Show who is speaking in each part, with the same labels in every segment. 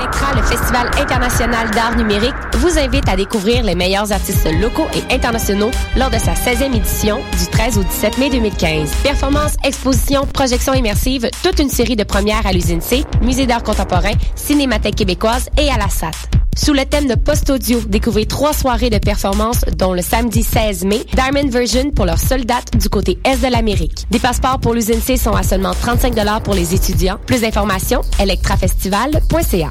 Speaker 1: Electra, le Festival international d'art numérique, vous invite à découvrir les meilleurs artistes locaux et internationaux lors de sa 16e édition du 13 au 17 mai 2015. Performances, expositions, projections immersives, toute une série de premières à l'usine C, Musée d'art contemporain, Cinémathèque québécoise et à la SAT. Sous le thème de post-audio, découvrez trois soirées de performances, dont le samedi 16 mai, Diamond Version pour leur seule date du côté Est de l'Amérique. Des passeports pour l'usine C sont à seulement 35 pour les étudiants. Plus d'informations, electrafestival.ca.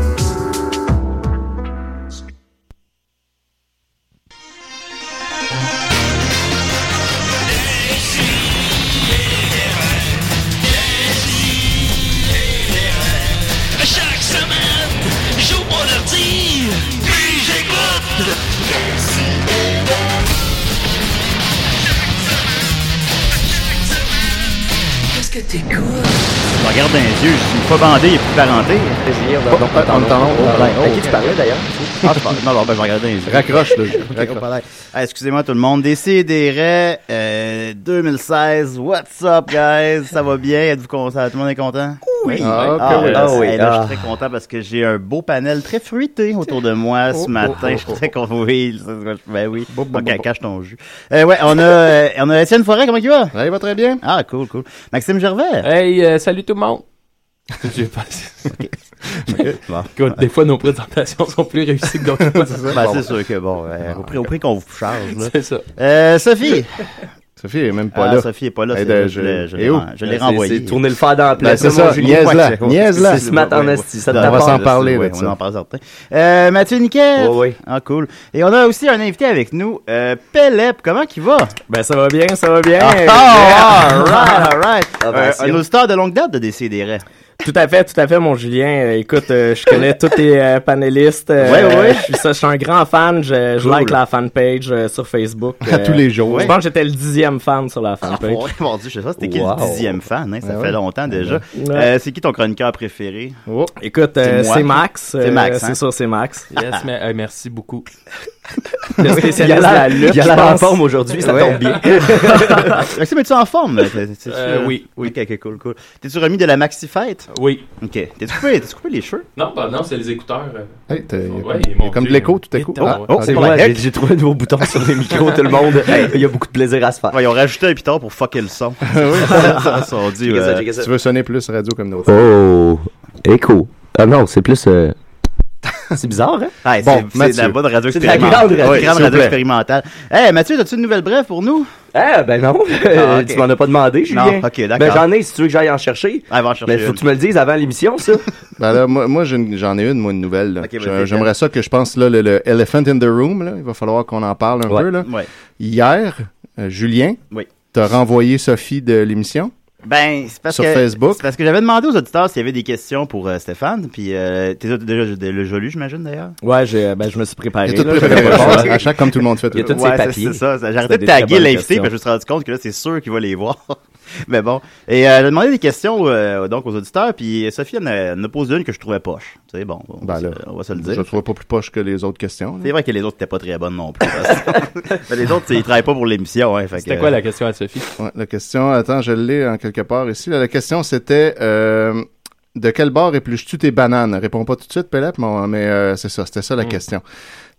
Speaker 2: Chaque semaine, j'ouvre mon ordi, puis j'écoute.
Speaker 3: Je me regarde dans les yeux, je suis pas bandé, il est plus parenté. Oh,
Speaker 4: Bon, euh, on t'en a. À qui tu parlais d'ailleurs
Speaker 3: Ben, Ah, je parle- non, non, ben, je me regarde dans les yeux.
Speaker 4: Raccroche le
Speaker 3: Raccroche pas l'air. Ah, Excusez-moi tout le monde, Décidérez, euh, 2016, what's up guys, ça va bien, êtes-vous content, tout le monde est content? Oui!
Speaker 4: Ah,
Speaker 3: Ah,
Speaker 4: ok, oui.
Speaker 3: là,
Speaker 4: Ah, oui.
Speaker 3: hey, là,
Speaker 4: Ah.
Speaker 3: je suis très content parce que j'ai un beau panel très fruité autour de moi
Speaker 4: Oh,
Speaker 3: ce
Speaker 4: oh,
Speaker 3: matin,
Speaker 4: oh,
Speaker 3: je suis très content, oui, ça, ça, je- ben oui,
Speaker 4: Bon, bon,
Speaker 3: Ok,
Speaker 4: bon, bon.
Speaker 3: cache ton jus. Euh, ouais, on a, euh, on a Étienne Forêt, comment il va?
Speaker 4: Ça va très bien.
Speaker 3: Ah, cool, cool. Maxime Gervais?
Speaker 5: Hey, euh, salut tout le monde! J'ai pas-
Speaker 3: Bon.
Speaker 5: Écoute, des fois nos présentations sont plus réussies que d'autres fois. Ah,
Speaker 3: Ben, c'est sûr que bon, euh, au prix, au prix qu'on vous charge, là.
Speaker 5: C'est ça.
Speaker 3: Euh, Sophie!
Speaker 4: Sophie est même pas
Speaker 3: Ah,
Speaker 4: là.
Speaker 3: Sophie est pas là.
Speaker 4: Eh
Speaker 3: c'est-
Speaker 4: ben,
Speaker 3: je
Speaker 4: je-
Speaker 3: l'ai- je l'ai
Speaker 4: et où?
Speaker 3: ren- je l'ai renvoyé.
Speaker 6: oh, ben, C'est tourner le fer dans la
Speaker 4: Ben,
Speaker 6: plaie.
Speaker 4: c'est ça, niaise-la, niaise-la.
Speaker 6: C'est ce matin en esti, ça te
Speaker 4: On va
Speaker 6: tape.
Speaker 4: s'en parler
Speaker 3: Oui,
Speaker 4: de
Speaker 3: Ben, on en
Speaker 4: ça.
Speaker 3: parle certain. Euh, Mathieu Niquet.
Speaker 6: Ouais, ouais.
Speaker 3: Ah, cool. Et on a aussi un invité avec nous, euh, Pellep. Comment qu'il va?
Speaker 6: Ben ça va bien, ça va bien.
Speaker 3: Ah, all right, all right.
Speaker 6: Ah, ben,
Speaker 3: Euh,
Speaker 6: si
Speaker 3: un
Speaker 6: on-
Speaker 3: auditeur de longue date de Décideret.
Speaker 6: Tout à fait, tout à fait, mon Julien. Euh, Écoute, euh, je connais tous tes euh, panélistes. euh,
Speaker 3: Ouais, ouais, ouais.
Speaker 6: Je suis, ça, je suis un grand fan. Je, je
Speaker 3: Cool.
Speaker 6: like la fanpage euh, sur Facebook. euh,
Speaker 4: À tous les jours.
Speaker 6: Je pense que j'étais le dixième fan sur la
Speaker 3: Ah,
Speaker 6: fanpage.
Speaker 3: ouais, mon Dieu, je sais pas, c'était qui
Speaker 6: Wow. Ben
Speaker 3: le dixième fan, hein? Ça
Speaker 4: Ah,
Speaker 3: fait
Speaker 4: ouais.
Speaker 3: longtemps déjà.
Speaker 6: Ouais.
Speaker 3: Euh, c'est qui ton chroniqueur préféré?
Speaker 4: Oh,
Speaker 6: Écoute, euh,
Speaker 3: C'est moi.
Speaker 6: c'est Max.
Speaker 3: C'est
Speaker 6: euh,
Speaker 3: Max, hein.
Speaker 6: C'est sûr, c'est Max.
Speaker 5: Yes, mais, euh, merci beaucoup.
Speaker 6: Le spécialiste de la lutte.
Speaker 4: il y a
Speaker 6: je
Speaker 4: l'air en
Speaker 6: pense.
Speaker 4: forme
Speaker 6: aujourd'hui, ça tombe bien.
Speaker 3: Maxime, es-tu en forme? là? T'es- t'es-tu,
Speaker 5: Euh,
Speaker 3: euh,
Speaker 5: oui, oui.
Speaker 3: Ok, ok, cool, cool. T'es-tu remis de la maxi-fête?
Speaker 5: Oui.
Speaker 3: Ok. T'es-tu coupé, t'es-tu coupé les cheveux?
Speaker 5: Non, pas, non, c'est les écouteurs. euh.
Speaker 4: hey, t'as- il y a
Speaker 5: Ouais,
Speaker 4: comme-
Speaker 5: mon
Speaker 4: il y a comme de
Speaker 5: Dieu.
Speaker 4: l'écho tout à coup.
Speaker 5: Et
Speaker 7: Ah,
Speaker 5: t'as-
Speaker 4: oh,
Speaker 6: Ah, C'est
Speaker 4: oh, la
Speaker 6: moi, j'ai
Speaker 4: heck.
Speaker 6: j'ai trouvé un nouveau bouton sur les micros, tout le monde. Hey, Il y a beaucoup de plaisir à se faire.
Speaker 3: Ouais, ils ont rajouté un pitard pour fucker le son. ça, ça, on dit,
Speaker 6: Check it
Speaker 3: euh,
Speaker 6: out, check it out.
Speaker 4: Tu veux sonner plus radio comme nous.
Speaker 6: Oh, écho. Ah non, c'est plus. euh, c'est bizarre, hein?
Speaker 3: Ouais,
Speaker 4: Bon,
Speaker 3: c'est- c'est de la
Speaker 4: Mathieu.
Speaker 3: bonne radio
Speaker 6: C'est de la
Speaker 3: expérimentale.
Speaker 6: grande radio,
Speaker 3: Ouais,
Speaker 6: s'il
Speaker 3: grande
Speaker 6: vous
Speaker 3: radio
Speaker 6: plaît.
Speaker 3: expérimentale. Hey, Mathieu, as-tu une nouvelle brève pour nous?
Speaker 6: Ah, ben non.
Speaker 3: Ah, ok.
Speaker 6: tu m'en as pas demandé, Julien.
Speaker 3: Non, ok, d'accord.
Speaker 6: Ben j'en ai si tu veux que j'aille en chercher.
Speaker 3: Ah, va en chercher
Speaker 6: Mais faut
Speaker 3: une.
Speaker 6: que tu me le dises avant l'émission, ça.
Speaker 4: Ben là, moi, moi, j'ai une- j'en ai une, moi, une nouvelle. là.
Speaker 3: Ok,
Speaker 4: Je-
Speaker 3: vas-y,
Speaker 4: J'aimerais ça que je pense, là, le, le elephant in the room, là. Il va falloir qu'on en parle un
Speaker 6: Ouais.
Speaker 4: peu, là.
Speaker 3: Ouais.
Speaker 4: Hier, euh, Julien,
Speaker 3: Oui.
Speaker 4: t'as renvoyé Sophie de l'émission.
Speaker 3: Ben, c'est parce
Speaker 4: Sur
Speaker 3: que,
Speaker 4: Facebook.
Speaker 3: c'est parce que j'avais demandé aux auditeurs s'il y avait des questions pour euh, Stéphane, puis euh, t'es déjà déjà déjà lu, j'imagine, d'ailleurs.
Speaker 6: Ouais, j'ai- ben, je me suis préparé.
Speaker 4: Il a tout
Speaker 6: là,
Speaker 4: préparé
Speaker 6: j'avais
Speaker 4: les
Speaker 6: pas le
Speaker 4: réponses,
Speaker 6: choix.
Speaker 4: à chaque comme tout le monde fait.
Speaker 6: Il y a tous ses
Speaker 3: Ouais, c'est-
Speaker 6: papiers.
Speaker 3: C'est ça. ça. J'ai arrêté
Speaker 6: C'était
Speaker 3: de
Speaker 6: des très
Speaker 3: taguer
Speaker 6: bonnes
Speaker 3: l'invité,
Speaker 6: questions.
Speaker 3: parce que je me suis rendu compte que là, c'est sûr qu'il va les voir. Mais bon. Et euh, j'ai demandé des questions euh, donc aux auditeurs, puis Sophie en a, en a posé une que je trouvais poche. Tu sais, bon, on, va se- on va se le
Speaker 4: Ben Je
Speaker 3: dire.
Speaker 4: ne trouvais pas plus poche hein. que les autres questions. là.
Speaker 3: C'est vrai que les autres n'étaient pas très bonnes non plus. Mais les autres, tu sais, ils travaillent pas pour l'émission. Hein, fait que-
Speaker 4: question à Sophie? la question, attends, je l'ai en quelque part ici. La, la question, c'était euh, de quel bord épluches-tu tes bananes? Réponds pas tout de suite, Pellep, mais, on- mais, euh, c'est ça, c'était ça
Speaker 5: Hmm.
Speaker 4: la question.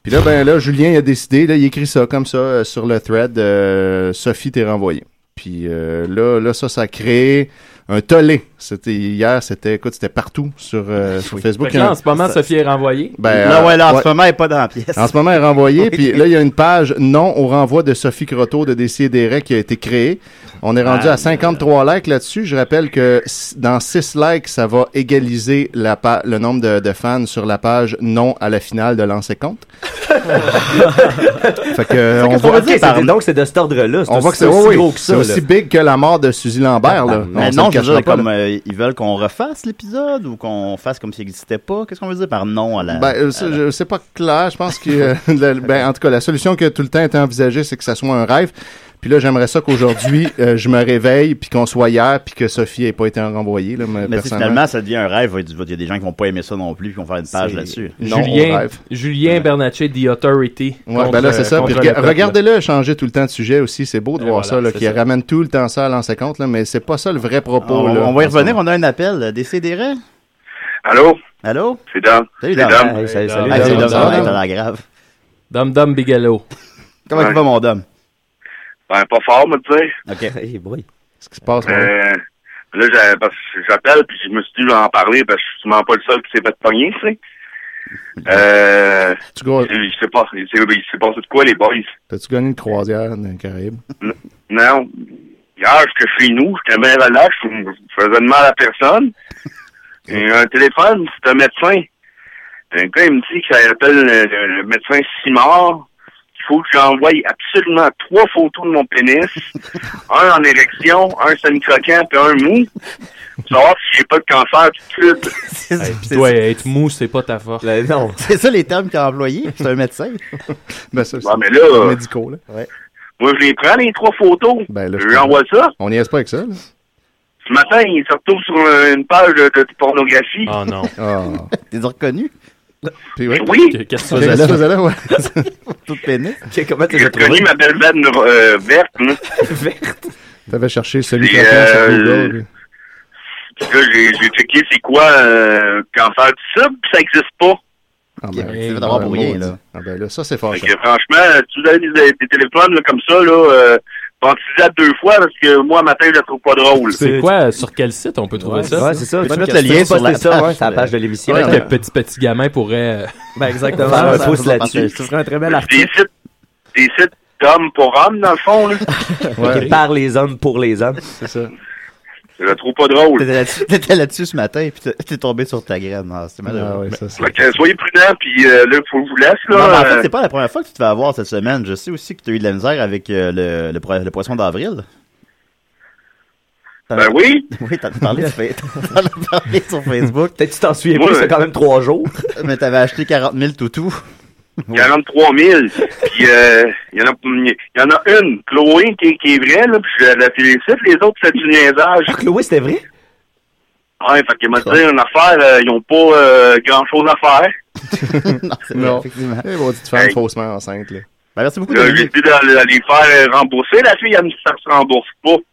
Speaker 4: Puis là, ben là, Julien il a décidé, là, il écrit ça comme ça euh, sur le thread. euh, Sophie t'est renvoyée. Puis euh, là, là, ça, ça a créé un tollé. C'était hier, c'était, écoute, c'était partout sur, euh, sur Facebook.
Speaker 5: Ben, Fait que là, en ce moment, Sophie est renvoyée.
Speaker 4: Ben,
Speaker 3: Là,
Speaker 4: euh,
Speaker 3: ouais, là, en
Speaker 4: ouais.
Speaker 3: ce moment, elle est pas dans la pièce.
Speaker 4: En ce moment, elle est renvoyée. Puis là, il y a une page non au renvoi de Sophie Croteau de Décideret qui a été créée. On est rendu
Speaker 3: Ah,
Speaker 4: à 53 likes là-dessus. Je rappelle que s- dans 6 likes, ça va égaliser la pa- le nombre de, de fans sur la page non à la finale de Lancez Compte. fait que, euh, on
Speaker 6: Qu'est-ce qu'on va
Speaker 4: voit,
Speaker 6: dire? C'est- Donc, c'est de cet ordre-là.
Speaker 4: on voit que c'est
Speaker 6: aussi
Speaker 4: oui, oui,
Speaker 6: gros que ça.
Speaker 4: c'est aussi
Speaker 6: là. Ah, ben,
Speaker 4: big que la mort de Suzy Lambert. Là.
Speaker 3: Ah, Mais
Speaker 4: On se
Speaker 3: non,
Speaker 4: le
Speaker 3: je veux
Speaker 4: cachera
Speaker 3: dire,
Speaker 4: pas,
Speaker 3: comme
Speaker 4: là.
Speaker 3: euh, ils veulent qu'on refasse l'épisode ou qu'on fasse comme s'il n'existait pas. Qu'est-ce qu'on veut dire par non à la.
Speaker 4: Ben, euh, ça, je- c'est pas clair. Je pense que, euh, la- ben, en tout cas, la solution qui a tout le temps été envisagée, c'est que ça soit un rêve. Puis là, j'aimerais ça qu'aujourd'hui, euh, je me réveille, puis qu'on soit hier, puis que Sophie ait pas été renvoyée. Là, mais
Speaker 3: Mais si
Speaker 4: personnellement.
Speaker 3: finalement, ça devient un rêve. Il va- il y a des gens qui vont pas aimer ça non plus, puis qui vont faire une page
Speaker 4: C'est-
Speaker 3: là-dessus.
Speaker 4: Non, on
Speaker 5: Julien,
Speaker 4: rêve.
Speaker 5: Julien Bernatchez, The Authority.
Speaker 4: Ouais,
Speaker 5: contre- euh,
Speaker 4: ben là, c'est ça.
Speaker 3: euh,
Speaker 5: contre
Speaker 4: Puis
Speaker 5: le
Speaker 4: rega-
Speaker 5: peuple.
Speaker 4: regardez-le changer tout le temps de sujet aussi. C'est beau de
Speaker 5: Et
Speaker 4: voir
Speaker 5: voilà,
Speaker 4: ça, là,
Speaker 5: c'est
Speaker 4: qui
Speaker 5: ça.
Speaker 4: ramène tout le temps ça à l'ancien compte, là, mais c'est pas ça le vrai propos.
Speaker 3: on,
Speaker 4: là,
Speaker 3: on va y
Speaker 4: en ce
Speaker 3: revenir.
Speaker 4: moment.
Speaker 3: On a un appel. Décédéré.
Speaker 8: Allô?
Speaker 3: Allô?
Speaker 8: C'est Dom.
Speaker 3: Salut,
Speaker 8: C'est
Speaker 3: Dom.
Speaker 8: Dom.
Speaker 3: Hey, salut,
Speaker 5: Hey, Dom.
Speaker 3: salut, Dom.
Speaker 5: Dom,
Speaker 3: Ça va,
Speaker 5: Dom.
Speaker 3: t'as la grave.
Speaker 5: Dom Dom Bigelow.
Speaker 3: Comment tu
Speaker 8: Ouais.
Speaker 3: vas, mon Dom?
Speaker 8: Ben, pas fort, me dire.
Speaker 3: OK.
Speaker 4: Qu'est-ce qui se passe, mon Dom?
Speaker 8: Euh, là, j'ai- parce que j'appelle, puis je me suis dû en parler, parce que je suis sûrement pas le seul qui s'est fait pogner, tu sais. Euh,
Speaker 4: Tu gros-
Speaker 8: je je sais pas, il s'est il s'est passé de quoi, les boys?
Speaker 4: T'as-tu gagné une croisière dans les Caraïbes?
Speaker 8: N- Non. Hier, j'étais chez nous, j'étais bien relâche, je me faisais de mal à personne. Et un téléphone, c'est un médecin. Un gars, il me dit qu'il appelle le, le- le médecin Simard. Il faut que j'envoie absolument trois photos de mon pénis. un en érection, un semi-croquant, puis un mou. Pour savoir si j'ai pas de cancer tout de suite.
Speaker 5: Hey, puis toi, être mou, c'est pas ta force.
Speaker 3: Ben,
Speaker 6: non.
Speaker 3: C'est ça les termes qu'il a employés? C'est un médecin.
Speaker 4: Ben, ça,
Speaker 8: Ouais, mais
Speaker 4: c'est
Speaker 8: là-
Speaker 4: médicaux, là.
Speaker 8: Moi, je les prends, les trois photos.
Speaker 4: Ben, là,
Speaker 8: je
Speaker 4: je
Speaker 8: lui envoie ça.
Speaker 4: On n'y est pas avec ça, là.
Speaker 8: Ce matin, il se retrouve sur euh, une page de, de pornographie.
Speaker 5: Oh non.
Speaker 4: Ah.
Speaker 3: T'es reconnu?
Speaker 4: Puis oui.
Speaker 8: Oui!
Speaker 5: Qu'est-ce que tu
Speaker 4: Qu'est-ce que
Speaker 5: faisais
Speaker 4: tu
Speaker 5: là?
Speaker 4: faisais là, ouais.
Speaker 3: Tout pénis?
Speaker 6: Comment tu
Speaker 8: J'ai
Speaker 6: l'as
Speaker 8: connu
Speaker 6: trouvé?
Speaker 8: ma belle vanne euh, verte. hein.
Speaker 4: T'avais cherché celui
Speaker 8: Et,
Speaker 4: qui a sur
Speaker 8: euh,
Speaker 4: Google.
Speaker 8: Puis là, j'ai j'ai checké c'est quoi euh, cancer du sub, puis ça existe pas.
Speaker 4: Ah, ben,
Speaker 3: C'est
Speaker 5: Hey,
Speaker 3: fait d'avoir pour rien,
Speaker 4: maudit.
Speaker 3: là.
Speaker 4: Ah ben là, ça c'est fort.
Speaker 8: Fait que, franchement, tu donnes des, des téléphones là, comme ça, là, euh, pensez-y à deux fois parce que moi, matin, je la trouve pas drôle.
Speaker 5: C'est quoi, sur quel site on peut trouver
Speaker 6: Ouais,
Speaker 5: ça?
Speaker 6: ouais, c'est ça.
Speaker 3: Peux-tu
Speaker 6: Tu
Speaker 3: mettre
Speaker 6: peux
Speaker 3: le lien
Speaker 6: poster
Speaker 3: sur la
Speaker 6: ça,
Speaker 3: page?
Speaker 6: ouais, sur la page de l'émission.
Speaker 5: Peut-être
Speaker 3: Ouais,
Speaker 5: que petit petit gamin pourrait. euh,
Speaker 6: Ben, exactement.
Speaker 3: Ça,
Speaker 6: On
Speaker 3: ça,
Speaker 6: pousse
Speaker 3: ça, ça,
Speaker 6: là-dessus.
Speaker 3: ça.
Speaker 6: Tu ferais un très bel
Speaker 8: Des
Speaker 6: article
Speaker 8: sites, des sites d'hommes pour hommes, dans le fond, là.
Speaker 6: Fait que par les hommes pour les hommes.
Speaker 4: C'est ça.
Speaker 8: je la trouve pas drôle.
Speaker 3: T'étais là-dessus- T'étais là-dessus ce matin, puis t'es- t'es tombé sur ta graine. Ah, C'est malheureux.
Speaker 4: Ah ouais, ça c'est.
Speaker 8: Fait que, soyez prudents, puis euh, là, faut que je vous laisse,
Speaker 3: Non, mais en
Speaker 8: là.
Speaker 3: fait,
Speaker 8: Euh,
Speaker 3: c'est pas la première fois que tu te fais avoir cette semaine. Je sais aussi que tu as eu de la misère avec euh, le, le, pro- le poisson d'avril.
Speaker 8: ben oui,
Speaker 3: Oui, t'en as parlé, sur fa- t'en as parlé sur Facebook,
Speaker 6: Peut-être que tu t'en souviens
Speaker 8: Ouais.
Speaker 6: plus, c'est quand même trois jours.
Speaker 3: mais t'avais acheté 40 000 toutous.
Speaker 8: 43 000. Puis, euh, il y, en a- il y en a une, Chloé, qui, est- qui est vraie, là, puis je la félicite. Les autres, c'est du niaisage.
Speaker 3: Ah,
Speaker 6: Chloé, c'était vrai?
Speaker 8: Ouais, fait qu'ils m'ont dit une affaire, euh, ils ont pas euh, grand chose à faire.
Speaker 3: non, c'est vrai,
Speaker 4: Non.
Speaker 3: effectivement.
Speaker 4: Eh, bon, tu te fais
Speaker 8: Hey.
Speaker 4: faussement enceinte, là.
Speaker 3: Ben, merci beaucoup,
Speaker 8: Là, j'ai
Speaker 3: Dominique.
Speaker 8: dit d'aller d'aller faire euh, rembourser. La fille, elle me dit ça se rembourse pas.
Speaker 3: Tu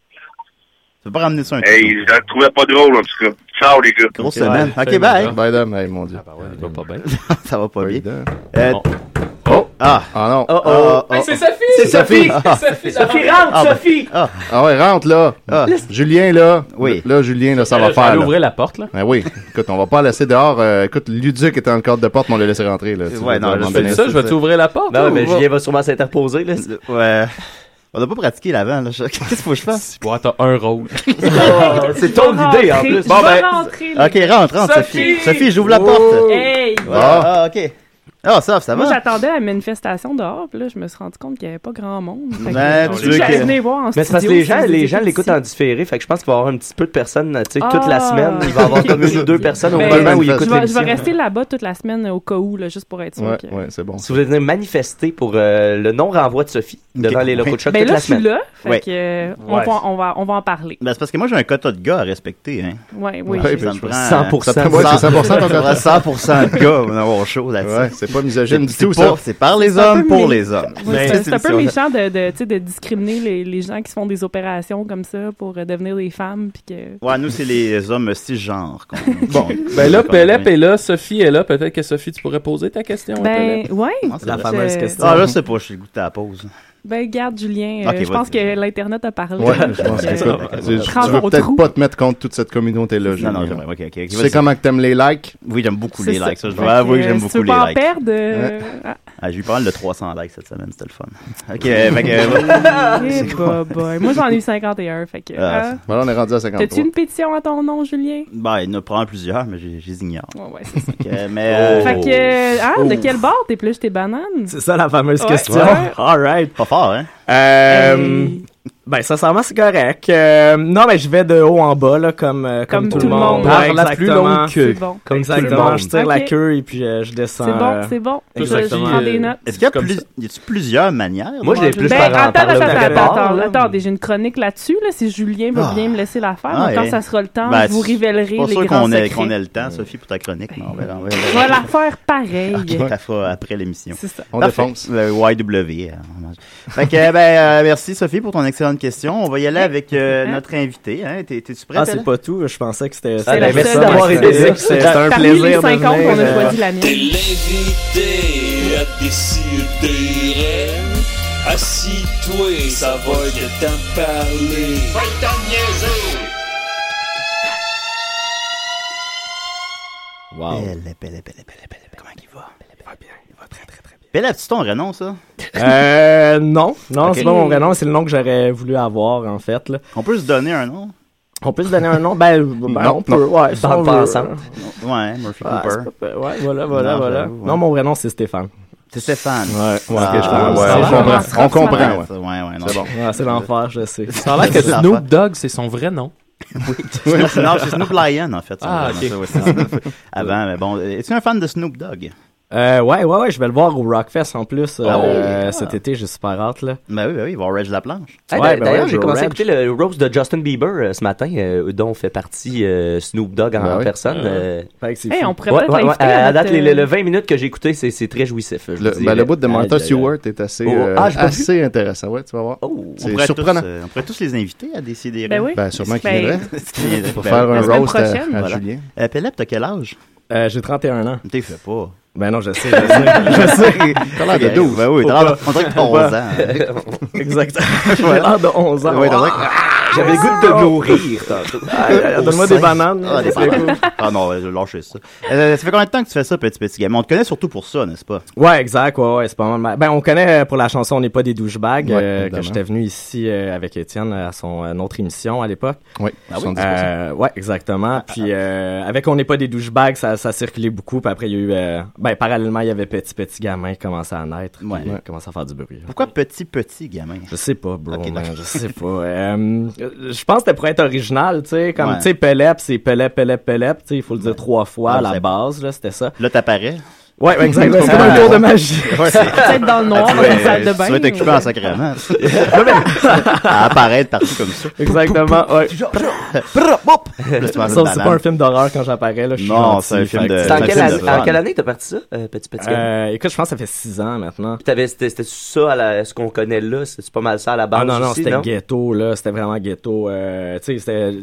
Speaker 3: peux pas ramener ça un
Speaker 8: Hey, je la trouvais pas drôle, en tout cas. Ciao, les gars.
Speaker 3: Grosse
Speaker 5: Ok,
Speaker 3: semaine.
Speaker 5: ouais,
Speaker 3: ok, bye.
Speaker 5: ouais.
Speaker 4: Ben dame, hey, mon dieu.
Speaker 5: Ah, bah il va pas bien.
Speaker 3: ça va pas bien.
Speaker 4: Ben, dame.
Speaker 3: Euh,
Speaker 5: Bon.
Speaker 3: Ah,
Speaker 4: Ah non.
Speaker 6: Oh oh!
Speaker 3: ah,
Speaker 5: C'est Sophie! C'est
Speaker 3: Sophie.
Speaker 5: Sophie! Sophie,
Speaker 3: Ah,
Speaker 5: rentre,
Speaker 3: ben.
Speaker 5: Sophie!
Speaker 4: Ah ouais, rentre là.
Speaker 3: Ah.
Speaker 4: Julien là.
Speaker 3: Oui.
Speaker 4: Là, Julien, là, ça
Speaker 5: Là,
Speaker 4: va
Speaker 5: je vais aller
Speaker 4: faire. là.
Speaker 5: ouvrir la porte, là.
Speaker 4: Ben oui. Écoute, on va pas laisser dehors. euh, écoute, Luduc était en corde de porte, mais on l'a laissé rentrer, là. Tu
Speaker 3: Ouais,
Speaker 4: veux dire,
Speaker 3: non,
Speaker 4: à un
Speaker 3: je
Speaker 4: moment
Speaker 3: sais
Speaker 4: donné,
Speaker 5: ça, je vais
Speaker 3: ça.
Speaker 5: t'ouvrir la porte.
Speaker 6: Non,
Speaker 5: ou
Speaker 6: mais
Speaker 5: va-
Speaker 6: Julien va sûrement s'interposer, là.
Speaker 3: ouais. On n'a pas pratiqué l'avant, là. Je- Qu'est-ce qu'il faut que je fasse?
Speaker 5: Ouais, t'as un rôle.
Speaker 6: Ah, C'est ton idée, en plus. ben,
Speaker 3: Bon, ben. Ok, rentre, rentre, Sophie. Sophie, j'ouvre la porte.
Speaker 9: Hey!
Speaker 3: Ah, ok. Ah, ça, ça va.
Speaker 9: Moi, j'attendais la manifestation dehors, puis là, je me suis rendu compte qu'il n'y avait pas grand monde. Fait que
Speaker 7: Ben,
Speaker 9: j'ai
Speaker 7: tu
Speaker 9: dit,
Speaker 7: veux
Speaker 9: j'allais
Speaker 7: que-
Speaker 9: venir voir en
Speaker 7: Mais c'est parce que
Speaker 9: studio
Speaker 7: les
Speaker 9: si
Speaker 7: gens,
Speaker 9: vous
Speaker 7: les
Speaker 9: étiez
Speaker 7: gens l'écoutent en différé. Fait que je pense qu'il va y avoir un petit peu de personnes, tu sais, toute la
Speaker 9: Ah.
Speaker 7: semaine. Il va y avoir comme une ou deux personnes au
Speaker 9: Ben,
Speaker 7: moment où ils
Speaker 9: je
Speaker 7: écoutent
Speaker 9: vais- Je
Speaker 7: l'émission.
Speaker 9: vais rester là-bas toute la semaine euh, au cas où, là, juste pour être sûr. que-
Speaker 4: c'est bon.
Speaker 7: Si vous voulez venir manifester pour euh, le non-renvoi de Sophie devant les locaux de choc
Speaker 9: Ben
Speaker 7: toute
Speaker 9: là,
Speaker 7: la
Speaker 9: je suis
Speaker 7: semaine.
Speaker 9: là, fait
Speaker 3: Ouais.
Speaker 9: que, euh, on,
Speaker 3: Ouais.
Speaker 9: va, on, va, on va en parler.
Speaker 3: Ben, c'est parce que moi, j'ai un quota de gars à respecter. Hein.
Speaker 9: Ouais, oui,
Speaker 3: Ça
Speaker 5: ben,
Speaker 9: j'ai-
Speaker 3: me prend,
Speaker 4: 100%.
Speaker 3: ça me prend-
Speaker 4: Ouais, c'est 100% ton
Speaker 3: ça me prend
Speaker 4: quota.
Speaker 3: 100% de gars pour en avoir chaud là-dessus.
Speaker 4: Ouais, c'est pas misogyne
Speaker 3: C'est
Speaker 4: du tout,
Speaker 3: pour-
Speaker 4: ça.
Speaker 3: C'est par les
Speaker 9: C'est un
Speaker 3: hommes
Speaker 9: peu
Speaker 3: pour
Speaker 9: mé-
Speaker 3: les hommes.
Speaker 9: Oui, c'est- C'est un peu méchant de, de, tu sais, de discriminer les, les gens qui se font des opérations comme ça pour euh, devenir des femmes. Puis que...
Speaker 3: Ouais, nous, c'est les hommes cisgenres.
Speaker 5: Bon, ben là, Pelep est là, Sophie est là. Peut-être que Sophie, tu pourrais poser ta question à
Speaker 9: Ben,
Speaker 5: Pelep.
Speaker 9: ouais. je-
Speaker 3: Ah, là, c'est pas, je suis goûté à la pause.
Speaker 9: Ben, garde, Julien, euh,
Speaker 3: Ok,
Speaker 9: je
Speaker 3: vas-y.
Speaker 9: pense que l'Internet a parlé.
Speaker 4: Ouais, je pense que
Speaker 9: Euh,
Speaker 4: c'est ça. Tu tu
Speaker 9: Rentre au
Speaker 4: veux peut-être
Speaker 9: trou.
Speaker 4: pas te mettre contre toute cette communauté-là. Julien.
Speaker 3: non, j'aimerais- ok, ok, ok,
Speaker 4: Tu
Speaker 3: vas-y.
Speaker 4: sais comment que t'aimes les likes?
Speaker 3: Oui, j'aime beaucoup les
Speaker 4: C'est ça.
Speaker 3: likes. Ça, je
Speaker 4: Fait
Speaker 3: dois avouer
Speaker 4: que,
Speaker 3: que j'aime
Speaker 4: si tu
Speaker 3: beaucoup
Speaker 4: veux
Speaker 3: les
Speaker 4: pas en
Speaker 3: likes.
Speaker 9: perdre, euh, ah.
Speaker 3: Ah, j'ai eu pas mal de 300 likes cette semaine, c'était le fun. Ok, euh, fait
Speaker 7: Ah,
Speaker 3: que-
Speaker 9: Eh,
Speaker 3: C'est quoi?
Speaker 9: bah, bah. Moi, j'en ai eu 51, fait que...
Speaker 3: Ah,
Speaker 9: hein?
Speaker 4: Voilà, on est rendu à 50.
Speaker 9: T'as-tu une pétition à ton nom, Julien?
Speaker 3: Ben, il en prend plusieurs, mais j'ai- j'ai ignore.
Speaker 9: Ouais, ouais, c'est ça.
Speaker 3: Ok,
Speaker 7: Oh.
Speaker 3: mais. euh,
Speaker 9: Fait que, ah, de
Speaker 3: Oh.
Speaker 9: quel bord t'épluches tes bananes?
Speaker 7: C'est ça la fameuse
Speaker 9: Ouais.
Speaker 7: question.
Speaker 9: Ouais.
Speaker 7: All right.
Speaker 3: Pas
Speaker 7: Euh,
Speaker 3: fort, hein?
Speaker 7: Ben, sincèrement, c'est correct. Euh, non, mais je vais de haut en bas, là, comme, euh, comme, tout, le monde.
Speaker 5: Par
Speaker 7: Ouais,
Speaker 5: la plus
Speaker 7: exactement.
Speaker 5: longue queue. C'est bon.
Speaker 7: Comme
Speaker 5: Tout le
Speaker 7: exactement,
Speaker 5: monde.
Speaker 7: je tire la
Speaker 9: Ok.
Speaker 7: queue et puis euh, je descends.
Speaker 9: C'est bon,
Speaker 7: euh,
Speaker 9: c'est bon. Je- je
Speaker 7: exactement. Euh,
Speaker 9: prends des notes.
Speaker 3: Est-ce qu'il y a, plus- y a-tu plusieurs
Speaker 10: Ah,
Speaker 3: manières?
Speaker 7: Moi, je l'ai
Speaker 3: de manger?
Speaker 7: plus par- par
Speaker 9: Ben, Attends,
Speaker 7: le
Speaker 9: attends,
Speaker 7: vrai
Speaker 9: attends,
Speaker 7: bord,
Speaker 9: attends,
Speaker 7: là.
Speaker 9: attendez, j'ai une chronique là-dessus, là, si Julien va
Speaker 3: Ah.
Speaker 9: bien me laisser la faire,
Speaker 3: Ah,
Speaker 9: donc quand
Speaker 3: eh.
Speaker 9: ça sera le temps,
Speaker 3: Ben,
Speaker 9: je vous
Speaker 3: c'est-
Speaker 9: révélerai
Speaker 3: pas
Speaker 9: les
Speaker 3: sûr
Speaker 9: grands
Speaker 3: qu'on ait,
Speaker 9: secrets.
Speaker 3: qu'on ait le temps, Sophie, pour ta chronique. Non, ben, non, ben,
Speaker 9: Je
Speaker 3: ben,
Speaker 9: vais la faire pareil.
Speaker 3: Ok, t'as fait après l'émission.
Speaker 9: C'est ça.
Speaker 4: On
Speaker 3: Parfait.
Speaker 4: défonce.
Speaker 3: Le YW. euh,
Speaker 6: hein.
Speaker 3: on mange. Fait que, ben, euh, merci Sophie pour ton excellente question. On va y aller avec euh, notre invité. Hein. T'es- T'es-tu prête?
Speaker 7: Ah, c'est
Speaker 3: Ellen?
Speaker 7: pas tout. Je pensais que c'était.
Speaker 3: Ah, ben,
Speaker 7: c'était-
Speaker 3: merci d'avoir été là.
Speaker 7: C'était
Speaker 3: Parmi
Speaker 7: un
Speaker 3: les
Speaker 7: plaisir.
Speaker 9: 50,
Speaker 7: de venir,
Speaker 9: on a
Speaker 7: euh,
Speaker 9: choisi la mienne.
Speaker 2: T'es l'invité à décider. Assis-toi, ça va de t'en parler. Va t'en niaiser!
Speaker 7: Wow.
Speaker 3: Pelle, pelle, pelle, pelle, pelle. Comment il va? Il va bien. Il va très, très, très bien. Pelle, as-tu ton renom, ça?
Speaker 7: Euh, non, non,
Speaker 3: Ok.
Speaker 7: c'est pas mon vrai nom, c'est le nom que j'aurais voulu avoir en fait. Là.
Speaker 3: On peut se donner un nom?
Speaker 7: On peut se donner un nom? Ben, ben,
Speaker 3: Non,
Speaker 7: on peut,
Speaker 3: non.
Speaker 7: ouais, si
Speaker 3: Parle
Speaker 7: on
Speaker 3: pas
Speaker 7: veut.
Speaker 3: ensemble. Ouais, Murphy
Speaker 7: Ah,
Speaker 3: Cooper.
Speaker 7: c'est pas- ouais, voilà, voilà,
Speaker 3: Non,
Speaker 7: voilà.
Speaker 3: j'avoue, ouais.
Speaker 7: Non, mon vrai nom, c'est Stéphane.
Speaker 3: C'est Stéphane.
Speaker 7: Ouais, ouais.
Speaker 3: Ah,
Speaker 7: Ok, je comprends.
Speaker 3: ouais,
Speaker 7: Ça
Speaker 3: on
Speaker 7: va.
Speaker 3: comprend.
Speaker 7: Ouais, ça
Speaker 3: On comprend,
Speaker 7: va.
Speaker 3: ouais. Ouais, ouais, non.
Speaker 7: C'est bon. Ouais, c'est l'enfer, je sais.
Speaker 5: Ça a l'air que Snoop Dogg, c'est son vrai nom.
Speaker 3: Oui. non, c'est Snoop Lion, en fait. son
Speaker 5: Ah,
Speaker 3: vrai nom,
Speaker 5: ok.
Speaker 3: ça, ouais, c'est Snoop. Avant, mais bon, es-tu un fan de Snoop Dogg?
Speaker 7: Euh, ouais, ouais, ouais, je vais le voir au Rockfest en plus euh,
Speaker 3: Ah, ouais.
Speaker 7: euh, cet été, j'ai super hâte là.
Speaker 3: Ben oui, ben oui, il va au Reg la planche.
Speaker 7: Ouais, ben
Speaker 10: D'ailleurs,
Speaker 7: ouais,
Speaker 10: j'ai
Speaker 7: au
Speaker 10: commencé à
Speaker 7: Reg.
Speaker 10: écouter le roast de Justin Bieber euh, ce matin, euh, dont fait partie euh, Snoop Dogg en,
Speaker 7: Ben oui.
Speaker 10: personne. euh.
Speaker 7: Fait que c'est
Speaker 9: Hey,
Speaker 7: fou.
Speaker 9: on pourrait peut-être l'inviter à
Speaker 10: à, à
Speaker 9: notre,
Speaker 10: date, les- le,
Speaker 9: euh,
Speaker 10: le 20 minutes que j'ai écouté, c'est c'est très jouissif. je vous
Speaker 4: Le, ben,
Speaker 10: dirais.
Speaker 4: le bout de Martha
Speaker 10: Aïe, aïe, aïe.
Speaker 4: Stewart est assez,
Speaker 10: Oh,
Speaker 4: euh,
Speaker 10: ah, j'ai pas vu.
Speaker 4: assez intéressant. Ouais, tu vas voir.
Speaker 3: On
Speaker 4: c'est
Speaker 3: pourrait
Speaker 4: surprenant.
Speaker 3: tous, euh, on pourrait tous les inviter à décider.
Speaker 4: Ben oui. Ben, sûrement qu'ils viendraient. Pour
Speaker 3: Ben,
Speaker 4: faire un
Speaker 3: la semaine
Speaker 4: roast à- à
Speaker 3: prochaine.
Speaker 4: Julien.
Speaker 3: Euh, Pellep, t'as quel âge?
Speaker 7: Euh, j'ai 31 ans.
Speaker 3: T'es fait pas.
Speaker 7: Ben non, je sais, je sais. je sais.
Speaker 3: T'as l'air de 12. Ben oui, t'as l'air- on dirait que t'as 11 ans. hein.
Speaker 7: exact. J'ai l'air de 11 ans. Ah!
Speaker 3: Ouais, t'as l'air-
Speaker 7: J'avais le goût de mourir. Ah,
Speaker 3: Au
Speaker 7: Donne-moi
Speaker 3: sein.
Speaker 7: des bananes.
Speaker 3: Ah, des bananes. Ah non, je vais lâcher ça. Euh, ça fait combien de temps que tu fais ça, petit petit gamin? On te connaît surtout pour ça, n'est-ce pas?
Speaker 7: Ouais, exact. Ouais, ouais, c'est pas mal. Ben, on connaît euh, pour la chanson On n'est pas des douchebags,
Speaker 3: Ouais,
Speaker 7: euh,
Speaker 3: évidemment.
Speaker 7: que j'étais venu ici euh, avec Étienne à son euh, autre émission à l'époque.
Speaker 4: Oui,
Speaker 7: Euh,
Speaker 4: 70%.
Speaker 7: ouais, exactement. Puis euh, avec On n'est pas des douchebags, ça, ça circulait beaucoup. Puis après, il y a eu. euh, ben, parallèlement, il y avait Petit Petit Gamin qui commençait à naître. puis
Speaker 3: Ouais.
Speaker 7: il commençait à faire du bruit.
Speaker 3: Pourquoi petit petit gamin?
Speaker 7: Je sais pas, bro.
Speaker 3: Ok,
Speaker 7: Oh, man,
Speaker 3: d'accord.
Speaker 7: je sais pas. Euh, je pense que c'était pour être original, tu sais. Comme,
Speaker 3: Ouais.
Speaker 7: tu sais, Pelep, c'est Pelep, Pelep, Pelep. Tu sais, il faut le dire trois fois à
Speaker 3: Ouais,
Speaker 7: la
Speaker 3: c'est-
Speaker 7: base, là, c'était ça.
Speaker 3: Là, t'apparais.
Speaker 7: Ouais, ouais, exact. C'est comme un tour de magie. Peut-être dans le noir,
Speaker 3: Ah, tu
Speaker 7: dans
Speaker 3: vas-
Speaker 7: une salle de bain.
Speaker 3: Tu vas t'occuper en sacrément. à apparaître partout comme ça.
Speaker 7: Exactement, ouais.
Speaker 3: Là, tu vas en
Speaker 7: Sauf que c'est
Speaker 3: banane.
Speaker 7: pas un film d'horreur quand j'apparais, là. je suis
Speaker 3: Non,
Speaker 7: gentil,
Speaker 3: c'est un film
Speaker 7: fait que-
Speaker 3: de-
Speaker 10: C'est en, quelle année- en quelle année t'as parti ça, euh, Petit Petit Gamin?
Speaker 7: Euh, écoute, je pense que ça fait 6 ans maintenant.
Speaker 10: Puis t'avais- C'était c'était ça, à la- ce qu'on connaît là? C'est pas mal ça à la base
Speaker 7: Ah non, non,
Speaker 10: aussi,
Speaker 7: c'était ghetto, là. C'était vraiment ghetto. Euh, tu sais, c'était. euh,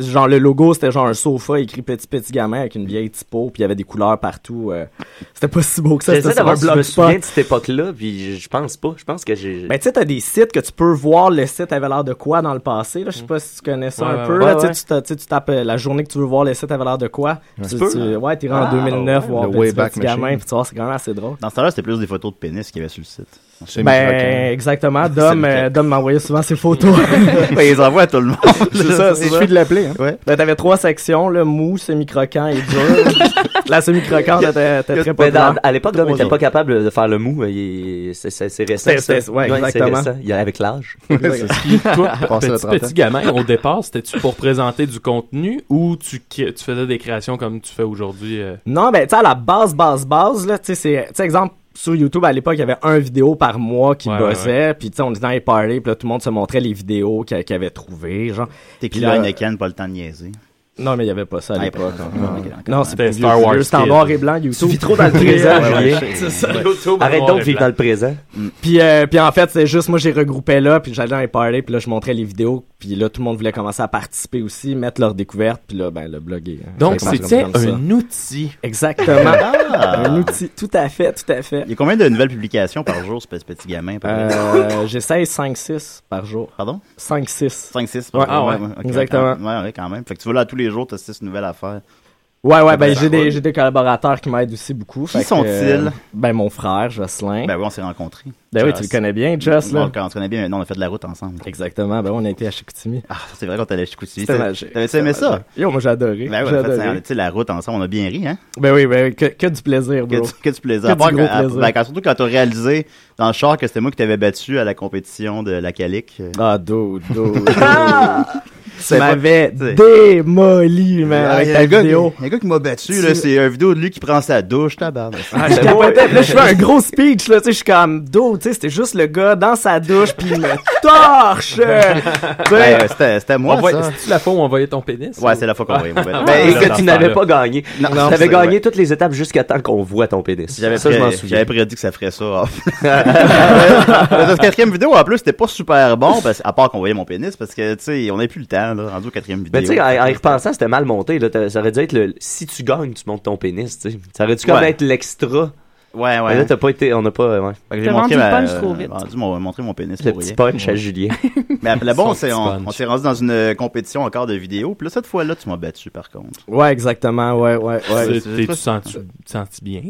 Speaker 7: Genre, le logo, c'était genre un sofa écrit petit petit gamin avec une vieille typo, puis il y avait des couleurs partout. euh, c'était pas si beau que ça.
Speaker 10: J'essaie
Speaker 7: C'était sur un
Speaker 10: d'avoir si je me
Speaker 7: blogspot.
Speaker 10: souviens de cette époque-là, puis je- je pense pas. Je pense que j'ai...
Speaker 7: Ben, tu sais, t'as des sites que tu peux voir. Le site avait l'air de quoi dans le passé, là. Je sais pas si tu connais ça
Speaker 10: Mm. Ouais,
Speaker 7: un
Speaker 10: ouais,
Speaker 7: peu,
Speaker 10: ouais.
Speaker 7: là.
Speaker 10: Ouais,
Speaker 7: Tu
Speaker 10: ouais.
Speaker 7: sais, tu t'as- tu sais, tu tapes euh, la journée que tu veux voir, le site avait l'air de quoi. Tu,
Speaker 10: peux?
Speaker 3: hein?
Speaker 7: tu- ouais, t'es rendu en
Speaker 10: Ah,
Speaker 7: 2009,
Speaker 10: ouais.
Speaker 7: voir
Speaker 10: Le
Speaker 7: petit,
Speaker 10: Wayback
Speaker 7: petit gamin,
Speaker 10: Machine.
Speaker 7: puis tu vois, c'est quand même assez drôle.
Speaker 3: Dans ce temps-là, c'était plus des photos de pénis qu'il y avait sur le site.
Speaker 4: C'est
Speaker 7: ben,
Speaker 4: mitraqué.
Speaker 7: exactement. Dom, euh, Dom m'envoyait souvent ses photos.
Speaker 3: Ben, il les envoie à tout le monde.
Speaker 7: C'est ça, c'est
Speaker 4: Il suffit de l'appeler. Hein.
Speaker 7: Ouais. Ben, t'avais trois sections, là, mou, semi-croquant et dur. la semi-croquante, t'étais t'étais très
Speaker 10: Ben,
Speaker 7: populaire.
Speaker 10: dans- à l'époque, Dom
Speaker 7: Trois
Speaker 10: n'était
Speaker 7: autres.
Speaker 10: pas capable de faire le mou. euh, Il est- c'est- C'est c'est récent.
Speaker 7: C'est-
Speaker 10: ça.
Speaker 7: c'est- ouais,
Speaker 10: c'est
Speaker 7: exactement.
Speaker 10: récent. Il y a avec l'âge.
Speaker 5: Toi, petit, petit gamin, au départ, c'était-tu pour présenter du contenu ou tu, cré- tu faisais des créations comme tu fais aujourd'hui? euh?
Speaker 7: Non, ben, tu sais, à la base, base, base, là, tu sais, c'est, tu sais, exemple, sur YouTube, à l'époque, il y avait un vidéo par mois qui
Speaker 5: Ouais,
Speaker 7: bossait,
Speaker 5: ouais,
Speaker 7: puis, tu sais, on était dans les parties, puis là, tout le monde se montrait les vidéos qu'il qu'il avait trouvées, genre.
Speaker 3: T'es
Speaker 7: Puis
Speaker 3: clair,
Speaker 7: là-
Speaker 3: Ken, pas le temps de niaiser.
Speaker 7: Non, mais il n'y avait pas ça à
Speaker 3: Ah,
Speaker 7: l'époque.
Speaker 3: pas-
Speaker 7: Non,
Speaker 3: non,
Speaker 7: non,
Speaker 3: ok,
Speaker 7: non,
Speaker 3: d'accord.
Speaker 7: c'était
Speaker 3: C'était
Speaker 7: vieux,
Speaker 3: Star Wars
Speaker 7: vieux, c'était en
Speaker 3: Kid.
Speaker 7: noir et blanc, YouTube.
Speaker 3: Tu vis trop dans le présent, Julien.
Speaker 7: C'est ça,
Speaker 3: Ouais.
Speaker 7: YouTube,
Speaker 10: Arrête
Speaker 7: en
Speaker 10: donc
Speaker 7: noir
Speaker 10: de
Speaker 7: et
Speaker 10: vivre
Speaker 7: blanc.
Speaker 10: dans le présent.
Speaker 3: Mm.
Speaker 7: Puis, euh, puis en fait, c'est juste, moi, j'ai regroupé là, puis j'allais dans les parties, puis là, je montrais les vidéos, puis là, tout le monde voulait commencer à participer aussi, mettre leurs découvertes, puis là, ben, le bloguer. hein.
Speaker 5: Donc,
Speaker 7: Fait que
Speaker 5: c'était
Speaker 7: comme ça.
Speaker 5: un outil.
Speaker 7: Exactement.
Speaker 3: Ah.
Speaker 7: Un outil, tout à fait, tout à fait.
Speaker 3: Il y a combien de nouvelles publications par jour, ce petit petit gamin? à peu près?
Speaker 7: Euh, J'essaie 5-6 par jour.
Speaker 3: Pardon?
Speaker 7: 5-6.
Speaker 3: 5-6
Speaker 7: Ouais,
Speaker 3: jour,
Speaker 7: ah ouais,
Speaker 3: ok,
Speaker 7: exactement.
Speaker 3: quand- Ouais, ouais, quand même. Fait que tu vas là tous les jours, t'as 6 nouvelles affaires.
Speaker 7: Ouais, ouais,
Speaker 3: Ça
Speaker 7: ben
Speaker 3: doit
Speaker 7: j'ai
Speaker 3: être
Speaker 7: des,
Speaker 3: cool.
Speaker 7: j'ai des collaborateurs qui m'aident aussi beaucoup.
Speaker 3: Qui
Speaker 7: fait que,
Speaker 3: sont-ils?
Speaker 7: euh, ben mon frère, Jocelyn.
Speaker 3: Ben oui, on s'est rencontrés.
Speaker 7: Ben oui,
Speaker 3: Joss.
Speaker 7: tu le connais bien, Joss,
Speaker 3: Non,
Speaker 7: là.
Speaker 3: on se connaît bien, mais non, on a fait de la route ensemble.
Speaker 7: Exactement, ben on a été à Chicoutimi.
Speaker 3: Ah, c'est vrai qu'on t'allait Chicoutimi.
Speaker 7: C'était
Speaker 3: T'as-
Speaker 7: magique.
Speaker 3: T'avais-tu aimé
Speaker 7: C'était
Speaker 3: ça?
Speaker 7: magique. Yo, moi j'ai adoré.
Speaker 3: Ben oui,
Speaker 7: J'ai
Speaker 3: on a fait
Speaker 7: adoré.
Speaker 3: ça, tu sais, la route ensemble, on a bien ri, hein?
Speaker 7: Ben oui, ben oui, que, que du plaisir,
Speaker 3: Que
Speaker 7: bro.
Speaker 3: du, que du plaisir.
Speaker 7: Que
Speaker 3: À part
Speaker 7: du
Speaker 3: quand-
Speaker 7: gros
Speaker 3: à-
Speaker 7: plaisir.
Speaker 3: ben, quand- surtout quand t'as réalisé dans le char que c'était moi qui t'avais battu à la compétition de la Calique. euh.
Speaker 7: Ah, do, do. Tu
Speaker 3: C'est pas-
Speaker 7: m'avais
Speaker 3: c'est-
Speaker 7: démoli, man,
Speaker 3: Ah,
Speaker 7: euh, avec
Speaker 3: y a
Speaker 7: ta
Speaker 3: un gars-
Speaker 7: vidéo.
Speaker 3: y a un gars qui m'a battu,
Speaker 7: Tu-
Speaker 3: là, c'est une vidéo de lui qui prend sa douche, tabarnak.
Speaker 7: Ah, Je capotais, puis là, je fais un gros speech, là, tu sais, je suis comme, do, tu sais, c'était juste le gars dans sa douche, puis il me torche! Tu sais,
Speaker 3: Ouais, ouais, c'était c'était moi,
Speaker 5: On
Speaker 7: Ah.
Speaker 5: voyait-
Speaker 3: ça.
Speaker 5: C'est-tu la fois où on voyait ton pénis?
Speaker 3: Ouais, c'est la fois qu'on voyait mon pénis.
Speaker 10: Ben, et que
Speaker 3: Ah, là,
Speaker 10: tu
Speaker 3: dans ce
Speaker 10: n'avais pas
Speaker 3: temps-là.
Speaker 10: gagné.
Speaker 3: Non,
Speaker 10: tu
Speaker 3: non,
Speaker 10: avais
Speaker 3: c'est
Speaker 10: gagné
Speaker 3: vrai.
Speaker 10: toutes les étapes jusqu'à temps qu'on voit ton pénis.
Speaker 3: J'avais
Speaker 10: ça, je m'en
Speaker 3: pré-
Speaker 10: souviens.
Speaker 3: J'avais prédit que ça ferait ça. Ah. Mais Notre quatrième vidéo, en plus, c'était pas super bon, parce, à part qu'on voyait mon pénis, parce que, tu sais, on n'a plus le temps, là, rendu au quatrième vidéo.
Speaker 10: Mais Ben, tu sais, en, en y repensant, c'était mal monté. Là. T'as- Ça aurait dû être le si tu gagnes, tu montes ton pénis. tu sais. Ça aurait dû comme
Speaker 3: Ouais.
Speaker 10: être l'extra.
Speaker 3: Ouais, ouais.
Speaker 10: Mais là, t'as pas été. On n'a pas. Ouais.
Speaker 3: Fait que
Speaker 9: T'as vendu le punch trop vite.
Speaker 3: vendu mon, montré mon pénis
Speaker 10: Le
Speaker 3: pour
Speaker 10: petit
Speaker 3: rien.
Speaker 10: punch à Julien.
Speaker 3: Mais là-bas, on
Speaker 10: Son
Speaker 3: s'est
Speaker 10: petit
Speaker 3: on-
Speaker 10: punch.
Speaker 3: on s'est rendu dans une euh, compétition encore de vidéos. Puis là, cette fois-là, tu m'as battu, par contre.
Speaker 7: Ouais, exactement, ouais, ouais, ouais.
Speaker 5: C'est- t'es- tu sens-tu sens-tu bien?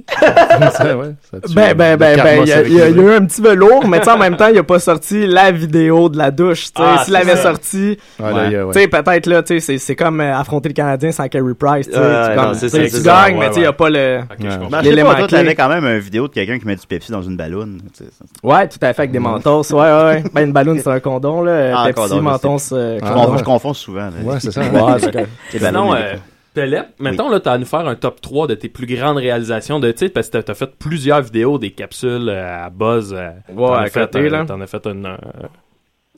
Speaker 4: Ça, ouais, ça tue.
Speaker 7: Ben, ben,
Speaker 4: Le
Speaker 7: ben, ben,
Speaker 4: karma,
Speaker 7: il y, a-
Speaker 4: c'est
Speaker 7: il y a il y a
Speaker 4: réglé.
Speaker 7: eu un petit velours, mais tu sais, en même temps, il a pas sorti la vidéo de la douche, tu sais.
Speaker 10: Ah,
Speaker 7: S'il l'avait
Speaker 10: c'est ça.
Speaker 7: sorti,
Speaker 4: Ouais, Ah, là, il y a- ouais.
Speaker 7: tu sais, peut-être, là, tu sais, c'est- c'est comme euh, affronter le Canadien sans Carey Price, tu sais.
Speaker 10: Ouais,
Speaker 7: tu
Speaker 10: non,
Speaker 7: comme-
Speaker 10: c'est
Speaker 7: tu
Speaker 10: ça,
Speaker 7: sais,
Speaker 10: c'est
Speaker 7: tu
Speaker 10: ça.
Speaker 7: gagnes,
Speaker 10: Ouais,
Speaker 7: mais tu sais, il
Speaker 10: ouais.
Speaker 7: y a pas le...
Speaker 3: Ben, je sais
Speaker 7: L'élément
Speaker 3: pas, toi,
Speaker 7: clé.
Speaker 3: t'avais quand même une vidéo de quelqu'un qui met du Pepsi dans une balloune. tu sais, ça.
Speaker 7: Ouais, tout à
Speaker 4: Mm.
Speaker 7: fait, avec des mentos. Ouais, ouais, ouais. Ben, une ballonne, c'est un condom, là.
Speaker 3: Ah, un
Speaker 7: Pepsi,
Speaker 3: condom, je
Speaker 7: menton,
Speaker 3: sais.
Speaker 7: c'est.
Speaker 10: Ah,
Speaker 3: Je confonds- je confonds souvent. là.
Speaker 4: Ouais, c'est ça.
Speaker 7: Ouais, c'est correct.
Speaker 3: Les
Speaker 5: Sinon,
Speaker 3: ballons, les
Speaker 5: euh, Pelep, mettons, là, t'as à nous faire un top 3 de tes plus grandes réalisations de titre parce que t'as- t'as fait plusieurs vidéos, des capsules euh, à buzz. euh, t'en
Speaker 7: à
Speaker 5: as fait,
Speaker 7: côté,
Speaker 5: euh,
Speaker 7: là.
Speaker 5: T'en as fait une, euh,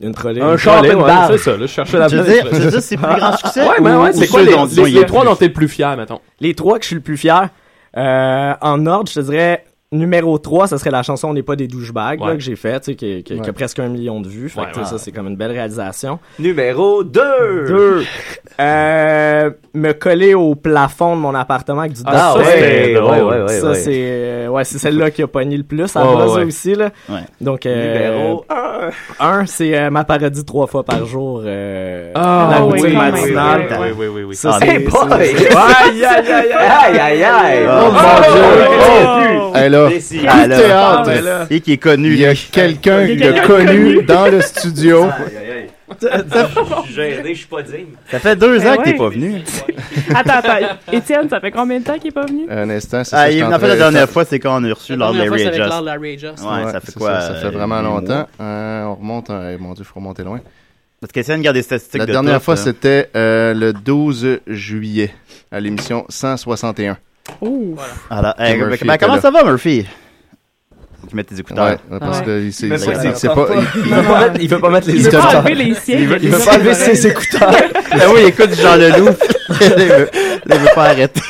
Speaker 7: Une trollée.
Speaker 5: un
Speaker 7: Une
Speaker 5: char,
Speaker 7: trollée,
Speaker 5: une
Speaker 7: ouais,
Speaker 5: barre.
Speaker 7: c'est
Speaker 5: C'est
Speaker 7: ça.
Speaker 5: ça, là, je cherchais la Ah.
Speaker 3: Tu veux dire- tu veux dire c'est plus grand succès
Speaker 5: Ouais, mais
Speaker 3: ou-
Speaker 5: ouais,
Speaker 3: ou
Speaker 5: c'est
Speaker 3: ceux
Speaker 5: quoi les,
Speaker 3: dont-
Speaker 5: les-
Speaker 3: dont il y a
Speaker 5: les trois
Speaker 3: plus?
Speaker 5: dont t'es le plus fier, mettons?
Speaker 7: Les trois que je suis le plus fier. Euh, en ordre, je te dirais, numéro 3, ce serait la chanson On n'est pas des douchebags, là,
Speaker 5: Ouais.
Speaker 7: que j'ai fait, tu sais, qui, qui- qui a
Speaker 4: Ouais.
Speaker 7: presque un million de vues. Fait
Speaker 5: Ouais,
Speaker 7: que, tu sais,
Speaker 5: ouais.
Speaker 7: ça, c'est comme une belle réalisation.
Speaker 10: Numéro 2!
Speaker 7: Deux. Euh, me coller au plafond de mon appartement avec du
Speaker 10: Ah,
Speaker 7: dard.
Speaker 10: ça,
Speaker 5: c'était drôle.
Speaker 7: Ça,
Speaker 10: ouais.
Speaker 7: c'est, euh, ouais, c'est celle-là qui a pogné le plus à
Speaker 5: Ouais,
Speaker 7: base,
Speaker 5: ouais,
Speaker 7: là,
Speaker 5: ouais.
Speaker 7: aussi, là.
Speaker 3: Ouais.
Speaker 7: Donc, euh,
Speaker 10: Numéro 1!
Speaker 7: Un, c'est euh, ma parodie trois fois par jour. euh,
Speaker 5: Ah,
Speaker 7: la
Speaker 9: oui,
Speaker 7: routine
Speaker 9: oui,
Speaker 7: matinale.
Speaker 9: oui,
Speaker 5: oui, oui, oui.
Speaker 7: Ça,
Speaker 3: Ah,
Speaker 7: c'est-
Speaker 10: Hey, boy!
Speaker 7: Aïe, aïe, aïe, aïe.
Speaker 10: Aïe, aïe, aïe!
Speaker 3: Oh,
Speaker 4: mon Dieu. Hey, là,
Speaker 10: Décidé.
Speaker 3: Ah,
Speaker 4: le
Speaker 3: là.
Speaker 4: théâtre.
Speaker 7: Ah, ouais, là.
Speaker 3: Et qui est connu.
Speaker 4: Il y a
Speaker 3: lui.
Speaker 4: quelqu'un
Speaker 9: Il y a
Speaker 4: de
Speaker 9: quelqu'un
Speaker 4: connu dans le studio.
Speaker 10: Aïe, aïe, aïe. Je suis gêné, je suis pas digne.
Speaker 3: Ça fait deux ans que t'es
Speaker 9: Ben ouais.
Speaker 3: pas venu.
Speaker 9: Attends, attends. Étienne, ça fait combien de temps qu'il est pas venu?
Speaker 4: Un instant, c'est ça.
Speaker 3: Ah,
Speaker 4: je
Speaker 3: il
Speaker 4: suis
Speaker 3: en
Speaker 4: train
Speaker 3: fait,
Speaker 4: de-
Speaker 3: la dernière fois, c'est quand on a reçu
Speaker 11: La
Speaker 3: Lord
Speaker 11: dernière fois,
Speaker 3: Larry
Speaker 11: c'est avec
Speaker 3: Adjust.
Speaker 11: Lord Larry Joss.
Speaker 3: Ouais, ça fait
Speaker 4: c'est Ça,
Speaker 3: quoi?
Speaker 4: ça
Speaker 3: euh,
Speaker 4: fait vraiment
Speaker 3: huit mois?
Speaker 4: longtemps. Euh, on remonte. à- eh, mon Dieu, il faut remonter loin.
Speaker 3: Parce qu'Étienne garde des statistiques
Speaker 4: La
Speaker 3: de
Speaker 4: dernière
Speaker 3: tout,
Speaker 4: fois,
Speaker 3: là.
Speaker 4: c'était euh, le 12 juillet à l'émission 161.
Speaker 9: Oh!
Speaker 3: Alors, hey,
Speaker 4: Murphy
Speaker 3: ben,
Speaker 4: était
Speaker 3: ben, comment
Speaker 4: là.
Speaker 3: ça va, Murphy? Tu mets tes
Speaker 4: Ouais,
Speaker 3: écouteurs.
Speaker 4: ouais, parce
Speaker 9: Ouais.
Speaker 4: que c'est
Speaker 3: Mais c'est-
Speaker 4: c'est-
Speaker 3: c'est-
Speaker 4: c'est pas.
Speaker 10: Il veut pas mettre, il veut pas mettre
Speaker 9: Il
Speaker 10: les
Speaker 9: veut pas
Speaker 10: écouteurs.
Speaker 9: enlever les siens.
Speaker 3: Il veut- il
Speaker 10: Il veut
Speaker 9: les
Speaker 10: pas enlever
Speaker 9: oreilles.
Speaker 10: ses écouteurs.
Speaker 3: Ah oui, écoute Jean Leloup. là, il veut- là, il veut pas arrêter.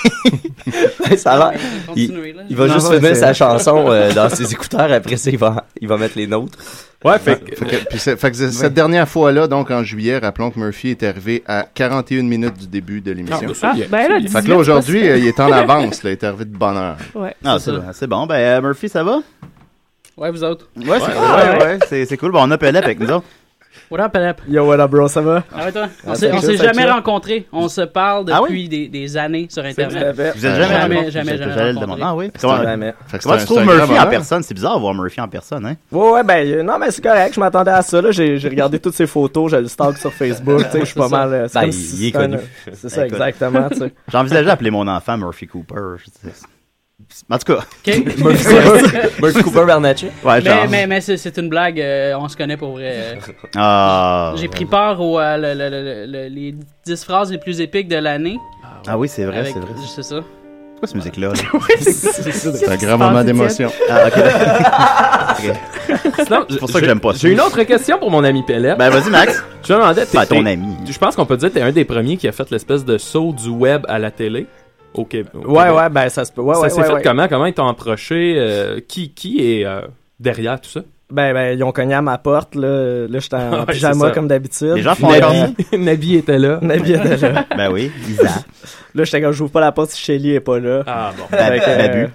Speaker 10: Ça va.
Speaker 11: Continuez, là.
Speaker 10: Il va
Speaker 4: Non,
Speaker 10: juste
Speaker 4: non,
Speaker 10: finir
Speaker 4: c'est-
Speaker 10: sa chanson euh, dans ses écouteurs. Après ça, il va, il va mettre les nôtres.
Speaker 5: Ouais, fait
Speaker 4: Fait que- puis c'est- fait que cette dernière fois-là, donc en juillet, rappelons que Murphy est arrivé à 41 minutes du début de l'émission.
Speaker 9: Ah, ben là,
Speaker 4: Fait que là, aujourd'hui, euh, il est en avance, là, il est arrivé de bonne heure.
Speaker 9: Ouais.
Speaker 3: Ah, c'est bon. C'est bon. Ben, euh, Murphy, ça va?
Speaker 11: Ouais, vous autres.
Speaker 3: Ben, Ouais, c'est ouais, ouais, c'est- c'est cool. Bon, on a Pellet avec nous autres.
Speaker 11: What up, Pelep?
Speaker 7: Yo, what up, bro, ça va?
Speaker 11: Ah ouais, toi? On s'est on s'est jamais rencontrés. On se parle depuis des, des années sur Internet.
Speaker 3: Vous
Speaker 4: Euh,
Speaker 3: êtes jamais
Speaker 11: jamais,
Speaker 3: rencontrés?
Speaker 11: jamais,
Speaker 3: J'allais-
Speaker 11: jamais
Speaker 3: J'allais le
Speaker 11: rencontrés.
Speaker 3: demander. Ah oui?
Speaker 7: Fait que
Speaker 3: Comment,
Speaker 7: c'est un- Jamais.
Speaker 3: Fait que
Speaker 7: Comment
Speaker 3: c'est
Speaker 7: tu
Speaker 3: un-
Speaker 7: trouves
Speaker 3: c'est un
Speaker 7: Murphy
Speaker 3: grand
Speaker 7: en
Speaker 3: bonheur.
Speaker 7: personne?
Speaker 3: C'est bizarre de voir Murphy en personne, hein?
Speaker 7: Ouais, ouais, ben, euh, non, mais c'est correct, je m'attendais à ça, là. J'ai j'ai regardé toutes ses photos, j'ai le stalk sur Facebook, tu sais, je suis pas
Speaker 3: C'est ça.
Speaker 7: mal. euh, c'est
Speaker 3: Ben,
Speaker 7: comme
Speaker 3: il-
Speaker 7: si
Speaker 3: il est
Speaker 7: c'était un-
Speaker 3: connu.
Speaker 7: C'est ça,
Speaker 3: Écoute.
Speaker 7: exactement, tu sais.
Speaker 3: J'envisageais d'appeler mon enfant Murphy Cooper. je sais. En tout cas.
Speaker 10: Murphy Cooper Bernatchez.
Speaker 3: Ah Ouais, genre.
Speaker 11: mais mais, mais c'est- c'est une blague, euh, on se connaît pour vrai. euh.
Speaker 3: Ah.
Speaker 11: J'ai pris part aux euh, le- le- le- le- les 10 phrases les plus épiques de l'année.
Speaker 3: Ah oui, c'est vrai,
Speaker 11: Avec-
Speaker 3: c'est vrai. C'est
Speaker 11: C'est ça.
Speaker 3: quoi cette musique-là? là?
Speaker 4: C'est un grand moment d'émotion.
Speaker 3: Ah, ok. Ok.
Speaker 5: Ah, Sinon,
Speaker 3: C'est pour ça que
Speaker 5: j'ai-
Speaker 3: j'aime pas ça.
Speaker 5: J'ai une autre question pour mon ami Pellet.
Speaker 3: Ben, vas-y, Max.
Speaker 5: Je me demandais. t'es-
Speaker 3: Ben, ton
Speaker 5: t'es-
Speaker 3: ami.
Speaker 5: Je pense qu'on peut dire que t'es un des premiers qui a fait l'espèce de saut du web à la télé. au Québ- au Québec.
Speaker 7: Ouais, ouais, ben, ça se peut. Ouais,
Speaker 5: ça
Speaker 7: ouais,
Speaker 5: s'est
Speaker 7: ouais,
Speaker 5: fait
Speaker 7: ouais.
Speaker 5: comment? Comment ils t'ont approché? euh, qui, qui est euh, derrière tout ça?
Speaker 7: Ben, ben, ils ont cogné à ma porte, là. Là, j'étais en
Speaker 5: Ouais, c'est
Speaker 7: pyjama
Speaker 5: ça.
Speaker 7: comme d'habitude.
Speaker 5: Les gens font
Speaker 7: Nabi,
Speaker 5: encore Nabi était là.
Speaker 7: Nabi était là.
Speaker 3: Ben oui, Isa.
Speaker 7: Là, j'étais comme, j'ouvre pas la porte si Shelly est pas là.
Speaker 5: Ah bon.
Speaker 3: Bab- Babu.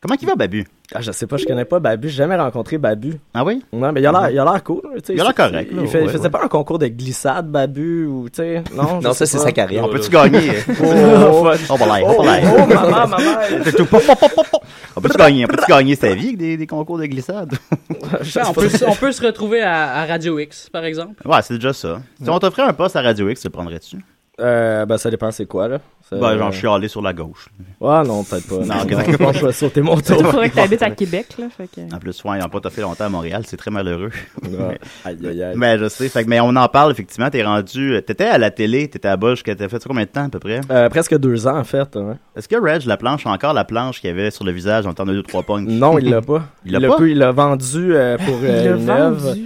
Speaker 3: Comment qu'il va, Babu?
Speaker 7: Ah, je sais pas, je connais pas Babu. J'ai jamais rencontré Babu.
Speaker 3: Ah oui?
Speaker 7: Non, mais il a l'air- il a l'air cool. tu sais.
Speaker 3: Il a l'air correct, là,
Speaker 7: Il, fait- il
Speaker 3: ouais,
Speaker 7: faisait
Speaker 3: ouais.
Speaker 7: pas un concours de glissade, Babu, ou, tu sais, non? je
Speaker 10: Non,
Speaker 7: sais
Speaker 10: ça, c'est
Speaker 7: pas.
Speaker 10: sa carrière.
Speaker 3: On peut-tu gagner?
Speaker 7: Oh,
Speaker 3: Oh,
Speaker 7: fuck.
Speaker 3: on va l'air,
Speaker 7: Oh,
Speaker 3: on va l'air.
Speaker 7: oh, maman, maman.
Speaker 3: C'est tout. Pop, pop, pop, pop, pop. oh, On peut-tu gagner, on peut gagner sa vie avec des, des concours de glissade?
Speaker 11: Ouais, on, peut, se- on peut se retrouver à, à Radio X, par exemple.
Speaker 3: Ouais, c'est déjà ça. Si on t'offrait un poste à Radio X, tu le prendrais-tu?
Speaker 7: Euh, ben, ça dépend c'est quoi, là. Euh, Ça-
Speaker 3: Ben, genre, je suis allé sur la gauche.
Speaker 7: Ouais, non, peut-être pas.
Speaker 3: Non,
Speaker 7: Non,
Speaker 3: ok,
Speaker 7: non,
Speaker 3: d'accord.
Speaker 7: je pense que je vais sauter mon tour.
Speaker 9: Il faudrait que tu habites à Québec, là. Fait que...
Speaker 3: En plus, ouais, ils n'ont pas fait longtemps à Montréal, c'est très malheureux.
Speaker 7: Ouais. Aïe, aïe, aïe.
Speaker 3: Mais je sais, fait que- mais on en parle, effectivement, t'es rendu, euh, t'étais à la télé, t'étais à bas jusqu'à, t'as fait ça combien de temps, à peu près?
Speaker 7: Euh, presque deux ans, en fait. hein. ouais.
Speaker 3: Est-ce que Reg, la planche, a encore la planche qu'il y avait sur le visage en temps de 2-3 punks?
Speaker 7: Non, il l'a pas.
Speaker 3: Il l'a pas?
Speaker 7: peu- Il l'a vendu euh, pour
Speaker 3: Il l'a
Speaker 7: euh, une œuvre
Speaker 3: vendu?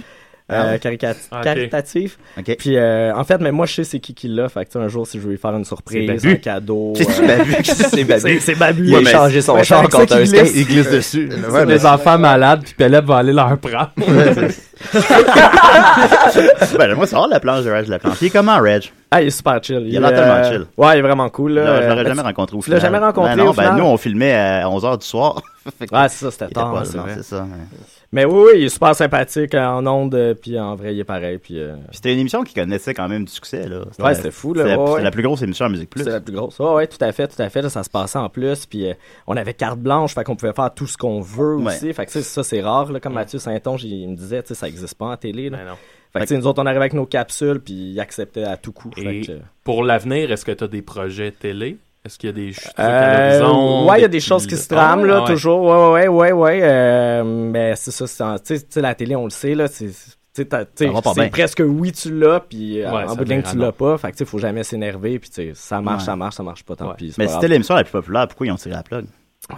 Speaker 7: euh,
Speaker 3: Ah.
Speaker 7: caricat-
Speaker 3: Ah, ok.
Speaker 7: caritative.
Speaker 3: Ok.
Speaker 7: Puis, euh, en fait, mais moi, je sais c'est qui qui l'a. Fait que, tu sais, un jour, si je veux lui faire une surprise,
Speaker 3: C'est Babu.
Speaker 7: un cadeau.
Speaker 3: C'est-tu
Speaker 7: euh,
Speaker 3: Babu? C'est Babu.
Speaker 7: C'est- C'est Babu.
Speaker 3: Il a changé son
Speaker 7: Mais
Speaker 3: char
Speaker 7: avec ça
Speaker 3: contre
Speaker 7: qu'il
Speaker 3: un skate,
Speaker 7: glisse.
Speaker 3: il glisse dessus.
Speaker 7: C'est
Speaker 3: Ouais,
Speaker 7: ça.
Speaker 3: mais-
Speaker 5: Les enfants malades, puis Pellet va aller leur prendre.
Speaker 3: ben, j'aimerais savoir la planche de Reg, la planche. Il est comment, Reg?
Speaker 7: Ah, il est super chill.
Speaker 3: Il a l'air tellement chill.
Speaker 7: Ouais, il est vraiment cool. Là.
Speaker 3: Non, je l'aurais
Speaker 7: Euh,
Speaker 3: jamais
Speaker 7: tu-
Speaker 3: rencontré au
Speaker 7: Tu l'as
Speaker 3: final.
Speaker 7: jamais rencontré
Speaker 3: Ben non,
Speaker 7: au
Speaker 3: ben
Speaker 7: final?
Speaker 3: nous, on filmait à 11h du soir.
Speaker 7: Ah, c'est ça, c'était
Speaker 3: Il était
Speaker 7: tard,
Speaker 3: pas
Speaker 7: hein,
Speaker 3: là,
Speaker 7: c'est
Speaker 3: non,
Speaker 7: vrai.
Speaker 3: c'est ça. ouais.
Speaker 7: Mais oui, oui, il est super sympathique euh, en ondes, euh, puis en vrai, il est pareil. Puis, euh,
Speaker 3: Puis C'était une émission qui connaissait quand même du succès, là.
Speaker 7: Ouais, c'était fou, là.
Speaker 3: C'était la-
Speaker 7: Ouais,
Speaker 3: c'était
Speaker 7: ouais.
Speaker 3: la plus grosse émission à Musique Plus.
Speaker 7: C'était la plus grosse. Ouais, ouais, tout à fait, tout à fait. Là, ça se passait en plus. Puis euh, on avait carte blanche, fait qu'on pouvait faire tout ce qu'on veut
Speaker 3: Ouais.
Speaker 7: aussi. Fait que tu sais, ça, c'est rare. Là, comme Mathieu Saint-Onge, il me disait, tu sais, ça existe pas en télé. Là. Ben Fait que tu sais, nous autres, on arrivait avec nos capsules, puis il acceptait à tout coup. Fait
Speaker 5: Et
Speaker 7: que,
Speaker 5: pour l'avenir, est-ce que tu as des projets télé? Est-ce qu'il y a des choses
Speaker 7: Euh, ouais, il y a des choses qui se trament,
Speaker 5: Ah
Speaker 7: là, toujours. Ouais, ouais, ouais, ouais. euh, mais c'est ça, c'est en- tu sais- tu sais, la télé, on le sait, là, c'est... tu sais, t'as- tu sais,
Speaker 3: Ça va pas bien.
Speaker 7: C'est presque oui, tu l'as, puis euh,
Speaker 3: Ouais,
Speaker 7: en
Speaker 3: ça
Speaker 7: bout de ligne, tu
Speaker 3: verra
Speaker 7: l'as pas. Fait que, tu sais, faut jamais s'énerver, puis tu sais, ça marche,
Speaker 3: Ouais.
Speaker 7: ça marche, ça marche pas, tant pis. c'est
Speaker 3: Mais
Speaker 7: pas
Speaker 3: c'était
Speaker 7: grave.
Speaker 3: l'émission la plus populaire, pourquoi ils ont tiré la plug?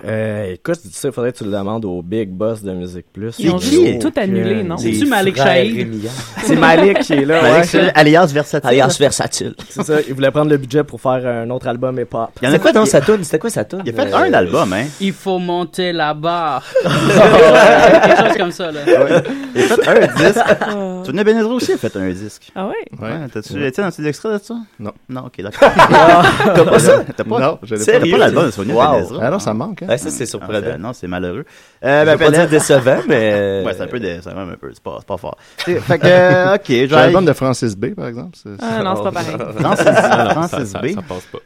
Speaker 7: Euh, écoute, tu sais, faudrait que tu le demandes au big boss de Musique Plus.
Speaker 3: Ils ont juste
Speaker 7: Puis,
Speaker 3: tout
Speaker 7: euh,
Speaker 3: annulé, non?
Speaker 7: les
Speaker 11: C'est-tu Malik
Speaker 7: frères
Speaker 11: Shahid?
Speaker 7: Rémillard. C'est Malik qui est là,
Speaker 3: Malik
Speaker 7: ouais.
Speaker 3: Shahid, alias Versatile.
Speaker 10: Alias Versatile.
Speaker 7: C'est ça, il voulait prendre le budget pour faire un autre album Euh, et pop.
Speaker 3: Il y en a fait
Speaker 10: dans sa toune, c'était quoi sa toune?
Speaker 3: Il a fait un album, hein?
Speaker 11: Il faut monter la barre. Quelque chose comme ça, là.
Speaker 3: Ah Il a fait un disque. Sonia Benedra aussi a fait un disque.
Speaker 9: Ah ouais?
Speaker 3: Ouais, t'as-tu
Speaker 4: Ouais.
Speaker 3: été dans ces extraits de ça?
Speaker 4: Non.
Speaker 3: Non, ok, d'accord.
Speaker 9: Ah.
Speaker 3: t'as pas ça? T'as pas?
Speaker 4: Non, je l'ai pas.
Speaker 3: T'as pas l'album de
Speaker 4: Sérieux?
Speaker 3: Sonia
Speaker 4: Wow.
Speaker 3: Benezra?
Speaker 4: Ah non, ça manque, hein. Ouais, ça,
Speaker 3: c'est
Speaker 4: surprenant.
Speaker 3: non, c'est malheureux.
Speaker 4: Je vais pas dire euh,
Speaker 3: décevant, mais. Ouais, c'est un peu décevant, un peu. C'est pas, c'est pas fort. C'est- Fait que, euh, ok,
Speaker 4: J'ai
Speaker 3: j'arrive.
Speaker 4: l'album de Francis B, par exemple.
Speaker 9: Ah, non, c'est pas pareil.
Speaker 3: Francis, Francis B.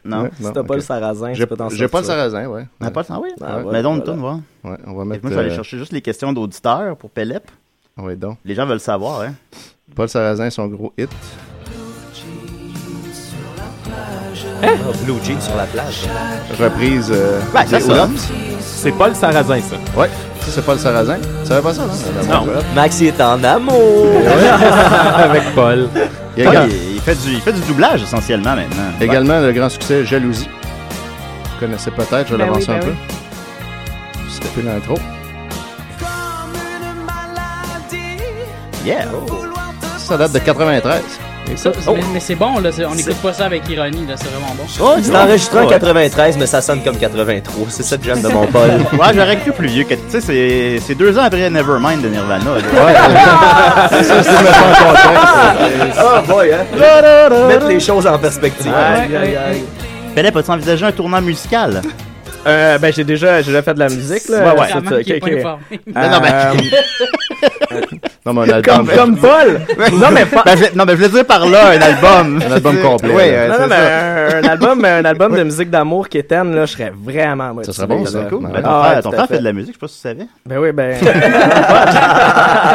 Speaker 3: Non.
Speaker 4: Ouais,
Speaker 7: Si
Speaker 4: non,
Speaker 7: t'as pas
Speaker 4: ok.
Speaker 7: le sarrasin,
Speaker 4: J'ai-
Speaker 7: c'est pas dans
Speaker 4: J'ai pas le sarrasin, ouais.
Speaker 3: Ah, pas le sarrasin, oui.
Speaker 4: Ouais.
Speaker 3: Ah, ouais, Mais donc, voilà. tourne, voir.
Speaker 4: Ouais, on va mettre.
Speaker 3: Moi, je vais aller
Speaker 4: euh,
Speaker 3: chercher juste les questions d'auditeurs pour Pellep.
Speaker 4: Ouais, donc.
Speaker 3: Les gens veulent savoir, hein.
Speaker 4: Paul Sarrazin, son gros hit.
Speaker 10: Blue Jean sur la plage.
Speaker 4: Reprise. euh,
Speaker 10: Ben, c'est
Speaker 4: des
Speaker 10: ça.
Speaker 4: Oulottes.
Speaker 5: C'est pas le Sarrazin, ça.
Speaker 4: Ouais, ça, c'est pas le Sarrazin. Tu savais pas ça, non?
Speaker 10: Non. Maxi est en amour.
Speaker 4: euh,
Speaker 5: Avec Paul.
Speaker 4: Il,
Speaker 3: Paul,
Speaker 4: égal-
Speaker 3: il- il fait du, il fait du doublage essentiellement maintenant.
Speaker 4: Également, le grand succès Jalousie. Vous connaissez peut-être, je vais
Speaker 3: Ben
Speaker 4: l'avancer
Speaker 3: oui,
Speaker 4: un
Speaker 3: ben
Speaker 4: peu.
Speaker 3: oui.
Speaker 4: C'était plus l'intro.
Speaker 3: Yeah!
Speaker 4: Ça date de 93.
Speaker 11: Ça,
Speaker 4: oh!
Speaker 11: c'est- Mais, mais c'est bon, là. c'est- On n'écoute pas ça avec ironie, là. C'est vraiment bon.
Speaker 10: Oh, c'est enregistré en 93, mais ça sonne comme 83. C'est ça que j'aime de mon Paul.
Speaker 3: ouais, j'aurais cru plus vieux que. Tu sais, c'est- c'est deux ans après Nevermind de Nirvana.
Speaker 10: Ouais.
Speaker 3: ça, c'est
Speaker 10: Ah, boy, hein. Mettre les choses en perspective.
Speaker 3: Aïe, aïe, aïe. Philippe, as-tu envisagé un tournant musical?
Speaker 7: Euh, ben, j'ai déjà, j'ai déjà fait de la musique, là.
Speaker 3: Ouais, ouais.
Speaker 7: Ça, ça,
Speaker 3: Vraiment qu'il est
Speaker 7: ok,
Speaker 3: pas
Speaker 7: ok.
Speaker 3: uniforme.
Speaker 7: Euh,
Speaker 3: Non, non, mais-
Speaker 4: Non, mais un album.
Speaker 7: Comme, comme Paul! non, mais pas.
Speaker 3: Ben, je l'ai- non, mais je voulais dire par là un album.
Speaker 4: Un album complet,
Speaker 7: Oui,
Speaker 4: là.
Speaker 7: non,
Speaker 4: C'est
Speaker 7: non, mais
Speaker 4: ça.
Speaker 7: un, un album, un album de musique d'amour qui éterne, là, je serais vraiment motivé.
Speaker 3: serait bon,
Speaker 7: là.
Speaker 3: ça. Cool. Ben, ton
Speaker 7: Ah,
Speaker 3: frère-
Speaker 7: ouais,
Speaker 3: ton
Speaker 7: tout à
Speaker 3: frère fait de la musique, je sais pas si tu savais.
Speaker 7: Ben oui, ben.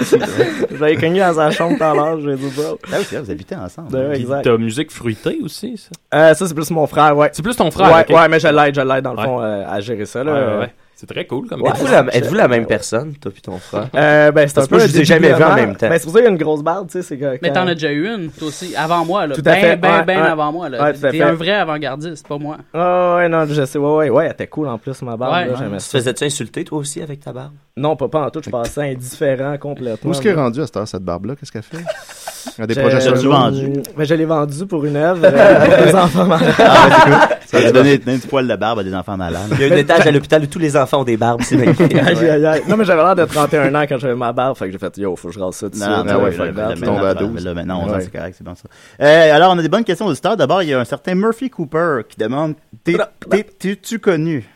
Speaker 7: je l'avais connu dans sa chambre tout à l'heure, j'ai dit, bro.
Speaker 3: Ah oui, c'est vrai, vous habitez ensemble.
Speaker 7: Ben oui,
Speaker 5: Puis
Speaker 7: exact.
Speaker 5: T'as musique fruitée aussi, ça?
Speaker 7: Euh, ça, c'est plus mon frère, ouais.
Speaker 5: C'est plus ton frère,
Speaker 7: Ouais,
Speaker 5: ok.
Speaker 7: ouais mais je l'aide, je l'aide, dans le
Speaker 5: Ouais.
Speaker 7: fond, euh, à gérer ça, là.
Speaker 5: Ouais, ouais, ouais. C'est très cool comme
Speaker 7: Ouais.
Speaker 5: idée.
Speaker 10: Êtes-vous la, êtes-vous la même personne, toi puis ton frère?
Speaker 7: Euh, ben, c'est un
Speaker 10: Parce que
Speaker 7: peu.
Speaker 10: moi,
Speaker 7: un
Speaker 10: je vous ai jamais vu en
Speaker 7: dédoublement.
Speaker 10: même temps.
Speaker 7: Ben, c'est pour ça qu'il y a une grosse barbe, tu sais, c'est que.
Speaker 11: Mais
Speaker 7: quand-
Speaker 11: t'en as déjà eu une, toi aussi, avant moi, là.
Speaker 7: Tout à
Speaker 11: ben,
Speaker 7: fait,
Speaker 11: ben,
Speaker 7: ouais,
Speaker 11: ben
Speaker 7: ouais.
Speaker 11: avant moi, là.
Speaker 7: Ouais, tout à
Speaker 11: T'es
Speaker 7: fait.
Speaker 11: un vrai avant-gardiste, pas moi.
Speaker 7: Ah, ouais, non, je sais, ouais, ouais, ouais, elle était cool en plus, ma barbe,
Speaker 11: Ouais.
Speaker 7: là,
Speaker 11: Ouais.
Speaker 7: j'aimais
Speaker 10: Tu
Speaker 7: ça.
Speaker 10: faisais-tu insulter toi aussi avec ta barbe?
Speaker 7: Non, pas, pas en tout, je passais indifférent complètement.
Speaker 4: Où est-ce qu'elle est
Speaker 7: là.
Speaker 4: rendue à cette heure, cette barbe-là? Qu'est-ce qu'elle fait? Elle a des
Speaker 7: Je-
Speaker 4: projets
Speaker 7: je-
Speaker 4: sociaux.
Speaker 7: Ben, je l'ai vendue pour une œuvre euh, pour les enfants malades.
Speaker 3: Ah, ouais, c'est cool. Ça va donner donner du poil de barbe à des enfants malades.
Speaker 10: Il y a un étage à l'hôpital où tous les enfants ont des barbes, c'est magnifique.
Speaker 7: Aïe, aïe, aïe. Non, mais j'avais l'air de 31 ans quand j'avais ma barbe, fait que j'ai fait yo, faut que je rase ça tout de
Speaker 3: Non,
Speaker 7: suite.
Speaker 3: non,
Speaker 7: là,
Speaker 3: ouais,
Speaker 7: fuck
Speaker 3: là,
Speaker 7: that.
Speaker 3: là,
Speaker 7: Puis tombe
Speaker 3: maintenant,
Speaker 7: à 12.
Speaker 3: là, maintenant, on
Speaker 7: Ouais.
Speaker 3: sent, c'est correct, c'est bon ça. Euh, alors, on a des bonnes questions auditeurs. D'abord, il y a un certain Murphy Cooper qui demande T'es- t'es- T'es-tu connu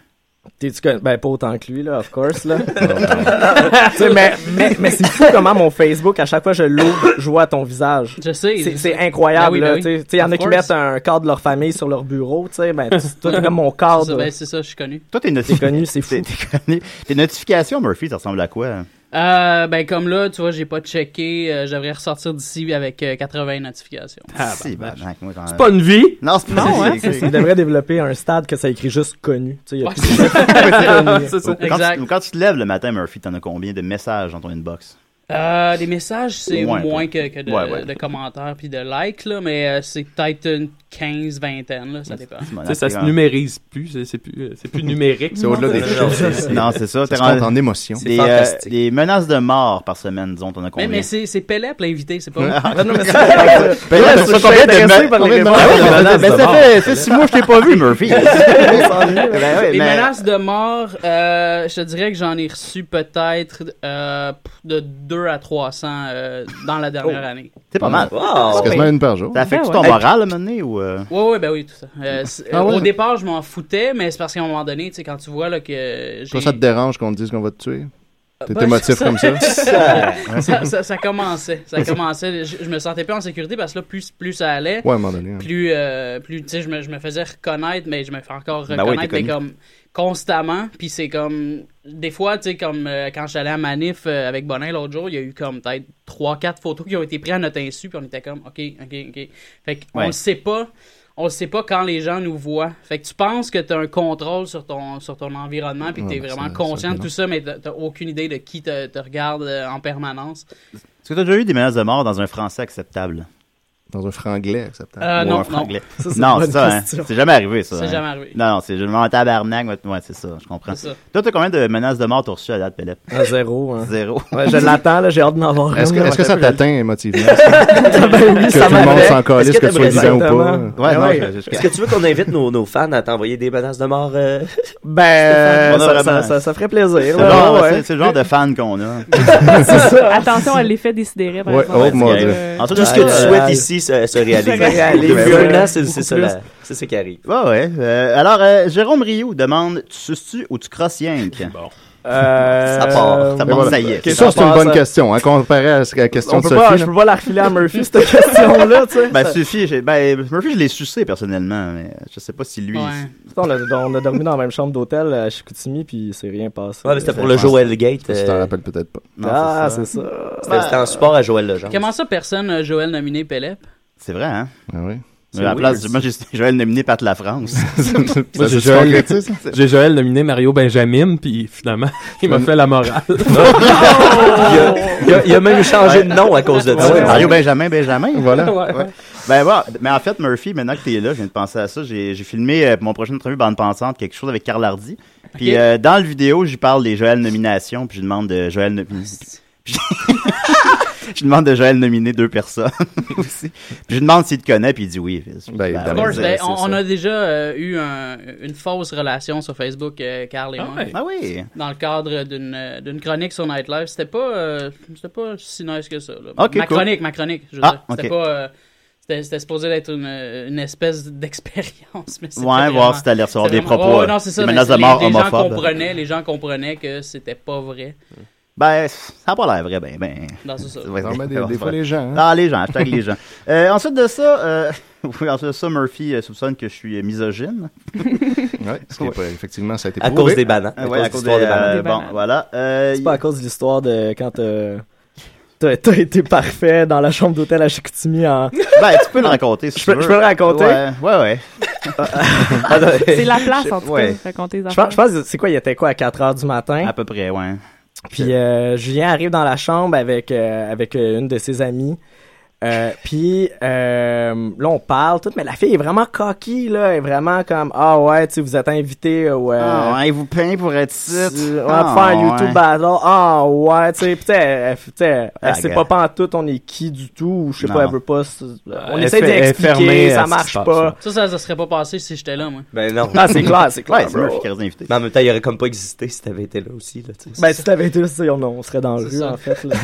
Speaker 7: T'es-tu connu Ben, pas autant que lui, là, of course, là. Tu sais, mais mais, mais c'est fou comment mon Facebook, à chaque fois je l'ouvre, je vois ton visage.
Speaker 11: Je sais.
Speaker 7: C'est-
Speaker 11: je
Speaker 7: C'est
Speaker 11: sais. Ben
Speaker 7: incroyable,
Speaker 11: oui, ben
Speaker 7: là.
Speaker 11: oui.
Speaker 7: Tu sais, il y en a
Speaker 11: Of
Speaker 7: qui
Speaker 11: course.
Speaker 7: mettent un cadre de leur famille sur leur bureau, tu sais. Ben, c'est tout comme
Speaker 11: C'est
Speaker 7: mon
Speaker 11: ça,
Speaker 7: cadre.
Speaker 11: ben, c'est ça, je suis connu.
Speaker 3: Toi, t'es
Speaker 7: T'es connu, c'est fou.
Speaker 3: T'es connu. Tes notifications, Murphy, ça ressemble à quoi hein?
Speaker 11: Euh, ben, comme là, tu vois, j'ai pas checké. euh, J'aimerais ressortir d'ici avec euh, 80 notifications.
Speaker 3: Si, ben, ben, moi, j'en-
Speaker 7: C'est pas une vie.
Speaker 3: Non, c'est pas
Speaker 7: Non,
Speaker 3: une
Speaker 7: hein,
Speaker 3: vie.
Speaker 7: c'est- Il devrait développer un stade que ça écrit juste connu. Tu sais, il y a
Speaker 11: Ouais,
Speaker 7: plus-
Speaker 11: c'est ça.
Speaker 7: connu.
Speaker 11: C'est ça.
Speaker 3: Quand tu-
Speaker 11: Exact.
Speaker 3: Quand tu te lèves le matin, Murphy, t'en as combien de messages dans ton inbox
Speaker 11: Euh, des messages, c'est
Speaker 3: Ouais, un peu.
Speaker 11: moins que, que de,
Speaker 3: Ouais, ouais.
Speaker 11: de commentaires puis de likes, là, mais euh, c'est peut-être une 15, vingtaine, là, ça dépend.
Speaker 5: Tu sais, ça
Speaker 7: Ah.
Speaker 5: se numérise plus, c'est- c'est plus, euh, c'est plus numérique.
Speaker 4: C'est au-delà des chiffres.
Speaker 3: Non, c'est ça.
Speaker 4: Ça
Speaker 3: t'es
Speaker 4: se
Speaker 3: rendu-
Speaker 4: compte en émotion.
Speaker 3: Des,
Speaker 4: C'est
Speaker 3: euh,
Speaker 4: fantastique.
Speaker 3: des menaces de mort par semaine, disons, t'en as
Speaker 11: Mais,
Speaker 3: combien
Speaker 11: mais c'est c'est Pelep l'invité, c'est pas
Speaker 3: Ah,
Speaker 11: moi.
Speaker 3: non, mais c'est- Ben, là, ça fait combien de me- combien de menaces? Ben, ça fait- ça fait six mois que je t'ai pas vu, Murphy. Ben ouais,
Speaker 11: Les
Speaker 3: mais-
Speaker 11: menaces de mort, euh, je te dirais que j'en ai reçu peut-être euh, de 2 à 300 euh, dans la dernière
Speaker 3: Oh.
Speaker 11: année.
Speaker 3: C'est pas mal.
Speaker 11: Wow.
Speaker 3: C'est
Speaker 4: quasiment une par jour.
Speaker 3: Ça affecte
Speaker 11: Ben
Speaker 3: ton
Speaker 11: ouais.
Speaker 3: moral à un moment donné ou. euh?
Speaker 11: Ouais, ouais, ben oui, tout ça. Euh, c'est-
Speaker 4: Ah ouais?
Speaker 11: Au départ, je m'en foutais, mais c'est parce qu'à un moment donné, tu sais, quand tu vois là, que j'ai...
Speaker 4: Toi, ça te dérange qu'on te dise qu'on va te tuer? T'es
Speaker 11: Ben,
Speaker 4: émotif comme ça?
Speaker 11: ça, ça- ça commençait. Ça commençait. Je, je me sentais plus en sécurité parce que là, plus, plus ça allait,
Speaker 4: Ouais, à un moment donné, hein.
Speaker 11: plus, euh, plus tu sais, je me, je me faisais reconnaître, mais je me fais encore
Speaker 4: Ben ouais,
Speaker 11: reconnaître,
Speaker 4: t'es
Speaker 11: mais
Speaker 4: connu.
Speaker 11: comme constamment. Puis c'est comme, des fois, tu sais, comme euh, quand j'allais à Manif euh, avec Bonin l'autre jour, il y a eu comme peut-être 3-4 photos qui ont été prises à notre insu, puis on était comme, OK, OK, OK. Fait qu'on
Speaker 12: Ouais.
Speaker 11: le sait pas. On le sait pas quand les gens nous voient. Fait que tu penses que tu as un contrôle sur ton, sur ton environnement, puis
Speaker 3: Ouais,
Speaker 11: que tu es
Speaker 3: ben
Speaker 11: vraiment
Speaker 3: ça- ça,
Speaker 11: conscient de
Speaker 3: non.
Speaker 11: tout ça, mais t'as t'as aucune idée de qui te, te regarde euh, en permanence.
Speaker 3: Est-ce que t'as déjà eu des menaces de mort dans un français acceptable
Speaker 4: Dans un franglais acceptable.
Speaker 11: Euh,
Speaker 3: Ou
Speaker 11: non,
Speaker 3: un
Speaker 11: non.
Speaker 3: franglais.
Speaker 11: Ça, c'est
Speaker 3: Non,
Speaker 11: une
Speaker 3: c'est
Speaker 11: bonne
Speaker 3: ça, hein.
Speaker 11: question.
Speaker 3: C'est jamais arrivé, ça.
Speaker 11: C'est
Speaker 3: hein.
Speaker 11: jamais arrivé.
Speaker 3: Non, non, c'est juste un tabarnak. ouais, Ouais, c'est ça, je comprends.
Speaker 11: C'est ça.
Speaker 3: Toi, t'as combien de menaces de mort t'as reçues à date, Pellet
Speaker 7: Ah, zéro. hein.
Speaker 3: Zéro.
Speaker 7: Ouais, je l'attends, là, j'ai hâte d'en avoir
Speaker 4: Est-ce
Speaker 7: une,
Speaker 4: que,
Speaker 7: là,
Speaker 4: est-ce que ça
Speaker 7: attends, je-
Speaker 4: t'atteint émotivement?
Speaker 7: Ben oui,
Speaker 4: que
Speaker 7: ça
Speaker 4: tout le monde
Speaker 7: m'affecte.
Speaker 4: s'en calisse,
Speaker 7: Est-ce
Speaker 4: que tu sois
Speaker 7: t'aimerais
Speaker 4: vivant ou
Speaker 7: exactement?
Speaker 4: pas.
Speaker 7: Ben ouais.
Speaker 10: Ah Est-ce que tu veux qu'on invite nos, nos fans à t'envoyer des menaces de mort? euh?
Speaker 7: Ben,
Speaker 10: Stéphane?
Speaker 7: euh, ça, ça, ça, ça ferait
Speaker 3: C'est
Speaker 7: plaisir.
Speaker 3: le
Speaker 7: là,
Speaker 3: genre-
Speaker 7: ouais.
Speaker 3: c'est- c'est le genre de fan qu'on a.
Speaker 9: Attention à l'effet décidéré. par
Speaker 7: oh
Speaker 9: exemple.
Speaker 3: oh
Speaker 10: Tout ce que tu
Speaker 4: Euh,
Speaker 10: souhaites ici se, se réalise.
Speaker 3: Se réalise.
Speaker 10: Les
Speaker 3: Beaucoup
Speaker 10: menaces,
Speaker 3: plus.
Speaker 10: c'est c'est ça, la- c'est ça qui arrive.
Speaker 3: Ouais, ouais. Euh, alors, euh, Jérôme Rioux demande Tu suces-tu ou tu crosses Yank Bon.
Speaker 7: Euh,
Speaker 3: Ça part. Ça
Speaker 4: Et
Speaker 3: part,
Speaker 4: voilà.
Speaker 3: ça y est.
Speaker 4: Ça, c'est une bonne question, hein, comparée à la question
Speaker 7: On
Speaker 4: de
Speaker 7: peut pas,
Speaker 4: Sophie.
Speaker 7: je
Speaker 4: là.
Speaker 7: peux pas la refiler à Murphy, cette question-là, tu sais.
Speaker 3: Ben,
Speaker 7: Ça-
Speaker 3: Sophie, j'ai- ben, Murphy, je l'ai sucé personnellement, mais je sais pas si lui.
Speaker 7: Putain, On a, on a dormi dans la même chambre d'hôtel à Chicoutimi, puis c'est rien passé.
Speaker 10: Ouais, mais c'était pour le Joel Gate.
Speaker 4: Tu t'en rappelles peut-être pas.
Speaker 10: Non,
Speaker 7: ah,
Speaker 10: c'est
Speaker 7: c'est
Speaker 10: ça. Ben,
Speaker 7: ça.
Speaker 10: C'était c'était en support à Joël Legendre.
Speaker 11: Comment ça, personne, euh, Joël, nominé Pelep?
Speaker 3: C'est vrai, hein
Speaker 4: Ah oui.
Speaker 3: À la
Speaker 5: C'est
Speaker 3: place,
Speaker 5: weird.
Speaker 3: moi, j'ai Joël nominé Pat La France.
Speaker 5: Moi, j'ai Joël, j'ai Joël nominé Mario Benjamin, puis finalement, il m'a fait la morale.
Speaker 10: Il a- il a même changé de nom à cause de ça.
Speaker 3: Mario Benjamin, Benjamin, Ah voilà.
Speaker 10: Ouais.
Speaker 3: Ouais. Ben, voilà. mais en fait, Murphy, maintenant que t'es là, je viens de penser à ça. J'ai j'ai filmé euh, pour mon prochain entrevue Bande Pensante, quelque chose avec Carl Hardy. Puis
Speaker 11: Ok.
Speaker 3: euh, dans le vidéo, j'y parle des Joël nominations, puis je demande de Joël nominé.
Speaker 10: Ah,
Speaker 3: Je demande de Joël nominer deux personnes aussi. Puis je demande s'il te connaît, puis il dit oui. Ben,
Speaker 11: Of course,
Speaker 3: oui,
Speaker 11: ben,
Speaker 3: c'est
Speaker 11: on, on
Speaker 3: ça.
Speaker 11: a déjà euh, eu un- une fausse relation sur Facebook, euh, Carl et moi.
Speaker 3: ouais. Ah oui.
Speaker 11: Dans le cadre d'une euh, d'une chronique sur Nightlife. C'était pas, euh, c'était pas si nice que ça. là.
Speaker 3: Ok,
Speaker 11: ma
Speaker 3: cool.
Speaker 11: chronique, ma chronique. Je veux
Speaker 3: Ah,
Speaker 11: dire. C'était
Speaker 3: ok.
Speaker 11: pas. euh, c'était c'était supposé être une, euh, une espèce d'expérience. mais c'était
Speaker 3: Ouais, voir
Speaker 11: vraiment-
Speaker 3: si t'allais recevoir
Speaker 11: c'était
Speaker 3: des
Speaker 11: vraiment-
Speaker 3: propos,
Speaker 11: Ouais, non, c'est
Speaker 3: des
Speaker 11: ça, mais
Speaker 3: menaces de
Speaker 11: les-
Speaker 3: mort
Speaker 11: les gens
Speaker 3: homophobes.
Speaker 11: comprenaient- Les gens comprenaient que c'était pas vrai.
Speaker 3: Ben, ça n'a pas l'air vrai, ben, ben.
Speaker 11: Non, c'est ça.
Speaker 3: va être-
Speaker 4: Non, mais des-
Speaker 3: ça va
Speaker 4: des
Speaker 3: se
Speaker 4: fois,
Speaker 3: faire.
Speaker 4: les gens, hein.
Speaker 3: Ah, les gens, hashtag les gens. Euh, ensuite de ça, euh, oui, ensuite de ça, Murphy euh, soupçonne que je suis euh, misogyne.
Speaker 4: Ouais, ce qui est pas- effectivement, ça a été
Speaker 3: À
Speaker 4: prouvé.
Speaker 3: cause des
Speaker 7: hein,
Speaker 3: bananes.
Speaker 4: Ah,
Speaker 3: Ouais, à cause des- euh, bon, voilà. euh,
Speaker 7: c'est pas à cause de l'histoire de quand t'as- t'as t'as été parfait dans la chambre d'hôtel à Chicoutimi en.
Speaker 3: Ben, tu peux le raconter si
Speaker 7: Je
Speaker 3: tu
Speaker 7: peux-
Speaker 3: veux.
Speaker 7: je peux le raconter?
Speaker 3: Ouais, ouais. ouais.
Speaker 7: C'est
Speaker 9: la place, en tout cas, de raconter les
Speaker 7: Ah, Je
Speaker 9: affaires.
Speaker 7: pense, je pense que c'est quoi, il était quoi à 4 heures du matin?
Speaker 3: À peu près, ouais.
Speaker 7: Puis euh, Julien arrive dans la chambre avec, euh, avec euh, une de ses amies. Euh, puis euh, là on parle tout mais la fille est vraiment coquille là elle est vraiment comme ah ouais tu sais, vous êtes invité euh, ouais
Speaker 3: Ah ouais, vous payez pour être ici.
Speaker 7: on va
Speaker 3: Ah
Speaker 7: faire un
Speaker 3: ouais.
Speaker 7: YouTube battle ah ouais tu sais puis tu sais, elle, tu sais, elle,
Speaker 3: Ah,
Speaker 7: sait
Speaker 3: gars.
Speaker 7: pas pantoute on est qui du tout ou je sais
Speaker 3: Non. Euh,
Speaker 7: pas elle veut pas se- on
Speaker 3: Elle
Speaker 7: essaie
Speaker 3: fait- elle est fermée
Speaker 7: d'expliquer
Speaker 3: à ce
Speaker 7: ça
Speaker 3: qui
Speaker 7: marche
Speaker 3: se passe,
Speaker 7: pas
Speaker 11: Ça, ça, ça serait pas passé si j'étais là, moi.
Speaker 10: Ben non.
Speaker 7: Ah, c'est clair, c'est clair,
Speaker 10: Ouais,
Speaker 7: bro.
Speaker 10: Murphy
Speaker 3: les invités.
Speaker 10: Mais en même temps, il aurait comme pas existé si t'avais été là aussi. Là, tu sais.
Speaker 7: Ben, si t'avais été là, c'est- on, on serait dans la rue, en fait. là.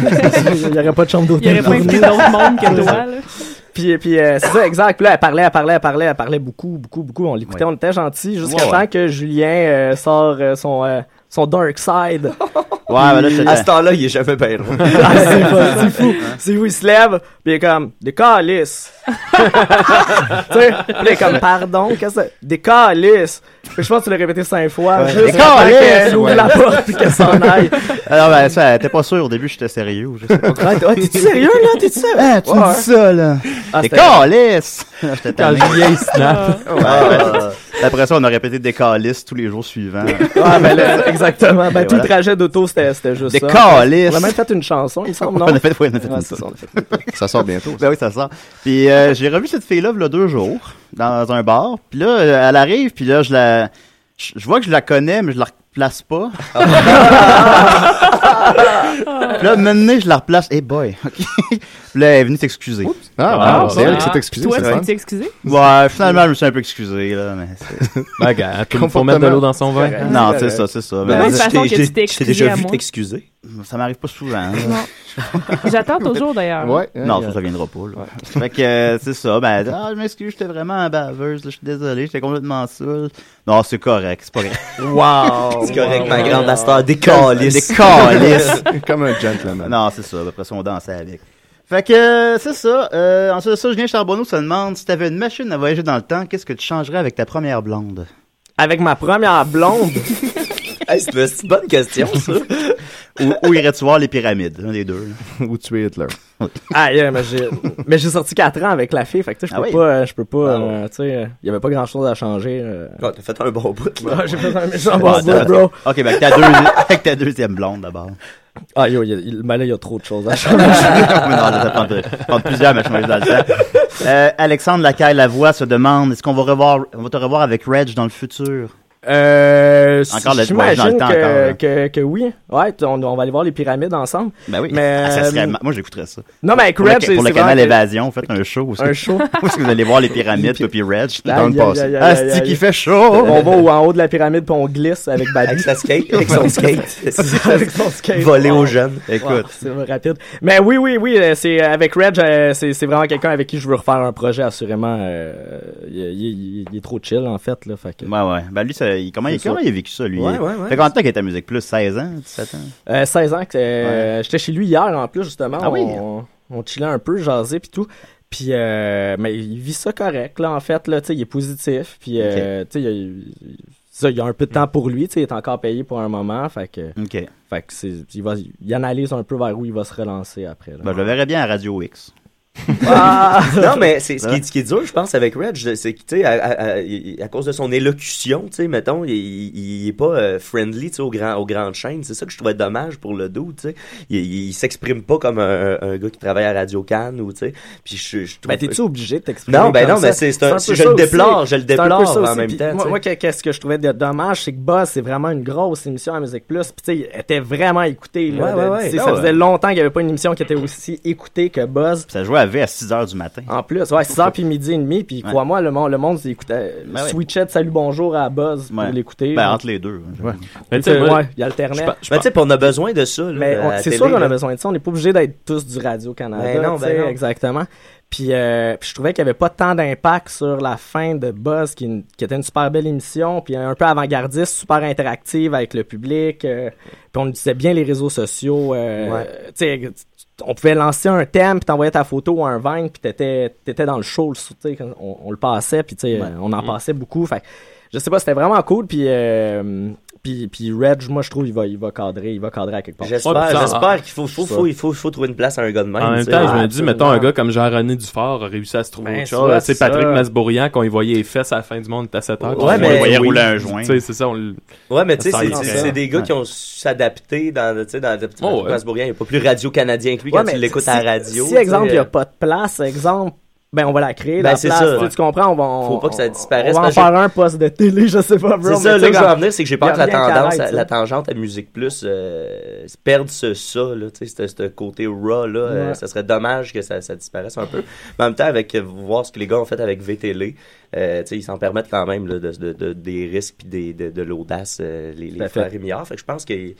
Speaker 7: Il n'y aurait pas de chambre
Speaker 10: Il
Speaker 7: d'hôtel.
Speaker 10: aurait pas invité
Speaker 7: pour nous.
Speaker 10: d'autres mondes que
Speaker 7: C'est
Speaker 10: toi,
Speaker 7: ça.
Speaker 10: là.
Speaker 7: Puis, puis euh, c'est ça, exact. Puis là, elle parlait, elle parlait, elle parlait, elle parlait beaucoup, beaucoup, beaucoup. On l'écoutait, on était gentils jusqu'à
Speaker 3: Ouais,
Speaker 7: temps
Speaker 3: ouais.
Speaker 7: que Julien euh, sort euh, son, euh, son dark side.
Speaker 3: Ouais, ben là,
Speaker 7: Puis-
Speaker 3: je
Speaker 10: À ce temps-là, il est jamais bien drôle.
Speaker 7: Ah, c'est pas- c'est fou. C'est fou, il se lève, puis il est comme, des calices. tu sais, puis il est comme, pardon, qu'est-ce que c'est? Des calices. Fait que Je pense que tu l'as répété cinq fois.
Speaker 4: Ah,
Speaker 3: Ouais.
Speaker 7: juste
Speaker 3: Des
Speaker 7: avant
Speaker 3: calices,
Speaker 7: qu'elle ouvre
Speaker 3: ouais.
Speaker 7: la porte puis qu'elle s'en aille.
Speaker 3: Alors, ben, ça, t'es pas sûr au début, j'étais sérieux. ou Je sais pas.
Speaker 7: Ouais, t- ouais, t'es-tu sérieux, là? T'es-tu sérieux?
Speaker 3: Ah, tu me
Speaker 7: Ouais.
Speaker 3: dis ça, là.
Speaker 7: Ah,
Speaker 3: des
Speaker 7: c'était-
Speaker 3: calices! Ah, J'étais
Speaker 7: Quand
Speaker 3: tanné. Ah,
Speaker 7: Julien, il Ah. snap.
Speaker 3: Ouais, ouais. Après ça, on a répété des calices tous les jours suivants.
Speaker 7: Ah, ben là, exactement. Ben,
Speaker 3: Et
Speaker 7: tout
Speaker 3: voilà.
Speaker 7: le trajet d'auto, c'était c'était juste
Speaker 3: Des
Speaker 7: ça.
Speaker 3: calices.
Speaker 7: On a même fait une chanson, il me semble, non?
Speaker 3: On a fait, ouais, on a fait
Speaker 7: Ouais,
Speaker 3: une
Speaker 7: Ah, c'est ça, on a fait.
Speaker 3: Ça sort bientôt. Ben oui, ça sort. Puis euh, j'ai revu cette fille-là, il y a deux jours, dans un bar. Puis là, euh, elle arrive, puis là, je la. Je je vois que je la connais, mais je la replace pas. puis là, maintenant, je la replace. Hey boy, OK. Puis là, elle est venue s'excuser.
Speaker 4: Ah, Ah, bon, c'est bon. elle qui s'est excusée, Toi, c'est tu le fun. t'es
Speaker 9: excusé?
Speaker 3: Ouais, finalement, je me suis un peu excusé, là, mais c'est...
Speaker 5: Ben, gars, tout le monde faut mettre de l'eau dans son vin.
Speaker 3: Non, c'est ça, c'est
Speaker 5: De
Speaker 3: ça.
Speaker 5: la même façon que tu t'es
Speaker 3: je t'ai
Speaker 5: excusé à moi.
Speaker 3: t'excuser. Ça m'arrive pas souvent. hein.
Speaker 9: J'attends toujours, d'ailleurs.
Speaker 3: non, ça, ça viendra pas. Là. fait que euh, c'est ça. Ben, ah, je m'excuse, j'étais vraiment baveuse. là, Je suis désolé, j'étais complètement saoul. Non, c'est correct, c'est pas grave.
Speaker 10: Wow! C'est correct, ma grande, à cette heure, des calices.
Speaker 3: Des calices.
Speaker 4: Comme un gentleman.
Speaker 3: Non, c'est ça. Après ça, on dansait avec. Fait que euh, c'est ça. Euh, ensuite de ça, Julien Charbonneau se demande si t'avais une machine à voyager dans le temps, qu'est-ce que tu changerais avec ta première blonde?
Speaker 7: Avec ma première blonde?
Speaker 3: hey, c'est une bonne question, ça. où où irais-tu voir les pyramides? Un des deux.
Speaker 4: Ou tuer Hitler.
Speaker 7: Ah, yeah, mais j'ai, mais j'ai sorti 4 ans avec la fille, fait que tu sais, je peux
Speaker 10: Ah oui.
Speaker 7: pas, euh, je peux pas,
Speaker 10: Ah
Speaker 7: euh, tu sais, euh, il y avait pas grand chose à changer. euh.
Speaker 10: Ah, T'as fait un bon bout, là.
Speaker 7: Ah, j'ai fait un méchant bon bout, bro.
Speaker 3: Ok, ben avec ta, deuxi- avec ta deuxième blonde d'abord.
Speaker 7: Ah, yo, il y a- il- ben là, il y a trop de choses à changer.
Speaker 3: non, là, ça prend, prend plusieurs machines dans le temps. Euh, Alexandre Lacaille Lavoie se demande est-ce qu'on va revoir, on va te revoir avec Reg dans le futur
Speaker 7: Euh,
Speaker 3: Encore le- ouais, dans le
Speaker 7: j'imagine
Speaker 3: temps
Speaker 7: que,
Speaker 3: encore, là.
Speaker 7: que, que oui. Ouais, t- on, on va aller voir les pyramides ensemble.
Speaker 3: Ben oui.
Speaker 7: Mais,
Speaker 3: Ah, ça serait
Speaker 7: euh,
Speaker 3: ma- moi, j'écouterais ça.
Speaker 7: Non, mais avec
Speaker 3: Pour le-
Speaker 7: Reg, c'est
Speaker 3: Pour le
Speaker 7: c'est vraiment
Speaker 3: canal
Speaker 7: que-
Speaker 3: Évasion, faites un show aussi.
Speaker 7: Un show.
Speaker 3: Parce que vous allez voir les pyramides, toi, puis Reg.
Speaker 7: Aïe, aïe, aïe, aïe,
Speaker 3: Ah,
Speaker 7: aïe,
Speaker 3: c'est
Speaker 7: aïe.
Speaker 3: qui fait chaud.
Speaker 7: On va au- en haut de la pyramide puis on glisse avec Babi. Avec
Speaker 10: sa skate, avec son skate.
Speaker 7: avec son skate.
Speaker 10: Voler
Speaker 7: Wow.
Speaker 10: aux jeunes.
Speaker 7: Écoute. Wow, c'est vraiment rapide. Mais oui, oui, oui, euh, c'est euh, avec Reg, euh, c'est c'est vraiment quelqu'un avec qui je veux refaire un projet, assurément. euh, il, il- il- il est trop chill, en fait. Là, fait que-
Speaker 3: Ouais, ouais. Ben lui, ça, il, comment, il,
Speaker 7: C'est
Speaker 3: comment
Speaker 7: ça.
Speaker 3: il a vécu ça, lui?
Speaker 7: Ouais, ouais, ouais.
Speaker 3: Fait combien de temps qu'il était à Musique Plus? 16 ans? 17 ans?
Speaker 7: Euh, 16 ans, que, euh, j'étais chez lui hier en plus, justement.
Speaker 3: Ah oui?
Speaker 7: On, on chillait un peu, jasait puis tout. Puis, euh, mais il vit ça correct, là, en fait, là, tu sais, il est positif. Puis, euh, tu sais, il, a- il- ça, il a un peu de temps pour lui, tu sais, il est encore payé pour un moment, fait que... Fait que c'est... Il, va, il analyse un peu vers où il va se relancer après, là. Ah!
Speaker 3: Ben, je le verrais bien à Radio X.
Speaker 10: non, mais c'est, ce, qui est, ce qui est dur, je pense, avec Reg, c'est que, tu sais, à, à- à- à cause de son élocution, tu sais, mettons, il, il- il est pas euh, friendly, tu sais, aux, grands, aux grandes chaînes. C'est ça que je trouvais dommage pour le dos, tu sais. Il, il, il s'exprime pas comme un, un gars qui travaille à Radio Cannes ou, tu sais. Puis je, je trouve.
Speaker 7: Ben, t'es-tu obligé de t'exprimer?
Speaker 10: Non, ben
Speaker 7: comme
Speaker 10: non,
Speaker 7: ça?
Speaker 10: mais c'est, c'est un-
Speaker 7: peu
Speaker 10: je
Speaker 7: ça
Speaker 10: le
Speaker 7: aussi.
Speaker 10: déplore, je le
Speaker 7: C'est un peu
Speaker 10: déplore
Speaker 7: ça
Speaker 10: en
Speaker 7: aussi.
Speaker 10: même
Speaker 7: Puis
Speaker 10: temps, tu
Speaker 7: Moi,
Speaker 10: sais.
Speaker 7: moi, que- qu'est-ce que je trouvais de dommage, c'est que Boss, c'est vraiment une grosse émission à Musique Plus. Puis, tu sais, elle était vraiment écoutée. là.
Speaker 10: Ouais, ouais, ouais.
Speaker 7: Tu sais,
Speaker 10: Ah
Speaker 7: ça
Speaker 10: ouais.
Speaker 7: faisait longtemps qu'il n'y avait pas une émission qui était aussi écoutée que Buzz.
Speaker 3: Ça jouait à avait à 6 h du matin.
Speaker 7: En plus, ouais, 6h puis midi et demi, puis
Speaker 3: Ouais.
Speaker 7: crois-moi, le monde, le monde s'écoutait.
Speaker 3: Ben ouais.
Speaker 7: switchait de Salut Bonjour à Buzz pour
Speaker 10: Ouais.
Speaker 7: l'écouter.
Speaker 10: Ben,
Speaker 7: Donc,
Speaker 10: entre les deux,
Speaker 3: ouais.
Speaker 10: Mais
Speaker 7: tu sais,
Speaker 10: moi-
Speaker 7: ouais, il y a
Speaker 10: Je
Speaker 7: alternait.
Speaker 10: pense- je pense- Ben, tu sais, puis on a besoin de ça. là,
Speaker 7: Mais
Speaker 10: à
Speaker 7: on-
Speaker 10: la
Speaker 7: c'est
Speaker 10: télé,
Speaker 7: sûr qu'on
Speaker 10: là.
Speaker 7: a besoin de ça. On n'est pas obligé d'être tous du Radio-Canada.
Speaker 10: Ben non, ben
Speaker 7: tu sais,
Speaker 10: non.
Speaker 7: Exactement. Puis, euh, puis je trouvais qu'il n'y avait pas tant d'impact sur la fin de Buzz, qui, est une- qui était une super belle émission, puis un peu avant-gardiste, super interactive avec le public. euh, puis on utilisait bien les réseaux sociaux. euh,
Speaker 10: Ouais.
Speaker 7: tu sais, on pouvait lancer un thème, puis t'envoyais ta photo ou un Vine, puis t'étais, t'étais dans le show. tu sais, quand On, on le passait, puis tu sais,
Speaker 10: Ouais.
Speaker 7: on en
Speaker 10: Mhm.
Speaker 7: passait beaucoup. Fait que je sais pas, c'était vraiment cool. Puis, euh, puis, puis Reg, moi, je trouve, il va, il va cadrer, il va cadrer à quelque part.
Speaker 10: J'espère,
Speaker 7: hein.
Speaker 10: j'espère qu'il faut, faut, faut, il faut, faut trouver une place à un gars de même.
Speaker 5: En même
Speaker 10: tu sais.
Speaker 5: temps, je me dis, mettons, un gars comme Jean-René Dufort a réussi à se trouver
Speaker 10: Ben,
Speaker 5: autre
Speaker 10: soit
Speaker 5: chose. C'est Patrick
Speaker 10: ça.
Speaker 5: Masbourian, quand il voyait les fesses à la fin du monde, il était à 7 heures.
Speaker 10: Ouais, mais-
Speaker 5: il
Speaker 10: voyait rouler un joint.
Speaker 5: Tu sais, c'est ça. On... l-
Speaker 10: Ouais, mais tu sais,
Speaker 5: Ça
Speaker 10: c'est-
Speaker 5: sert
Speaker 10: c'est
Speaker 5: à ça.
Speaker 10: c'est des gars
Speaker 5: Ouais.
Speaker 10: qui ont su s'adapter dans, tu sais, dans le petit
Speaker 5: Oh, ouais.
Speaker 10: Masbourien. Il n'est pas plus radio-canadien que lui
Speaker 7: Ouais,
Speaker 10: quand
Speaker 7: mais
Speaker 10: tu l'écoutes
Speaker 7: si-
Speaker 10: à la radio.
Speaker 7: Si, exemple, il
Speaker 10: tu sais,
Speaker 7: n'y
Speaker 10: euh,
Speaker 7: a pas de place, exemple, ben on va la créer.
Speaker 10: Ben,
Speaker 7: la
Speaker 10: c'est
Speaker 7: place,
Speaker 10: ça.
Speaker 7: tu sais, Tu comprends? On va, on-
Speaker 10: Faut pas que ça
Speaker 7: on-
Speaker 10: disparaisse,
Speaker 7: On va en
Speaker 10: parce
Speaker 7: faire
Speaker 10: que-
Speaker 7: un poste de télé, je sais pas, bro.
Speaker 10: C'est
Speaker 7: mais
Speaker 10: ça,
Speaker 7: tu
Speaker 10: là
Speaker 7: sais,
Speaker 10: que je
Speaker 7: comme-
Speaker 10: veux en venir, c'est que j'ai
Speaker 7: y a
Speaker 10: peur que la
Speaker 7: rien qui
Speaker 10: tendance,
Speaker 7: arrête,
Speaker 10: à-
Speaker 7: ça.
Speaker 10: la tangente à Musique Plus euh, se perde ce ça, là, tu sais, ce ce côté raw, là, euh,
Speaker 7: Ouais.
Speaker 10: ça serait dommage que ça, ça disparaisse un peu. Mais en même temps, avec euh, voir ce que les gars ont fait avec VTL, euh, tu sais, ils s'en permettent quand même, là, de, de- de- des risques puis des, de, de l'audace, euh, les,
Speaker 7: Tout
Speaker 10: les
Speaker 7: à fait.
Speaker 10: frères Rémillard. Fait que je pense que j'ai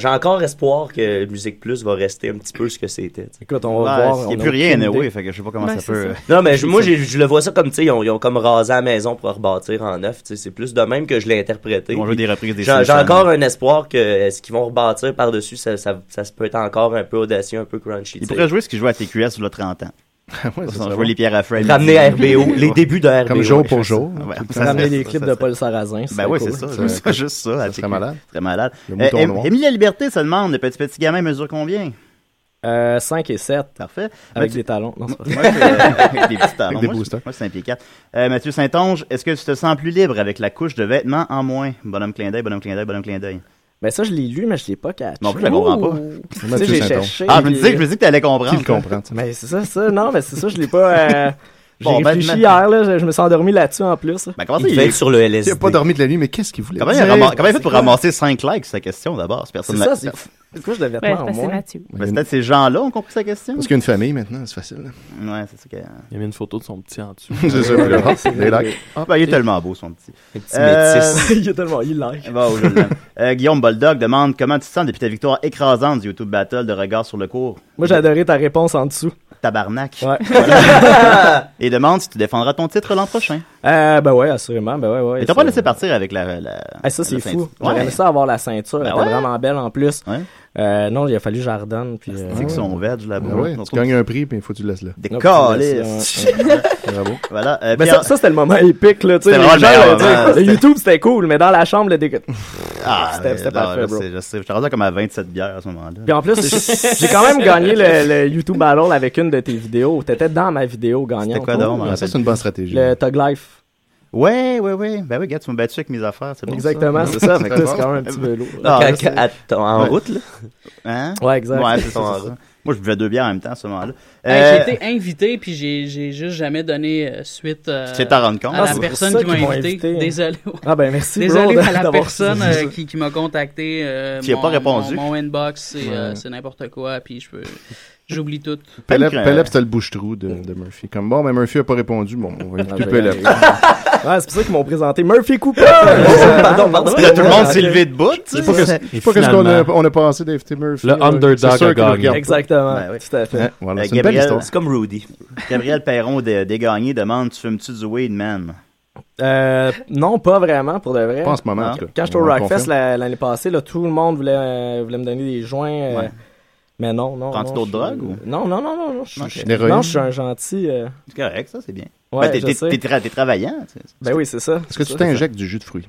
Speaker 10: j'ai encore espoir que Musique Plus va rester un petit peu ce que c'était. tu sais.
Speaker 7: Écoute,
Speaker 3: on va Ouais, voir, il y a on a plus aucune rien, idée. anyway, fait que je sais pas comment Ben, ça c'est peut-
Speaker 7: euh,
Speaker 3: ça.
Speaker 10: Non, mais je- moi,
Speaker 3: C'est ça.
Speaker 10: j'ai- je le vois ça comme, tu sais, ils ont, ils ont comme rasé à la maison pour rebâtir en neuf. tu sais. C'est plus de même que je l'ai interprété.
Speaker 3: On veut des reprises des
Speaker 10: J'ai j'ai
Speaker 3: Simpsons.
Speaker 10: encore un espoir que euh, ce qu'ils vont rebâtir par-dessus, ça, ça, ça se peut être encore un peu audacieux, un peu crunchy.
Speaker 3: Il
Speaker 10: tu sais.
Speaker 3: pourrait jouer ce qu'il jouait à TQS sur le 30 ans.
Speaker 10: ça
Speaker 3: Parce qu'on
Speaker 10: serait
Speaker 3: jouait
Speaker 10: bon.
Speaker 3: les pierres à Fred.
Speaker 10: Ramener à RBO, les débuts de RBO.
Speaker 3: Comme jour pour jour.
Speaker 7: Ramener les clips de Paul Sarrazin.
Speaker 3: Ben oui,
Speaker 7: cool.
Speaker 3: c'est ça. c'est ça, juste ça. à TQS.
Speaker 7: malade.
Speaker 3: Très malade.
Speaker 7: Le
Speaker 3: Euh,
Speaker 7: mouton
Speaker 3: Em-
Speaker 7: noir.
Speaker 3: Émilie Liberté se demande, le petit petit gamin mesure combien?
Speaker 7: Euh, 5 et 7.
Speaker 3: Parfait.
Speaker 7: Avec
Speaker 3: Mathieu-
Speaker 7: des talons. Non, c'est pas vrai.
Speaker 3: Moi, c'est, euh, avec des petits talons.
Speaker 7: Avec des
Speaker 3: Moi,
Speaker 7: boosters.
Speaker 3: c'est- Moi, c'est un pied quatre. Euh, Mathieu Saint-Onge, est-ce que tu te sens plus libre avec la couche de vêtements en moins? Bonhomme clin d'œil, bonhomme clin d'œil, bonhomme clin d'œil.
Speaker 7: Ben ça, je l'ai lu, mais je l'ai pas catché.
Speaker 3: Non plus, je la comprends pas.
Speaker 7: Ouh.
Speaker 3: C'est
Speaker 7: Tu sais,
Speaker 3: Mathieu
Speaker 7: j'ai
Speaker 3: Saint-Onge.
Speaker 7: cherché,
Speaker 3: Ah, je me
Speaker 7: puis-
Speaker 3: disais- je me disais que t'allais comprendre. Qui le comprend, tu sais.
Speaker 10: Ben,
Speaker 7: Mais c'est ça, ça. Non, mais c'est ça, je l'ai pas... euh, J'ai
Speaker 3: Bon, ben,
Speaker 7: réfléchi
Speaker 3: maintenant-
Speaker 7: hier, là, je, je me suis endormi là-dessus en plus.
Speaker 3: Ben, comment ça, est-
Speaker 7: Il a pas
Speaker 3: dormi de la nuit, mais qu'est-ce qu'il voulait Comment il a,
Speaker 7: dire?
Speaker 3: ramar- comment il a fait
Speaker 7: C'est
Speaker 3: pour
Speaker 7: quoi?
Speaker 3: ramasser 5 likes, sa question d'abord? C'est personne
Speaker 7: C'est
Speaker 3: là-
Speaker 7: ça, c'est c'est quoi je devais
Speaker 9: Ouais, c'est
Speaker 7: en
Speaker 9: parce que c'est
Speaker 7: moins.
Speaker 9: Mathieu.
Speaker 3: Ben, c'est peut-être ces gens-là ont compris sa question.
Speaker 4: Parce qu'il y a une famille maintenant, Ah, c'est facile.
Speaker 3: Ouais, c'est ça que.
Speaker 5: Il a mis une photo de son petit en dessous.
Speaker 4: C'est ça, puis là, hop, les likes.
Speaker 3: Ah, ben, il est tellement beau, son petit. Euh,
Speaker 5: Le
Speaker 7: petit métis. Il est tellement- il like.
Speaker 3: Bon, je l'aime. Euh, Guillaume Boldog demande comment tu te sens depuis ta victoire écrasante du YouTube Battle de regard sur le cours.
Speaker 7: Moi, j'ai adoré ta réponse en dessous.
Speaker 3: Tabarnak.
Speaker 7: Ouais.
Speaker 3: Et demande si tu défendras ton titre l'an prochain.
Speaker 7: Euh, ben ouais, assurément, ben ouais, ouais.
Speaker 3: Et t'as pas
Speaker 7: ça-
Speaker 3: laissé partir avec la. euh, la-
Speaker 7: Ah, ça,
Speaker 3: la
Speaker 7: c'est
Speaker 3: ceinture.
Speaker 7: fou. J'aurais
Speaker 3: Ouais.
Speaker 7: aimé ça avoir la ceinture. Elle
Speaker 3: Ben
Speaker 7: était
Speaker 3: ouais. Ah,
Speaker 7: vraiment belle en plus. Euh, non, il a fallu Jardin. Puis, euh,
Speaker 3: C'est qu'ils sont veg là-bas.
Speaker 4: Ah ouais,
Speaker 3: Dans
Speaker 4: tu
Speaker 3: ton-
Speaker 4: gagnes un prix, puis il faut que tu le laisses là.
Speaker 3: Des
Speaker 7: Ouais,
Speaker 3: calices.
Speaker 7: ouais, ouais.
Speaker 3: Bravo. Voilà. euh,
Speaker 7: Mais
Speaker 3: Pierre-
Speaker 7: ça, ça, c'était le moment épique, là.
Speaker 3: C'était
Speaker 7: tu sais, les
Speaker 3: vraiment le
Speaker 7: gens,
Speaker 3: meilleur
Speaker 7: là,
Speaker 3: moment.
Speaker 7: tu sais, le YouTube, c'était cool, mais dans la chambre, le déco...
Speaker 3: Ah,
Speaker 7: c'était
Speaker 3: non,
Speaker 7: c'était parfait,
Speaker 3: je
Speaker 7: bro.
Speaker 3: sais, je sais. J'étais rendu comme à 27 bières à ce moment-là.
Speaker 7: Puis en plus, j'ai- j'ai quand même gagné le, le YouTube Battle avec une de tes vidéos. T'étais dans ma vidéo gagnante.
Speaker 3: C'était quoi donc, on
Speaker 7: Cool.
Speaker 3: en Ça, c'est une bonne
Speaker 4: stratégie.
Speaker 7: Le Tug Life.
Speaker 3: Ouais, ouais, ouais. Ben oui, regarde, tu m'as battu avec mes affaires. C'est bon,
Speaker 7: Exactement,
Speaker 3: ça.
Speaker 7: c'est ça. Fait que
Speaker 3: Très
Speaker 7: là, c'est
Speaker 3: bon.
Speaker 7: quand même un petit peu lourd.
Speaker 3: Ah,
Speaker 10: Quand-
Speaker 3: là, c'est-
Speaker 10: attends, en
Speaker 3: Ouais.
Speaker 10: route, là?
Speaker 3: Hein?
Speaker 7: Ouais, exact.
Speaker 3: Ouais, c'est ça,
Speaker 10: En
Speaker 3: c'est ça.
Speaker 10: route.
Speaker 3: Moi, je buvais deux bières en même temps à ce moment-là.
Speaker 11: Hey,
Speaker 3: Euh,
Speaker 11: j'ai été invité, puis j'ai, j'ai juste jamais donné euh, suite euh,
Speaker 3: Tu t'es pas rendu compte?
Speaker 11: à
Speaker 3: Ah,
Speaker 11: la
Speaker 3: c'est pour
Speaker 11: personne
Speaker 3: ça
Speaker 11: qui m'a
Speaker 3: qu'ils m'ont
Speaker 11: invité.
Speaker 3: invité.
Speaker 11: Désolé.
Speaker 7: Ah, ben, merci, bro,
Speaker 11: Désolé à la
Speaker 7: d'avoir
Speaker 11: personne
Speaker 7: suivi ça.
Speaker 11: euh, qui, qui m'a contacté. euh,
Speaker 3: Qui a
Speaker 11: mon-
Speaker 3: pas répondu.
Speaker 11: Mon, mon inbox, c'est, euh,
Speaker 4: Ouais.
Speaker 11: c'est n'importe quoi, puis je peux, j'oublie tout.
Speaker 4: Pelep, Pelep, c'était le bouche-trou de, de Murphy. Comme bon, mais Murphy a pas répondu. Bon, on va
Speaker 7: Ah,
Speaker 4: écouter Pelep.
Speaker 7: ben, Ouais, c'est pour ça qu'ils m'ont présenté Murphy Cooper. ben.
Speaker 4: Pardon, pardon. Là, tout le monde s'est levé
Speaker 3: de bout.
Speaker 7: Je sais
Speaker 4: pas qu'est-ce- je sais pas qu'est-ce qu'on a, on a pensé d'Inviter Murphy.
Speaker 5: Le
Speaker 4: Ouais,
Speaker 5: underdog
Speaker 4: c'est sûr
Speaker 5: a
Speaker 4: qu'il nous
Speaker 5: gagné.
Speaker 4: regarde pas.
Speaker 7: Exactement.
Speaker 3: Ben oui.
Speaker 7: Tout à fait.
Speaker 4: Ouais, voilà,
Speaker 3: Euh,
Speaker 4: c'est une belle
Speaker 3: Gabriel-
Speaker 4: histoire.
Speaker 3: c'est comme Rudy. Gabriel Perron des des Gagnés demande Tu fumes-tu du weed, man
Speaker 7: Euh, non, pas vraiment, pour de vrai. Ah.
Speaker 3: Pas en ce moment, en tout cas.
Speaker 7: Quand j'étais
Speaker 3: On
Speaker 7: au
Speaker 3: le
Speaker 7: Rockfest
Speaker 3: confirme.
Speaker 7: la- l'année passée, là, tout le monde voulait, euh, voulait me donner des joints. euh,
Speaker 3: Ouais.
Speaker 7: Mais non, non.
Speaker 3: Prends-tu
Speaker 7: non,
Speaker 3: d'autres
Speaker 7: je-
Speaker 3: drogues ou
Speaker 7: Non, non, non, non. non, je,
Speaker 3: Ok.
Speaker 7: je-
Speaker 3: L'héroïne?
Speaker 7: non, je suis un gentil. euh,
Speaker 3: C'est correct, ça, c'est bien.
Speaker 7: Ouais,
Speaker 3: Ben, t'es-
Speaker 7: je
Speaker 3: t'es-
Speaker 7: sais.
Speaker 3: t'es tra- t'es travaillant. tu sais.
Speaker 7: Ben oui, c'est ça.
Speaker 4: Est-ce que
Speaker 7: c'est
Speaker 4: tu
Speaker 7: ça.
Speaker 4: t'injectes du jus de fruits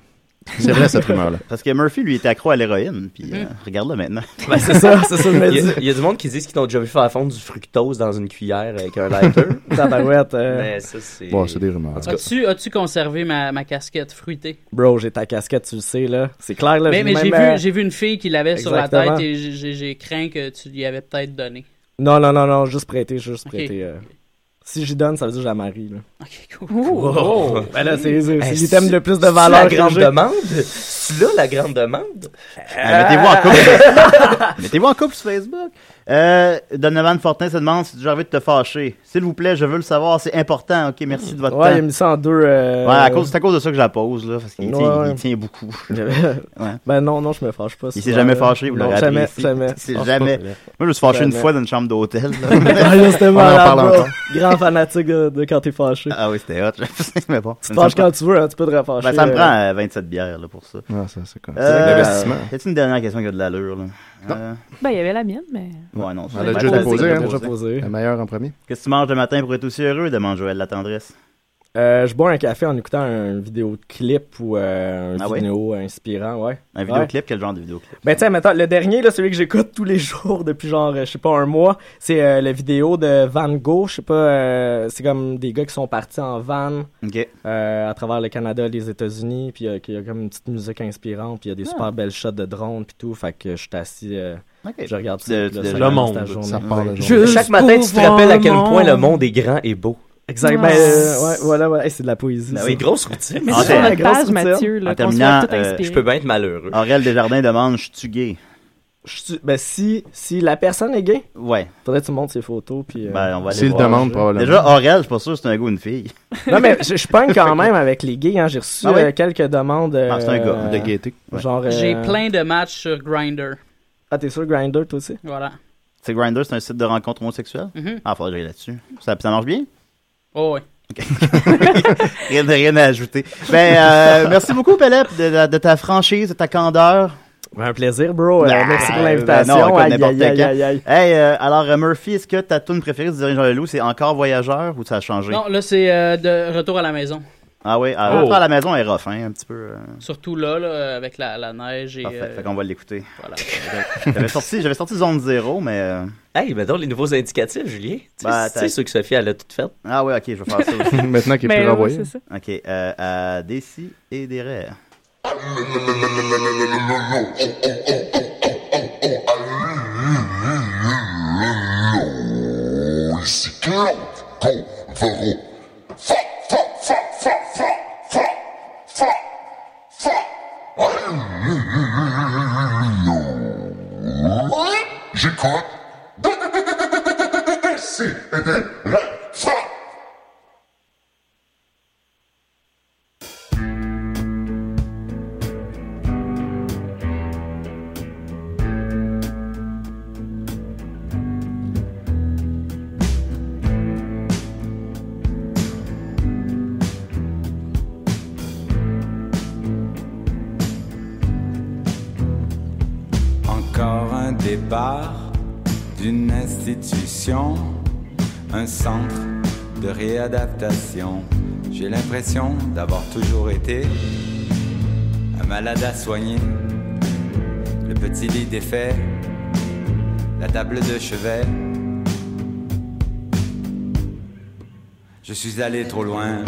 Speaker 4: C'est vrai, cette rumeur-là.
Speaker 3: Parce que Murphy, lui, était accro à l'héroïne. Puis euh,
Speaker 10: Mm.
Speaker 3: regarde-le maintenant.
Speaker 10: Ben,
Speaker 7: Mm-hmm. c'est ça, c'est ça, je me
Speaker 10: Il y a-
Speaker 7: dis.
Speaker 10: Il y a du monde qui disent qu'ils t'ont déjà vu faire fondre du fructose dans une cuillère avec un lighter.
Speaker 7: Tabarouette, euh.
Speaker 10: Mais ça, c'est.
Speaker 4: Bon, c'est des rumeurs.
Speaker 10: En tout cas,
Speaker 11: As-tu, as-tu conservé ma, ma casquette fruitée?
Speaker 7: Bro, j'ai ta casquette, tu le sais, là. C'est clair, là.
Speaker 11: mais mais
Speaker 7: même,
Speaker 11: j'ai,
Speaker 7: euh,
Speaker 11: vu, j'ai vu une fille qui l'avait sur la
Speaker 7: Exactement.
Speaker 11: tête et j'ai, j'ai- j'ai craint que tu lui avais peut-être donné.
Speaker 7: Non, non, non, non, juste prêter, juste
Speaker 11: Ok.
Speaker 7: prêter. euh. Si j'y donne, ça veut dire que je la marie, là.
Speaker 11: Ok,
Speaker 7: cool.
Speaker 10: Oh.
Speaker 7: Ben là, c'est c'est
Speaker 10: Hey,
Speaker 7: l'item
Speaker 10: c'est-
Speaker 7: de plus de
Speaker 10: c'est-tu
Speaker 7: valeur.
Speaker 10: la
Speaker 7: que
Speaker 10: grande
Speaker 7: j'ai.
Speaker 10: demande? Euh. C'est là la grande demande?
Speaker 3: Ah, mettez-vous en couple. mettez-vous en couple sur Facebook. Euh, Donovan Fortin se demande si j'ai envie de te fâcher. S'il vous plaît, je veux le savoir, c'est important. Ok, merci de votre
Speaker 7: Ouais,
Speaker 3: temps.
Speaker 7: il a mis ça en deux. euh,
Speaker 3: Ouais, à cause, c'est à cause de ça que je la pose, là, parce qu'il
Speaker 7: Ouais,
Speaker 3: tient,
Speaker 7: ouais.
Speaker 3: il tient beaucoup. Ouais.
Speaker 7: Ben non, non, je me fâche pas.
Speaker 3: Il s'est
Speaker 7: souvent,
Speaker 3: jamais
Speaker 7: là.
Speaker 3: fâché, vous
Speaker 7: Non,
Speaker 3: l'aurez
Speaker 7: Jamais,
Speaker 3: appris ici.
Speaker 7: jamais.
Speaker 3: Il s'est jamais. Moi, je me suis fâché une fois dans une chambre d'hôtel. là.
Speaker 7: Ah, là, c'était
Speaker 3: On en
Speaker 7: malade,
Speaker 3: parle
Speaker 7: bro.
Speaker 3: encore.
Speaker 7: Grand fanatique de, de quand t'es fâché.
Speaker 3: Ah oui, c'était hot. mais bon.
Speaker 7: Tu te fâches quand tu veux, hein, tu peux te refâcher.
Speaker 3: Ben, ça me
Speaker 7: euh,
Speaker 3: prend euh, 27 bières là, pour ça.
Speaker 4: Ah, ça, c'est comme-
Speaker 3: Euh,
Speaker 4: C'est de l'investissement.
Speaker 3: Y a-t-il une dernière question qui a de l'allure? Là? Euh,
Speaker 9: Ben, il y avait la mienne, mais.
Speaker 3: ouais, non,
Speaker 4: Elle a
Speaker 3: pas
Speaker 4: déjà
Speaker 3: mal,
Speaker 4: posé,
Speaker 3: celle
Speaker 4: hein.
Speaker 3: que j'ai
Speaker 4: Déjà posé. La meilleure en premier.
Speaker 3: Qu'est-ce que tu manges le matin pour être aussi heureux? demande Joël La Tendresse.
Speaker 7: Euh, je bois un café en écoutant une vidéo de clip ou euh, un
Speaker 3: Ah ouais?
Speaker 7: vidéo inspirant, ouais.
Speaker 3: Un
Speaker 7: Ouais.
Speaker 3: vidéoclip? Quel genre de vidéoclip?
Speaker 7: Ben tiens, maintenant le dernier là, celui que j'écoute tous les jours depuis genre euh, je sais pas un mois, c'est euh, la vidéo de Van Gogh, je sais pas, euh, c'est comme des gars qui sont partis en van
Speaker 3: Ok.
Speaker 7: euh, à travers le Canada, les États-Unis, puis euh, qu'il y a comme une petite musique inspirante, puis il y a des
Speaker 3: Ah.
Speaker 7: super belles shots de drone puis tout, fait que je suis assis euh,
Speaker 3: Ok.
Speaker 7: Je regarde ça.
Speaker 3: Tu-
Speaker 7: puis
Speaker 3: tu
Speaker 7: là,
Speaker 3: déjà-
Speaker 7: ça
Speaker 3: Le
Speaker 7: commence
Speaker 3: monde,
Speaker 7: ta journée.
Speaker 3: ça part le
Speaker 7: Ouais.
Speaker 3: jour. Juste
Speaker 10: Chaque matin, tu te rappelles à quel point le monde est grand et beau.
Speaker 7: Exact. Ben, euh, ouais, voilà, ouais. Hey, c'est de la poésie.
Speaker 10: Ben
Speaker 7: ça.
Speaker 10: oui, grosse routine.
Speaker 7: Mais
Speaker 3: En
Speaker 7: c'est
Speaker 3: ter-
Speaker 7: la grosse routine.
Speaker 3: en terminant, euh,
Speaker 10: bien être malheureux.
Speaker 3: Aurel Desjardins demande Je suis gay.
Speaker 7: Je suis- Ben, si, si la personne est gay,
Speaker 3: Ouais.
Speaker 7: faudrait que tu montes ses photos. Puis, euh,
Speaker 3: Ben, on va aller voir. Déjà, Aurel, je suis pas sûr si c'est un gars ou une fille.
Speaker 7: Non, mais je, je pogne quand même avec les gays. Hein. J'ai reçu
Speaker 3: Ah ouais?
Speaker 7: euh, quelques demandes. euh,
Speaker 3: Ah, c'est un gars. De gaieté. Ouais.
Speaker 7: Genre. euh,
Speaker 11: J'ai plein de matchs sur Grinder.
Speaker 7: Ah, t'es sur Grindr, toi aussi?
Speaker 11: Voilà.
Speaker 3: C'est Grindr, c'est un site de rencontre homosexuelle?
Speaker 11: Mhm.
Speaker 3: Ah, faudrait que j'aille là-dessus. Ça, ça marche bien?
Speaker 11: Oh, ouais.
Speaker 3: rien, rien à ajouter. Ben, euh, merci beaucoup, Pelep, de, de- de ta franchise, de ta candeur.
Speaker 7: Un plaisir, bro. Euh, merci pour l'invitation.
Speaker 3: ben, non, écoute,
Speaker 7: Aïe,
Speaker 3: n'importe
Speaker 7: aïe, aïe,
Speaker 3: quand.
Speaker 7: aïe, aïe.
Speaker 3: Hey, euh, alors, euh, Murphy, est-ce que ta tune préférée du dernier Jean Leloup, c'est encore Voyageur ou ça a changé?
Speaker 11: Non, là, c'est euh, de retour à la maison.
Speaker 3: Ah oui,
Speaker 11: Oh.
Speaker 3: alors, à la maison, elle est rough, hein, un petit peu. euh,
Speaker 11: Surtout là, là, avec la, la neige et.
Speaker 3: Parfait,
Speaker 11: euh,
Speaker 3: fait qu'on va l'écouter.
Speaker 11: Voilà.
Speaker 3: J'avais sorti, j'avais sorti Zone Zéro, mais... euh,
Speaker 10: Hey, ben donc, les nouveaux indicatifs, Julien. Tu sais,
Speaker 3: Ben,
Speaker 10: tu sais
Speaker 3: t'as-
Speaker 10: ceux que Sophie, elle a toutes faites.
Speaker 3: Ah oui, ok, je vais faire ça aussi.
Speaker 4: Maintenant qu'il est Mais plus oui, renvoyé. Ben, c'est ça.
Speaker 3: Ok, euh, à Dessy et des rêves.
Speaker 2: C'est clair qu'on va re- Fa, fa, fa, fa, fa, fa, fa, fa. J'écoute. C'est la fa.
Speaker 12: Encore un départ d'une institution, un centre de réadaptation. J'ai l'impression d'avoir toujours été un malade à soigner. Le petit lit défait, la table de chevet. Je suis allé trop loin.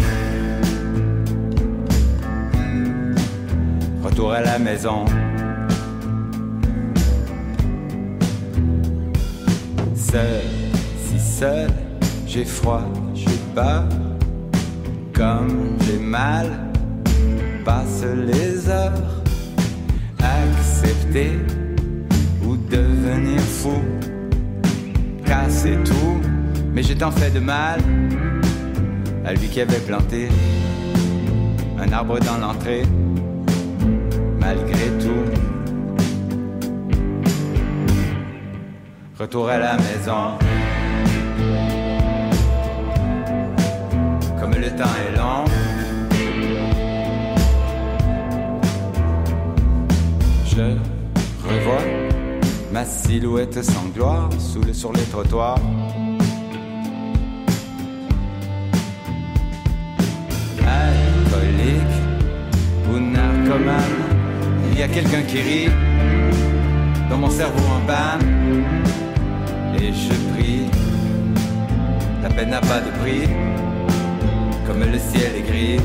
Speaker 12: Retour à la maison. Seul, si seul, j'ai froid, j'ai peur. Comme j'ai mal, passe les heures. Accepter ou devenir fou. Casser tout, mais j'ai tant fait de mal à lui qui avait planté un arbre dans l'entrée. Malgré tout, Retour à la maison. Comme le temps est long. Je revois ma silhouette sans gloire sous le, sur les trottoirs. Alcoolique ou narcomane, il y a quelqu'un qui rit dans mon cerveau en panne et je prie. La peine n'a pas de prix, comme le ciel est gris,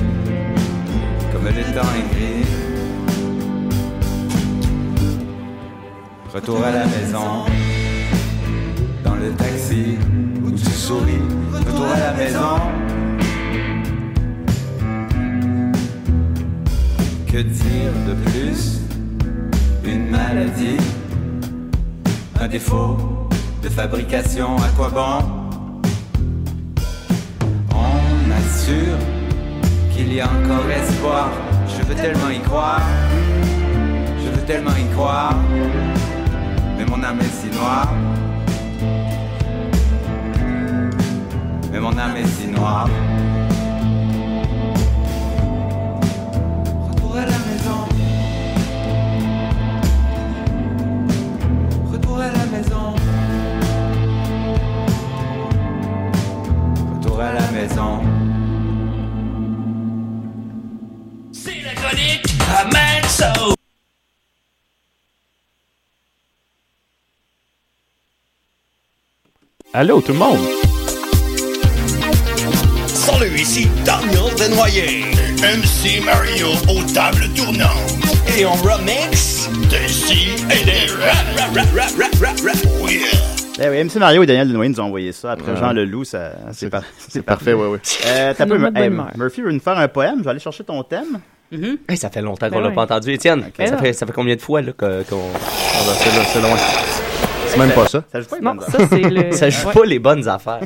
Speaker 12: comme le temps est gris. Retour à la maison, dans le taxi où tu souris. Retour à la maison. Que dire de plus Une maladie, un défaut, de fabrication, à quoi bon On assure qu'il y a encore espoir, je veux tellement y croire, je veux tellement y croire, mais mon âme est si noire, mais mon âme est si noire. Retour à la maison. Retour à la maison. Retour à la maison.
Speaker 13: C'est la chronique à Manso.
Speaker 5: Allô tout le monde!
Speaker 13: Salut, ici Daniel Desnoyers, MC Mario aux tables tournantes. Et on remix des si et des ra, ra, ra, ra, ra, ra, ra. Oh yeah.
Speaker 3: Ben oui, MC Mario et Daniel Denoy nous ont envoyé ça. Après Jean Leloup, ça, c'est, par- c'est
Speaker 4: parfait, ouais, ouais.
Speaker 3: Euh, t'as
Speaker 4: Ça nous
Speaker 3: peu,
Speaker 4: met de bonne
Speaker 3: hey,
Speaker 4: humeur.
Speaker 3: Murphy veut nous faire un poème. Je vais aller chercher ton thème.
Speaker 10: Hey, ça fait longtemps qu'on
Speaker 3: Ben
Speaker 10: l'a
Speaker 3: oui.
Speaker 10: pas entendu. Étienne,
Speaker 3: Ben
Speaker 10: ça,
Speaker 3: non.
Speaker 10: fait, ça fait combien de fois là, que- qu'on. Ah, ben, c'est, là, c'est loin.
Speaker 4: C'est même pas ça.
Speaker 3: Ça joue pas les
Speaker 4: Non,
Speaker 3: bonnes
Speaker 4: ça,
Speaker 3: affaires.
Speaker 4: c'est le-
Speaker 10: Ça joue
Speaker 4: Ouais.
Speaker 10: pas les bonnes affaires.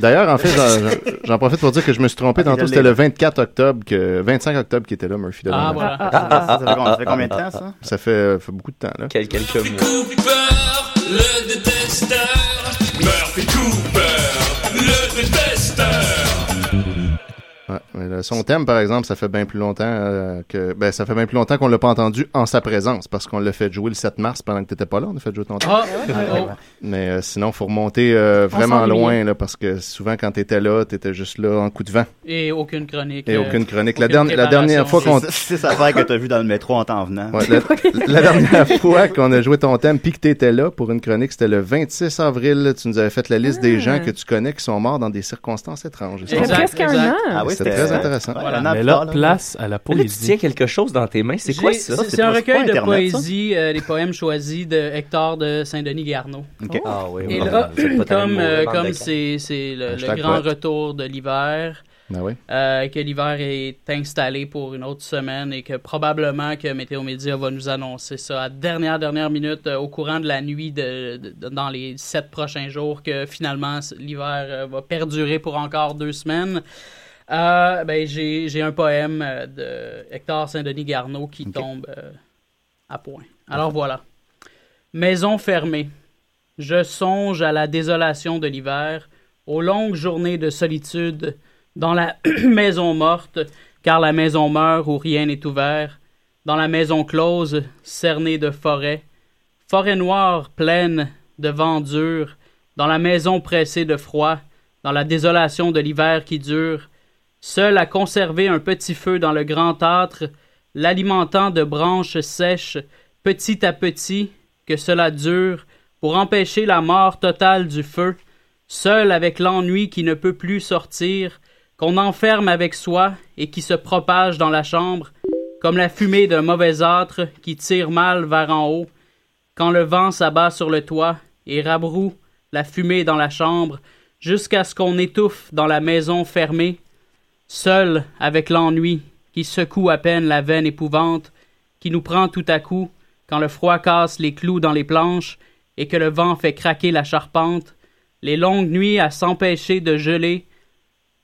Speaker 4: D'ailleurs, en fait, j'en- j'en- j'en profite pour dire que je me suis trompé
Speaker 10: Ah,
Speaker 4: tantôt.
Speaker 10: je
Speaker 4: C'était
Speaker 10: l'ai.
Speaker 4: le 24 octobre, que 25 octobre qui était là, Murphy. Devant
Speaker 10: Ah,
Speaker 4: moi.
Speaker 10: voilà. Ah, ah, ah, Ça fait ah, com- ça fait ah, combien de ah, temps, ça? ah.
Speaker 4: Ça fait, euh, fait beaucoup de temps, là.
Speaker 10: Quelques mois.
Speaker 13: Cooper, le détesteur. Murphy Cooper, le détesteur.
Speaker 4: Ouais, mais le- son thème, par exemple, ça fait bien plus longtemps euh, que ben, ça fait bien plus longtemps qu'on l'a pas entendu en sa présence parce qu'on l'a fait jouer le 7 mars pendant que t'étais pas là. On a fait jouer ton thème.
Speaker 13: Ah, ouais, ouais, ouais.
Speaker 4: Mais euh, sinon, faut remonter euh,
Speaker 11: On
Speaker 4: vraiment
Speaker 11: s'ennuyait.
Speaker 4: loin là, parce que souvent quand t'étais là, t'étais juste là en coup de vent.
Speaker 11: Et aucune chronique.
Speaker 4: Et
Speaker 11: euh,
Speaker 4: aucune chronique. La,
Speaker 11: aucune
Speaker 4: dernière- la dernière fois qu'on
Speaker 11: préparation.
Speaker 3: C'est cette affaire que t'as vue dans le métro en t'en venant.
Speaker 4: Ouais, la, la dernière fois qu'on a joué ton thème, puis que t'étais là pour une chronique, c'était le 26 avril. Tu nous avais fait la liste des gens que tu connais qui sont morts dans des circonstances étranges.
Speaker 10: Exact, C'était Ah. presque un exact. an.
Speaker 4: Ah oui, c'était
Speaker 10: C'était-
Speaker 4: très intéressant.
Speaker 10: Ouais, Voilà. un an plus tard, là.
Speaker 5: place à la
Speaker 10: Là, tu tiens quelque chose dans tes mains. C'est quoi
Speaker 11: J'ai-
Speaker 10: ça?
Speaker 11: C'est un
Speaker 10: pas-
Speaker 11: recueil
Speaker 10: pas
Speaker 11: de
Speaker 10: Internet, ça?
Speaker 11: poésie, euh, des poèmes choisis de Hector de Saint-Denis Garneau.
Speaker 7: Oh.
Speaker 10: Ok. Ah oui, oui,
Speaker 11: Et
Speaker 10: oui,
Speaker 11: là,
Speaker 10: oui, oui.
Speaker 11: comme euh,
Speaker 10: Bande de
Speaker 11: comme
Speaker 10: cons.
Speaker 11: c'est c'est le, le
Speaker 10: Hashtag
Speaker 11: grand
Speaker 10: poète.
Speaker 11: retour de l'hiver,
Speaker 4: Ah oui.
Speaker 11: euh, que l'hiver est installé pour une autre semaine et que probablement que Météo Média va nous annoncer ça à dernière dernière minute euh, au courant de la nuit de, de- dans les sept prochains jours que finalement c- l'hiver euh, va perdurer pour encore deux semaines. Euh, ben, j'ai j'ai un poème euh, de Hector Saint-Denis Garneau qui tombe euh, à point. Alors voilà. Maison fermée. Je songe à la désolation de l'hiver, aux longues journées de solitude dans la maison morte, car la maison meurt où rien n'est ouvert, dans la maison close, cernée de forêts, forêt noire pleine de vent dur, dans la maison pressée de froid, dans la désolation de l'hiver qui dure, seul à conserver un petit feu dans le grand âtre, l'alimentant de branches sèches, petit à petit, que cela dure, pour empêcher la mort totale du feu, seul avec l'ennui qui ne peut plus sortir, qu'on enferme avec soi et qui se propage dans la chambre, comme la fumée d'un mauvais âtre qui tire mal vers en haut, quand le vent s'abat sur le toit et rabroue la fumée dans la chambre, jusqu'à ce qu'on étouffe dans la maison fermée, seul avec l'ennui qui secoue à peine la veine épouvante, qui nous prend tout à coup, quand le froid casse les clous dans les planches et que le vent fait craquer la charpente, les longues nuits à s'empêcher de geler,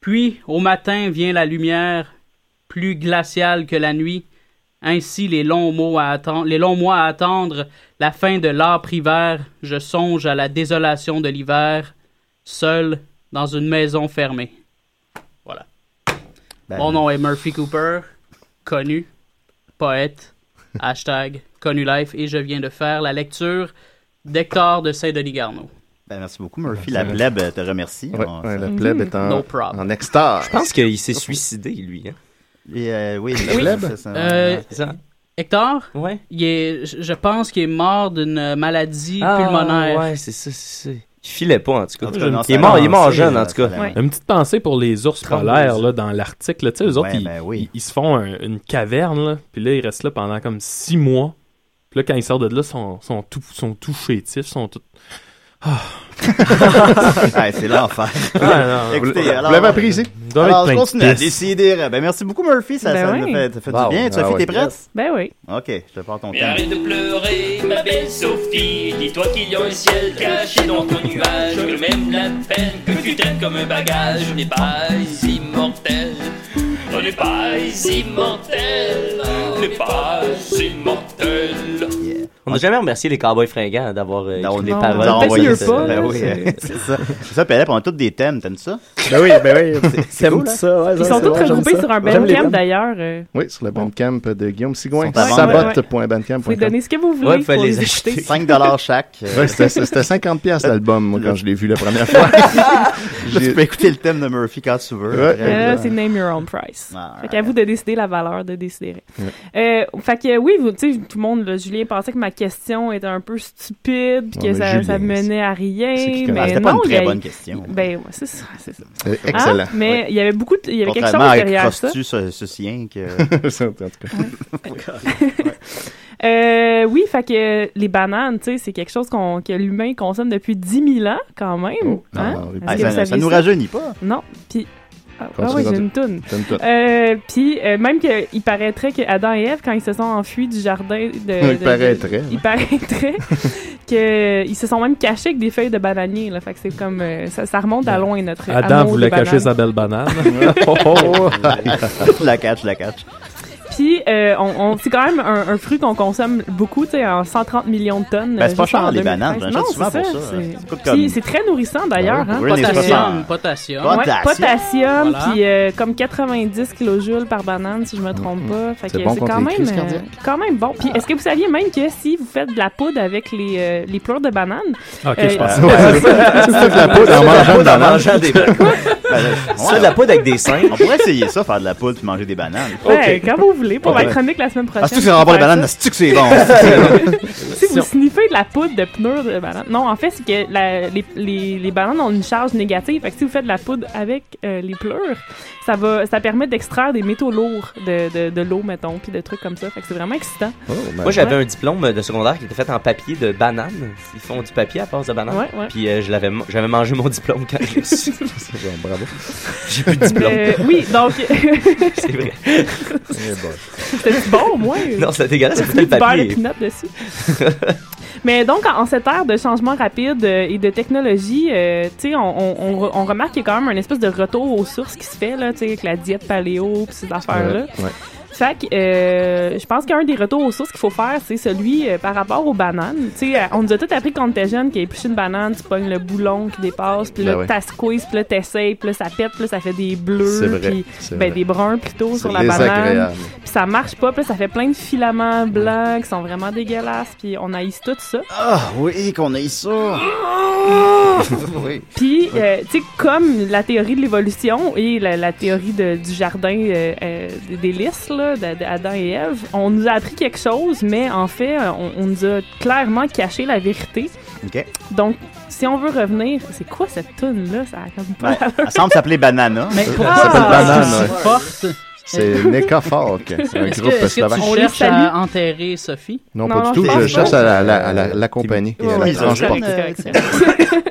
Speaker 11: puis au matin vient la lumière, plus glaciale que la nuit, ainsi les longs, mots à atten- les longs mois à attendre, la fin de l'âpre hiver, je songe à la désolation de l'hiver, seul dans une maison fermée. Voilà. Mon nom est Murphy Cooper, connu, poète, hashtag connu life, et je viens de faire la lecture d'Hector de Saint-Denis-Garneau.
Speaker 3: Ben, merci beaucoup, Murphy. La plèbe euh, te remercie.
Speaker 4: Ouais,
Speaker 3: On-
Speaker 4: ouais,
Speaker 3: ça-
Speaker 4: la plèbe est en,
Speaker 3: No
Speaker 4: en extase.
Speaker 10: Je pense qu'il s'est suicidé, lui. Hein?
Speaker 3: Et, euh, oui, la
Speaker 11: Oui.
Speaker 3: plèbe. ça-
Speaker 11: Euh,
Speaker 3: ouais, c'est ça.
Speaker 11: Hector,
Speaker 10: ouais.
Speaker 11: il est, je je pense qu'il est mort d'une maladie
Speaker 13: Ah,
Speaker 11: pulmonaire.
Speaker 10: Ah, Ouais, c'est ça, c'est ça. Il filait pas, en tout cas.
Speaker 5: En tout cas, non,
Speaker 10: il, est
Speaker 5: ça
Speaker 10: mort,
Speaker 5: a
Speaker 10: il est mort
Speaker 5: avancé,
Speaker 10: jeune, en
Speaker 5: euh,
Speaker 10: tout cas.
Speaker 5: ça a avancé. Une petite pensée pour les ours
Speaker 10: Trente-deux.
Speaker 5: polaires là, dans l'Arctique. là. Tu sais, eux autres,
Speaker 10: Ouais,
Speaker 5: ils,
Speaker 10: ben
Speaker 5: ils- ils se font un- une caverne, là, puis là, ils restent là pendant comme six mois. Puis là, quand ils sortent de là, ils sont, sont, tout, sont tout chétifs, sont tout...
Speaker 3: Ah! Ouais, c'est l'enfer.
Speaker 4: Ah, non.
Speaker 3: Écoutez,
Speaker 4: Vous
Speaker 3: alors,
Speaker 4: l'avez appris ici?
Speaker 3: euh,
Speaker 4: Doit
Speaker 3: Alors,
Speaker 4: être
Speaker 3: je
Speaker 4: plein de
Speaker 3: continue à
Speaker 4: pistes.
Speaker 3: décider. Ben, merci beaucoup, Murphy. Ça,
Speaker 4: Ben
Speaker 3: ça
Speaker 4: oui.
Speaker 3: nous fait, ça fait
Speaker 4: Wow.
Speaker 3: du bien. Sophie,
Speaker 4: Ah
Speaker 3: t'es
Speaker 4: ouais.
Speaker 3: prête?
Speaker 9: Ben oui.
Speaker 3: OK, je te prends ton
Speaker 13: Mais
Speaker 3: temps.
Speaker 13: arrête de pleurer, ma belle Sophie. Dis-toi qu'il y a un ciel caché dans ton nuage. Que même la peine que tu traînes comme un bagage n'est pas immortel. On n'est pas immortel. On n'est pas immortel.
Speaker 10: On n'a jamais remercié les cowboys fringants d'avoir euh, écrit les paroles.
Speaker 3: Non,
Speaker 10: de
Speaker 3: envoyé
Speaker 10: cette-
Speaker 3: ça. Ben oui, euh, c'est ça. C'est ça, Pelep, on a tous des thèmes. T'aimes ça?
Speaker 7: Ben oui, ben oui.
Speaker 3: C'est
Speaker 7: T'aimes
Speaker 3: cool, hein?
Speaker 7: ça, ouais,
Speaker 9: Ils sont tous regroupés sur un
Speaker 4: J'aime les
Speaker 9: Bandcamp
Speaker 4: bands.
Speaker 9: d'ailleurs. euh,
Speaker 4: Oui, sur le bandcamp de Guillaume Sigouin.
Speaker 9: Ils sont à vendre.
Speaker 4: Sabote.bandcamp.com.
Speaker 9: Vous pouvez donner ce que vous voulez. pour les écouter.
Speaker 3: 5 dollars chaque. Euh,
Speaker 4: Ouais, c'était c'était 50 pièces l'album, moi, quand je l'ai vu la première fois.
Speaker 3: Là, tu peux écouter le thème de Murphy quand tu veux.
Speaker 4: Ouais.
Speaker 9: Euh, c'est name your own price. Fait qu'à vous de décider la valeur de décider. Euh, fait que oui, vous, tu sais, tout le monde, là, Julien pensait que ma question était un peu stupide, puis
Speaker 4: Ouais,
Speaker 9: que
Speaker 4: mais
Speaker 9: ça,
Speaker 4: Julien,
Speaker 9: ça menait à
Speaker 4: c'est qui
Speaker 9: rien.
Speaker 4: qui connaît? Ah,
Speaker 9: Mais
Speaker 4: c'était
Speaker 9: non,
Speaker 4: pas une très
Speaker 9: il y a-
Speaker 4: bonne question.
Speaker 9: Ben, ouais, c'est ça, c'est ça.
Speaker 4: Euh, excellent.
Speaker 9: Ah, mais il y avait beaucoup, de- il y avait quelque chose
Speaker 3: Contrairement à
Speaker 9: derrière ça.
Speaker 3: Crostu, ce, ce sien que.
Speaker 4: Ça, en tout cas.
Speaker 9: Euh, oui, fait que euh, les bananes, tu sais, c'est quelque chose qu'on, que l'humain consomme depuis 10 000 ans, quand même. hein?
Speaker 3: Ah, oui.
Speaker 9: Est-ce
Speaker 3: Ah,
Speaker 9: que
Speaker 3: ça-
Speaker 9: vous
Speaker 3: ça
Speaker 9: saviez
Speaker 3: nous rajeunit pas.
Speaker 9: Non, puis... Ah, ah
Speaker 3: Continue,
Speaker 9: oui, j'ai
Speaker 3: continue.
Speaker 9: une toune.
Speaker 3: T'as une toune.
Speaker 9: Euh, puis euh, même qu'il paraîtrait que Adam et Ève, quand ils se sont enfuis du jardin de... de- de-
Speaker 4: paraîtrait,
Speaker 9: il
Speaker 4: hein.
Speaker 9: paraîtrait qu'ils se sont même cachés avec des feuilles de bananier, là. Fait que c'est comme... euh, ça, ça remonte à loin, notre
Speaker 5: Adam
Speaker 9: amour des
Speaker 5: voulait cacher
Speaker 9: bananes.
Speaker 5: sa belle banane.
Speaker 3: Oh, oh. je la cache, je la cache.
Speaker 9: Puis, euh, on, on- c'est quand même un, un fruit qu'on consomme beaucoup, tu sais, en 130 millions de tonnes.
Speaker 3: Ben, c'est
Speaker 9: euh,
Speaker 3: pas
Speaker 9: juste en
Speaker 3: cher, les
Speaker 9: 2013.
Speaker 3: bananes. J'en achète
Speaker 9: Non,
Speaker 3: souvent
Speaker 9: c'est
Speaker 3: pour
Speaker 9: ça.
Speaker 3: ça.
Speaker 9: c'est-
Speaker 3: Ça coûte
Speaker 9: Puis
Speaker 3: comme-
Speaker 9: c'est très nourrissant d'ailleurs.
Speaker 3: Ben
Speaker 9: hein.
Speaker 3: oui, pour une
Speaker 9: Potassium.
Speaker 3: espèce-
Speaker 11: Potassium.
Speaker 9: Ouais,
Speaker 11: Potassium.
Speaker 9: potassium,
Speaker 11: Voilà.
Speaker 9: puis euh, comme 90 kilojoules par banane, si je me trompe pas. Fait
Speaker 4: C'est
Speaker 9: que
Speaker 4: bon
Speaker 9: c'est
Speaker 4: contre
Speaker 9: quand
Speaker 4: les
Speaker 9: même,
Speaker 4: crises
Speaker 9: euh,
Speaker 4: cardiaques.
Speaker 9: quand même bon.
Speaker 11: Ah.
Speaker 9: Puis est-ce que vous saviez même que si vous faites de la poudre avec les, euh, les pleurs de banane...
Speaker 5: Ah, ok,
Speaker 9: euh,
Speaker 5: je pensais-
Speaker 3: Tu fais de la poudre en mangeant une banane. Ben, là,
Speaker 10: Tu fais de la poudre avec des singes.
Speaker 3: On pourrait essayer ça, faire de la poudre puis manger des bananes.
Speaker 9: Ouais, Ben, quand vous voulez, pour
Speaker 3: Ouais.
Speaker 9: la chronique la semaine prochaine.
Speaker 3: Ah, c'est-tu que c'est rapport les
Speaker 9: faire
Speaker 3: bananes?
Speaker 9: ça.
Speaker 3: C'est-tu que c'est bon?
Speaker 9: si vous sniffez de la poudre de pneus de banane. Non, en fait, c'est que la- les, les- les bananes ont une charge négative. Fait que si vous faites de la poudre avec euh, les pleurs, ça va, ça permet d'extraire des métaux lourds de, de- de l'eau, mettons, puis de trucs comme ça. Fait que c'est vraiment excitant.
Speaker 10: Moi, j'avais un diplôme de secondaire qui était fait en papier de banane. Ils font du papier à base de banane.
Speaker 9: Ouais, ouais.
Speaker 10: Puis euh, je l'avais, ma- j'avais mangé mon diplôme quand je l'ai su.
Speaker 3: Bravo.
Speaker 10: J'ai plus de diplôme.
Speaker 9: Euh, oui, donc.
Speaker 10: C'est vrai.
Speaker 9: C'était bon, au moins.
Speaker 10: Non, c'était dégueulasse,
Speaker 9: T'as
Speaker 10: c'était
Speaker 9: mis
Speaker 10: le
Speaker 9: du beurre de
Speaker 10: papier.
Speaker 9: peanut dessus. Mais donc, en, en cette ère de changement rapide euh, et de technologie, euh, tu sais, on, on- on re- on remarque qu'il y a quand même une espèce de retour aux sources qui se fait, là, tu sais, avec la diète paléo pis ces affaires-là.
Speaker 4: Ouais, ouais.
Speaker 9: Fait que, euh, je pense qu'un des retours aux sources qu'il faut faire, c'est celui euh, par rapport aux bananes. Tu sais, euh, on nous a tout appris quand t'es jeune qu'il y a épluché une banane, tu pognes le boulon qui dépasse, puis là,
Speaker 4: Ben ouais.
Speaker 9: t'as squeeze, puis là, t'essayes, puis là, ça pète, puis là, ça fait des bleus,
Speaker 4: C'est vrai,
Speaker 9: puis
Speaker 4: c'est
Speaker 9: ben,
Speaker 4: vrai.
Speaker 9: des bruns plutôt sur la banane.
Speaker 4: désagréable.
Speaker 9: Puis ça marche pas, puis là, ça fait plein de filaments blancs qui sont vraiment dégueulasses, puis on haïsse tout ça.
Speaker 3: Ah oui, qu'on ait
Speaker 9: Ah!
Speaker 3: ça. oui.
Speaker 9: Puis, euh, tu sais, comme la théorie de l'évolution et la, la théorie de- du jardin euh, euh, des lys, là, d'A- d'Adam et Ève, on nous a appris quelque chose, mais en fait, euh, on, on nous a clairement caché la vérité.
Speaker 3: OK.
Speaker 9: Donc, si on veut revenir, c'est quoi cette toune là Ça a comme pas
Speaker 3: Ben, elle semble s'appeler Banana.
Speaker 9: Mais
Speaker 3: Ça
Speaker 9: pourquoi Ah,
Speaker 3: s'appelle
Speaker 9: c'est
Speaker 3: Banane,
Speaker 9: aussi
Speaker 3: ouais.
Speaker 11: forte?
Speaker 4: C'est Neka Fork. C'est un
Speaker 11: Est-ce
Speaker 4: groupe
Speaker 11: que, est-ce que
Speaker 4: slovaque.
Speaker 11: tu cherches à enterrer Sophie?
Speaker 4: Non, pas du tout. Je cherche à la- la- à la- l'accompagner.
Speaker 11: Ouais,
Speaker 4: la
Speaker 11: ouais,
Speaker 4: transporter.
Speaker 11: c'est correct,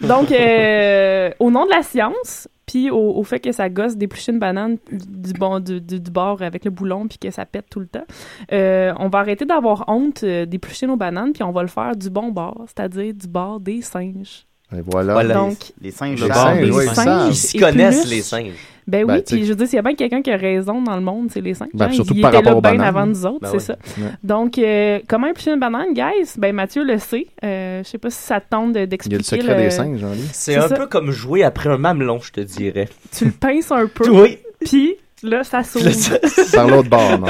Speaker 9: Donc, euh, au nom de la science, puis au, au fait que ça gosse d'éplucher une banane du, bon, du, du- du bord avec le boulon, puis que ça pète tout le temps, euh, on va arrêter d'avoir honte euh, d'éplucher nos bananes, puis on va le faire du bon bord, c'est-à-dire du bord des singes.
Speaker 4: Et voilà.
Speaker 9: Voilà. Donc,
Speaker 3: les singes,
Speaker 4: Les
Speaker 3: savent.
Speaker 4: singes, oui, ils savent.
Speaker 10: Ils s'y connaissent, les singes.
Speaker 9: Ben
Speaker 4: Ben,
Speaker 9: oui,
Speaker 4: tu sais-
Speaker 9: puis je veux dire, s'il y a bien quelqu'un qui a raison dans le monde, c'est les singes.
Speaker 4: Ben,
Speaker 9: hein.
Speaker 4: surtout
Speaker 9: Ils
Speaker 4: par
Speaker 9: étaient
Speaker 4: rapport
Speaker 9: là
Speaker 4: aux
Speaker 9: bien
Speaker 4: bananes.
Speaker 9: avant nous autres,
Speaker 4: Ben
Speaker 9: c'est
Speaker 4: oui.
Speaker 9: ça.
Speaker 4: Ouais.
Speaker 9: Donc, euh, comment éplucher une banane, guys? Ben, Mathieu le sait. Euh, je sais pas si ça te tente de-
Speaker 10: Il y a
Speaker 9: d'expliquer.
Speaker 10: le secret des
Speaker 3: singes,
Speaker 4: hein.
Speaker 3: Jean-Louis.
Speaker 10: C'est
Speaker 9: euh, C'est
Speaker 10: un
Speaker 9: ça.
Speaker 10: peu comme jouer après un mamelon, je te dirais.
Speaker 9: Tu le pinces un peu.
Speaker 10: Oui.
Speaker 9: Puis, là, ça s'ouvre.
Speaker 4: Par l'autre bord, non.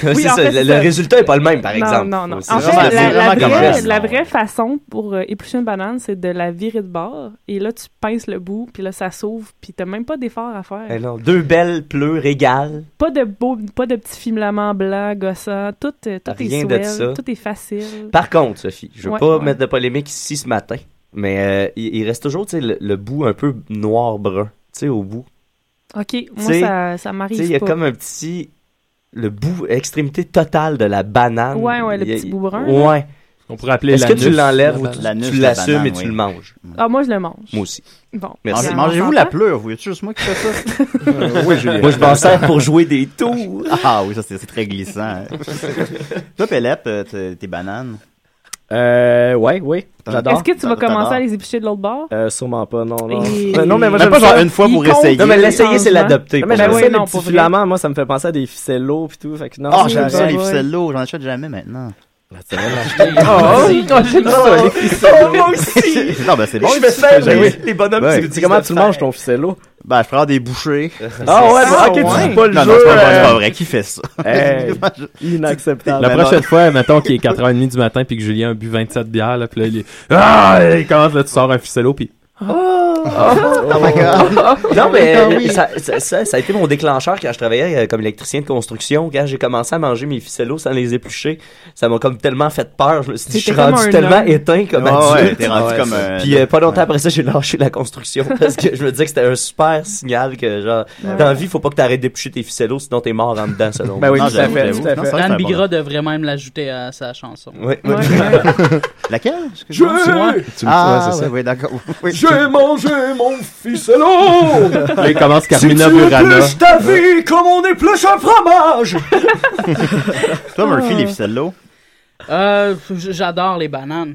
Speaker 10: C'est
Speaker 9: Oui, en
Speaker 10: ça,
Speaker 9: fait,
Speaker 10: le,
Speaker 9: c'est
Speaker 10: le
Speaker 9: ça.
Speaker 10: résultat est pas le même, par exemple.
Speaker 9: Non, non, non.
Speaker 10: C'est
Speaker 9: En fait,
Speaker 10: vraiment-
Speaker 9: la,
Speaker 10: c'est
Speaker 9: la
Speaker 10: vraiment comme
Speaker 9: vraie,
Speaker 10: geste.
Speaker 9: la vraie façon pour euh, éplucher une banane, c'est de la virer de bord. Et là, tu pinces le bout, puis là, ça s'ouvre, puis t'as même pas d'effort à faire.
Speaker 10: Eh non, deux belles pleurs égales.
Speaker 9: Pas de beau, pas de petits filaments blancs, gossants. Tout, euh, tout
Speaker 10: Rien
Speaker 9: est
Speaker 10: de
Speaker 9: swell,
Speaker 10: ça.
Speaker 9: tout est facile.
Speaker 10: Par contre, Sophie, je veux
Speaker 9: Mm. Ouais,
Speaker 10: pas
Speaker 9: ouais.
Speaker 10: mettre de polémique ici ce matin, mais euh, il, il reste toujours tu sais, le, le bout un peu noir-brun, tu sais, au bout.
Speaker 9: OK, moi,
Speaker 10: Tu sais,
Speaker 9: ça, ça
Speaker 10: tu sais, Il y
Speaker 9: m'arrive
Speaker 10: a
Speaker 9: pas.
Speaker 10: comme un petit. Le bout, extrémité totale de la banane.
Speaker 9: Ouais, ouais, le
Speaker 10: Il y a-
Speaker 9: petit bout brun, là.
Speaker 10: Ouais.
Speaker 5: On pourrait appeler
Speaker 10: Est-ce
Speaker 5: la
Speaker 10: que tu
Speaker 5: nuce,
Speaker 10: l'enlèves
Speaker 5: la
Speaker 10: ou tu-
Speaker 5: banane.
Speaker 10: tu La nuce, la l'assumes et banane, tu oui. le manges?
Speaker 9: Ah, moi, je le mange.
Speaker 10: Moi aussi.
Speaker 9: Bon.
Speaker 10: Merci.
Speaker 9: Ben, on
Speaker 3: Mangez-vous la
Speaker 9: s'entend?
Speaker 3: pleure, vous. Y a juste moi qui fais ça?
Speaker 9: Euh,
Speaker 10: oui, Julien. Moi, je m'en sers pour jouer des tours.
Speaker 3: Ah oui, ça, c'est c'est très glissant. hein. Toi, Pellep, euh, t'es- tes bananes?
Speaker 7: Euh, ouais, oui. J'adore.
Speaker 9: Est-ce que tu vas commencer à les éplucher de l'autre bord?
Speaker 7: Euh, sûrement pas, non, non.
Speaker 9: Et-
Speaker 7: Mais Euh, non, mais moi,
Speaker 9: Même
Speaker 7: j'aime
Speaker 9: pas
Speaker 7: ça.
Speaker 9: genre une fois pour Il compte essayer.
Speaker 7: Non, mais
Speaker 9: les
Speaker 7: l'essayer, c'est
Speaker 9: changements.
Speaker 7: l'adopter.
Speaker 9: Ben
Speaker 7: mais j'aime
Speaker 9: oui, non,
Speaker 7: ça, les
Speaker 9: pour
Speaker 7: petits
Speaker 9: vrai.
Speaker 7: filaments, moi, ça me fait penser à des ficellos pis tout. Fait que non.
Speaker 3: Ah, j'aime ça,
Speaker 7: j'adore.
Speaker 3: les ficelles lourdes. J'en achète jamais maintenant.
Speaker 7: C'est vrai, l'acheter. Ah, j'aime ça, les ficelles
Speaker 3: Oh,
Speaker 7: lourdes.
Speaker 3: moi aussi! Non, ben c'est bon.
Speaker 7: Je me sers
Speaker 3: Ben
Speaker 7: les- les bonhommes qui nous disent de faire. ton ficello?
Speaker 3: Ben, je prends des bouchées.
Speaker 7: Ah ouais, ok, tu dis pas le
Speaker 3: Non, non,
Speaker 7: jeu,
Speaker 3: c'est pas vrai,
Speaker 7: euh,
Speaker 3: c'est pas vrai. Qui fait ça?
Speaker 7: Hey,
Speaker 10: Ah,
Speaker 3: inacceptable.
Speaker 10: ben
Speaker 5: La prochaine fois, mettons qu'il est 4h30 du matin puis que Julien a bu 27 bières, là, puis là, il est... Ah! Il commence, là, tu sors un ficello, puis...
Speaker 3: Ah!
Speaker 11: Oh
Speaker 10: Non,
Speaker 5: Ah
Speaker 10: Oh. mais
Speaker 5: oui.
Speaker 10: ça, ça, ça, ça a été mon déclencheur quand je travaillais euh, comme électricien de construction. Quand j'ai commencé à manger mes ficellos sans les éplucher, ça m'a comme tellement fait peur. Je me suis dit, je suis
Speaker 3: T'étais comme
Speaker 10: rendu
Speaker 3: un
Speaker 10: tellement
Speaker 3: homme.
Speaker 10: éteint comme
Speaker 3: Ouais,
Speaker 10: adulte.
Speaker 3: ouais, t'es rendu comme un-
Speaker 10: Puis euh, pas longtemps après ça, j'ai lâché la construction parce que je me disais que c'était un super signal que, genre,
Speaker 3: Ben
Speaker 11: Ouais.
Speaker 10: dans la vie, faut pas que t'arrêtes d'éplucher tes ficellos, sinon t'es mort en dedans, selon
Speaker 11: Ben oui,
Speaker 10: moi.
Speaker 11: tout à fait,
Speaker 10: j'avoue,
Speaker 11: tout
Speaker 10: j'avoue.
Speaker 11: Dan Bigra devrait même l'ajouter à sa chanson.
Speaker 10: Oui.
Speaker 11: Ouais.
Speaker 3: Laquelle?
Speaker 11: Je-
Speaker 3: Excuse-moi.
Speaker 11: Tu me-
Speaker 3: Ah,
Speaker 11: ouais, c'est
Speaker 3: ouais,
Speaker 11: ça.
Speaker 3: ouais, d'accord.
Speaker 13: Ah.
Speaker 3: Oui.
Speaker 7: J'ai mangé mon ficello!
Speaker 5: Là, il commence Carmina
Speaker 7: si tu
Speaker 5: Burana.
Speaker 7: épluches ta vie comme on épluche un fromage!
Speaker 3: Toi, Murphy,
Speaker 11: Ah.
Speaker 3: les ficelles lourdes.
Speaker 11: Euh, j- J'adore les bananes.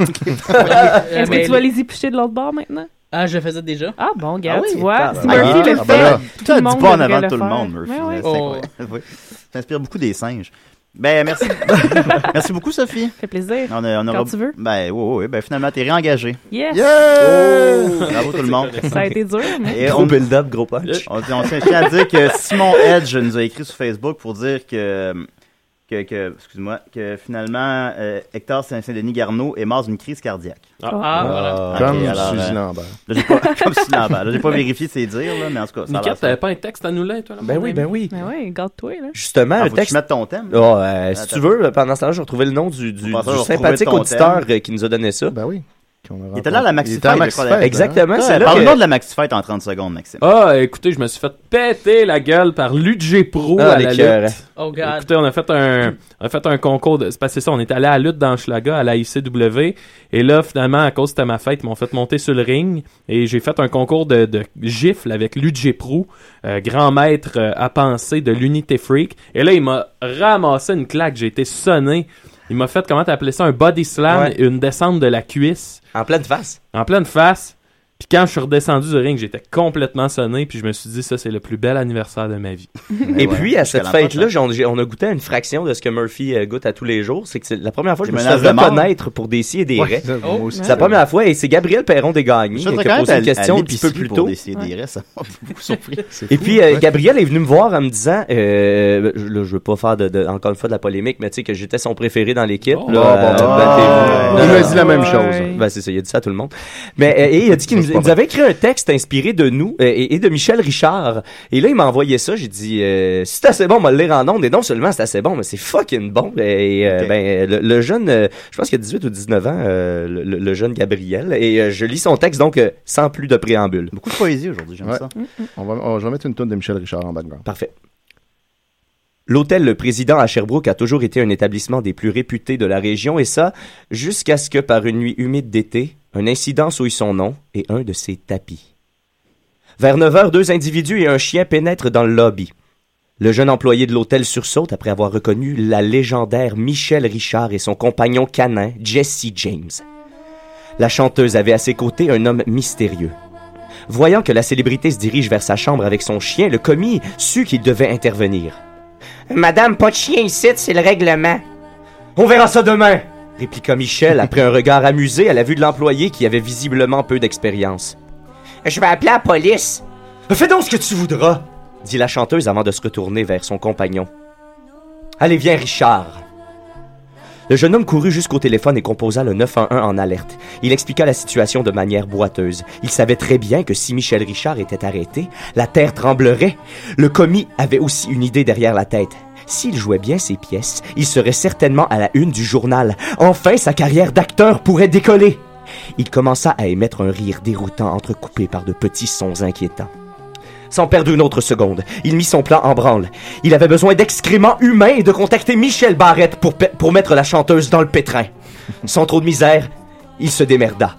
Speaker 9: Est-ce que tu vas les éplucher de l'autre bord maintenant?
Speaker 11: Ah, je le faisais déjà.
Speaker 9: Ah bon, regarde,
Speaker 11: Ah oui,
Speaker 9: tu vois.
Speaker 11: tabarnak.
Speaker 9: Si Murphy
Speaker 11: Ah,
Speaker 9: le
Speaker 11: ah,
Speaker 9: fait,
Speaker 11: ben là,
Speaker 9: tout
Speaker 3: Tu as
Speaker 9: le
Speaker 3: du
Speaker 9: monde
Speaker 3: pas en
Speaker 9: devrait
Speaker 3: avant de
Speaker 9: le
Speaker 3: tout le
Speaker 9: faire.
Speaker 3: monde, Murphy.
Speaker 9: Ouais,
Speaker 3: là,
Speaker 9: ouais.
Speaker 3: c'est incroyable. Oui. Ça inspire beaucoup des singes. Ben, merci. merci beaucoup, Sophie.
Speaker 9: Fait plaisir.
Speaker 3: On a- on aura-
Speaker 9: Quand tu veux.
Speaker 3: Ben, oui, oui, oui. Ben, finalement, t'es réengagé.
Speaker 9: Yes!
Speaker 3: Yeah! Bravo tout le monde.
Speaker 9: Ça a été dur, mais...
Speaker 3: Et
Speaker 10: Gros
Speaker 3: on-
Speaker 10: build-up, gros punch.
Speaker 3: On, on tient- je tiens à dire que Simon Edge nous a écrit sur Facebook pour dire que, que, que- excuse-moi, que finalement, euh, Hector Saint-Denis Garneau est mort d'une crise cardiaque.
Speaker 11: Ah, ah, voilà.
Speaker 3: ok,
Speaker 4: Comme
Speaker 3: alors,
Speaker 4: Suzy
Speaker 3: euh,
Speaker 4: Lambert.
Speaker 3: là, j'ai pas- Comme Suzy Lambert. Là, j'ai pas vérifié ses dires, là, mais en tout cas, ça a l'air
Speaker 5: Nickel,
Speaker 3: ça.
Speaker 10: euh,
Speaker 5: t'avais pas un texte à nous là, toi, là,
Speaker 10: Ben
Speaker 5: mon
Speaker 10: oui,
Speaker 5: ami?
Speaker 10: ben oui.
Speaker 9: Mais ouais, garde-toi, là.
Speaker 10: Justement,
Speaker 3: Ah,
Speaker 10: un
Speaker 3: faut que
Speaker 10: texte.
Speaker 3: je mette ton thème.
Speaker 10: Ah, euh, si
Speaker 3: Attends.
Speaker 10: tu veux, pendant ce temps-là, je vais retrouver le nom du, du,
Speaker 3: On va
Speaker 10: du
Speaker 3: retrouver
Speaker 10: sympathique
Speaker 3: ton
Speaker 10: auditeur
Speaker 3: thème.
Speaker 10: euh, qui nous a donné ça.
Speaker 3: Ben oui. Il était là à la Maxi
Speaker 10: Il était à la
Speaker 3: Fête,
Speaker 10: Maxi
Speaker 3: je crois,
Speaker 10: Fête, Exactement,
Speaker 3: hein.
Speaker 10: c'est
Speaker 3: Ouais,
Speaker 10: là
Speaker 3: Parle-nous
Speaker 10: que-
Speaker 3: de la Maxi Fête en 30 secondes, Maxime.
Speaker 5: Ah, écoutez, je me suis fait péter la gueule par l'UG Pro
Speaker 3: Ah,
Speaker 5: à la
Speaker 3: les cœurs.
Speaker 5: lutte.
Speaker 11: Oh, God.
Speaker 5: Ah. Écoutez, on a fait un, on a fait un concours. De, c'est parce que c'est ça, on est allé à la lutte dans Schlaga, à la ICW. Et là, finalement, à cause de ma fête, ils m'ont fait monter sur le ring. Et j'ai fait un concours de, de gifles avec l'UG Pro, euh, grand maître euh, à penser de l'unité freak. Et là, il m'a ramassé une claque. J'ai été sonné. Il m'a fait, comment t'appelais ça, un body slam,
Speaker 10: Ouais.
Speaker 5: une descente de la cuisse.
Speaker 10: En pleine face.
Speaker 5: En pleine face. Puis quand je suis redescendu du ring, j'étais complètement sonné. Puis je me suis dit, ça, c'est le plus bel anniversaire de ma vie.
Speaker 10: Et puis, à cette
Speaker 3: hein.
Speaker 10: fête-là, j'en- j'ai- on a goûté à une fraction de ce que Murphy euh, goûte à tous les jours. C'est que c'est la première fois que je me
Speaker 3: Des
Speaker 10: suis
Speaker 3: menaces
Speaker 10: fait
Speaker 3: de mort.
Speaker 10: reconnaître pour des si et des
Speaker 3: Ouais,
Speaker 10: raies.
Speaker 3: ça, moi aussi.
Speaker 10: C'est la première fois. Et c'est Gabriel Perron des Gagnés
Speaker 3: Je
Speaker 10: qui
Speaker 3: te
Speaker 10: a
Speaker 3: reconnais
Speaker 10: posé
Speaker 3: à,
Speaker 10: une question
Speaker 3: à
Speaker 10: un petit peu
Speaker 3: l'épicerie
Speaker 10: plus
Speaker 3: pour
Speaker 10: tôt.
Speaker 3: des CDR, ça m'a beaucoup surpris.
Speaker 10: Et puis, euh, Gabriel est venu me voir en me disant, euh, je- là, je veux pas faire de, de- encore une fois de la polémique, mais tu sais que j'étais son préféré dans l'équipe. là,
Speaker 4: Ah,
Speaker 10: euh, battez-vous.
Speaker 4: bon. Ah,
Speaker 10: Non,
Speaker 4: il m'a
Speaker 10: non,
Speaker 4: dit la
Speaker 10: non.
Speaker 4: même chose.
Speaker 10: Ben, c'est ça, il a dit ça à tout le monde. Mais euh, et il a dit qu'il nous, il nous avait écrit un texte inspiré de nous euh, et, et de Michel Richard. Et là, il m'a envoyé ça, j'ai dit, euh, c'est assez bon, on va le lire en ondes. Et non seulement c'est assez bon, mais c'est fucking bon. Et euh, ben, le, le jeune, euh, je pense qu'il a 18 ou 19 ans, euh, le, le- le jeune Gabriel. Et euh, je lis son texte, donc, euh, sans plus de préambule.
Speaker 3: Beaucoup de poésie aujourd'hui, j'aime
Speaker 10: Ouais.
Speaker 3: ça.
Speaker 4: On va, on- je vais mettre une tonne de Michel Richard en background.
Speaker 10: Parfait. L'hôtel Le Président à Sherbrooke a toujours été un établissement des plus réputés de la région, et ça, jusqu'à ce que par une nuit humide d'été, un incident souille son nom et un de ses tapis. Vers 9 heures, deux individus et un chien pénètrent dans le lobby. Le jeune employé de l'hôtel sursaute après avoir reconnu la légendaire Michel Richard et son compagnon canin, Jesse James. La chanteuse avait à ses côtés un homme mystérieux. Voyant que la célébrité se dirige vers sa chambre avec son chien, le commis sut qu'il devait intervenir. Madame, pas de chien ici, c'est le règlement. On verra ça demain, répliqua Michel après un regard amusé à la vue de l'employé qui avait visiblement peu d'expérience. Je vais appeler la police. Fais donc ce que tu voudras, dit la chanteuse avant de se retourner vers son compagnon. Allez, viens, Richard. Le jeune homme courut jusqu'au téléphone et composa le 911 en alerte. Il expliqua la situation de manière boiteuse. Il savait très bien que si Michel Richard était arrêté, la terre tremblerait. Le commis avait aussi une idée derrière la tête. S'il jouait bien ses pièces, il serait certainement à la une du journal. Enfin, sa carrière d'acteur pourrait décoller. Il commença à émettre un rire déroutant entrecoupé par de petits sons inquiétants. Sans perdre une autre seconde, il mit son plan en branle. Il avait besoin d'excréments humains et de contacter Michel Barrette pour, pe- pour mettre la chanteuse dans le pétrin. Sans trop de misère, il se démerda.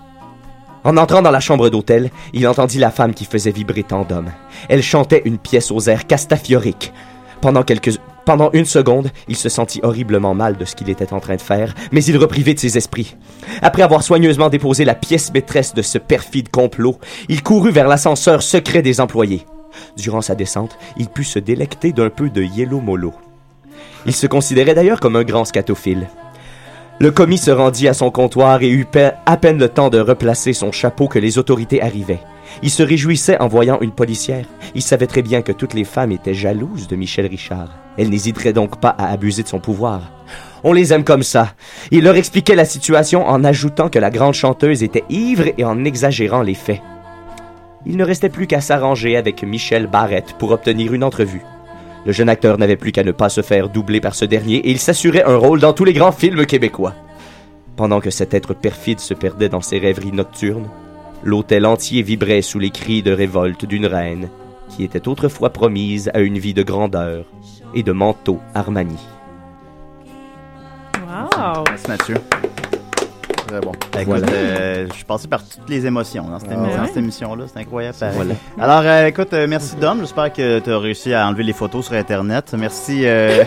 Speaker 10: En entrant dans la chambre d'hôtel, il entendit la femme qui faisait vibrer tant d'hommes. Elle chantait une pièce aux airs castafioriques. Pendant quelques... Pendant une seconde, il se sentit horriblement mal de ce qu'il était en train de faire, mais il reprit vite ses esprits. Après avoir soigneusement déposé la pièce maîtresse de ce perfide complot, il courut vers l'ascenseur secret des employés. Durant sa descente, il put se délecter d'un peu de Yellow Molo. Il se considérait d'ailleurs comme un grand scatophile. Le commis se rendit à son comptoir et eut pe- à peine le temps de replacer son chapeau que les autorités arrivaient. Il se réjouissait en voyant une policière. Il savait très bien que toutes les femmes étaient jalouses de Michel Richard. Elle n'hésiterait donc pas à abuser de son pouvoir. On les aime comme ça. Il leur expliquait la situation en ajoutant que la grande chanteuse était ivre et en exagérant les faits. Il ne restait plus qu'à s'arranger avec Michel Barrette pour obtenir une entrevue. Le jeune acteur n'avait plus qu'à ne pas se faire doubler par ce dernier et il s'assurait un rôle dans tous les grands films québécois. Pendant que cet être perfide se perdait dans ses rêveries nocturnes, l'hôtel entier vibrait sous les cris de révolte d'une reine qui était autrefois promise à une vie de grandeur et de manteau Armani.
Speaker 9: Wow!
Speaker 3: Merci Mathieu. Très bon. euh,
Speaker 10: Voilà.
Speaker 3: je suis passé par toutes les émotions dans cette, émi-
Speaker 4: Ah ouais.
Speaker 3: dans cette émission-là. C'est incroyable. pareil.
Speaker 10: Voilà.
Speaker 3: Alors, euh, écoute, euh, merci Dom. J'espère que tu as réussi à enlever les photos sur Internet. Merci euh,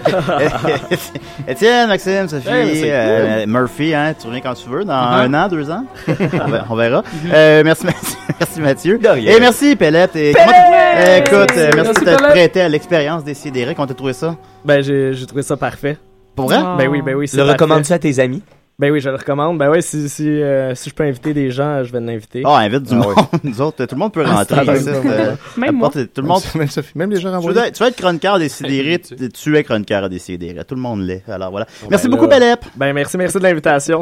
Speaker 3: Étienne, Maxime, Sophie,
Speaker 4: Hey, mais c'est
Speaker 3: euh,
Speaker 4: cool.
Speaker 3: Murphy. Hein, tu reviens quand tu veux, dans
Speaker 6: Uh-huh.
Speaker 4: Mhm.
Speaker 3: un an, deux ans. on ver- on verra. Euh, merci, Mathieu- merci Mathieu.
Speaker 4: rien.
Speaker 3: Et merci Pellette. Et
Speaker 4: Pellette!
Speaker 3: comment- écoute, euh, merci,
Speaker 6: Merci,
Speaker 3: de t'être
Speaker 6: Pellette.
Speaker 3: prêté à l'expérience des Sidérés. Comment t'as trouvé ça?
Speaker 6: Ben, j'ai j'ai trouvé ça parfait.
Speaker 3: Pour vrai?
Speaker 6: Ben oui, ben oui. c'est
Speaker 10: Le
Speaker 6: parfait.
Speaker 10: recommandes-tu à tes amis?
Speaker 6: Ben oui, je le recommande. Ben oui, si, si, euh, si je peux inviter des gens, je vais l'inviter.
Speaker 3: Ah, invite du monde. Nous autres, tout le monde peut
Speaker 6: Ah,
Speaker 3: rentrer.
Speaker 6: c'est
Speaker 3: ici,
Speaker 6: vrai.
Speaker 3: euh,
Speaker 6: Même
Speaker 3: à
Speaker 6: moi.
Speaker 3: portée- Tout le monde.
Speaker 4: Même Sophie, même les gens
Speaker 3: Tu veux,
Speaker 4: renvoyés.
Speaker 3: être- tu veux être chroniqueur décidéré, tu tu es chroniqueur décidéré. Tout le monde l'est. Alors voilà. Merci
Speaker 6: Ben
Speaker 3: beaucoup,
Speaker 6: là.
Speaker 3: Belep.
Speaker 6: Ben merci, merci de l'invitation.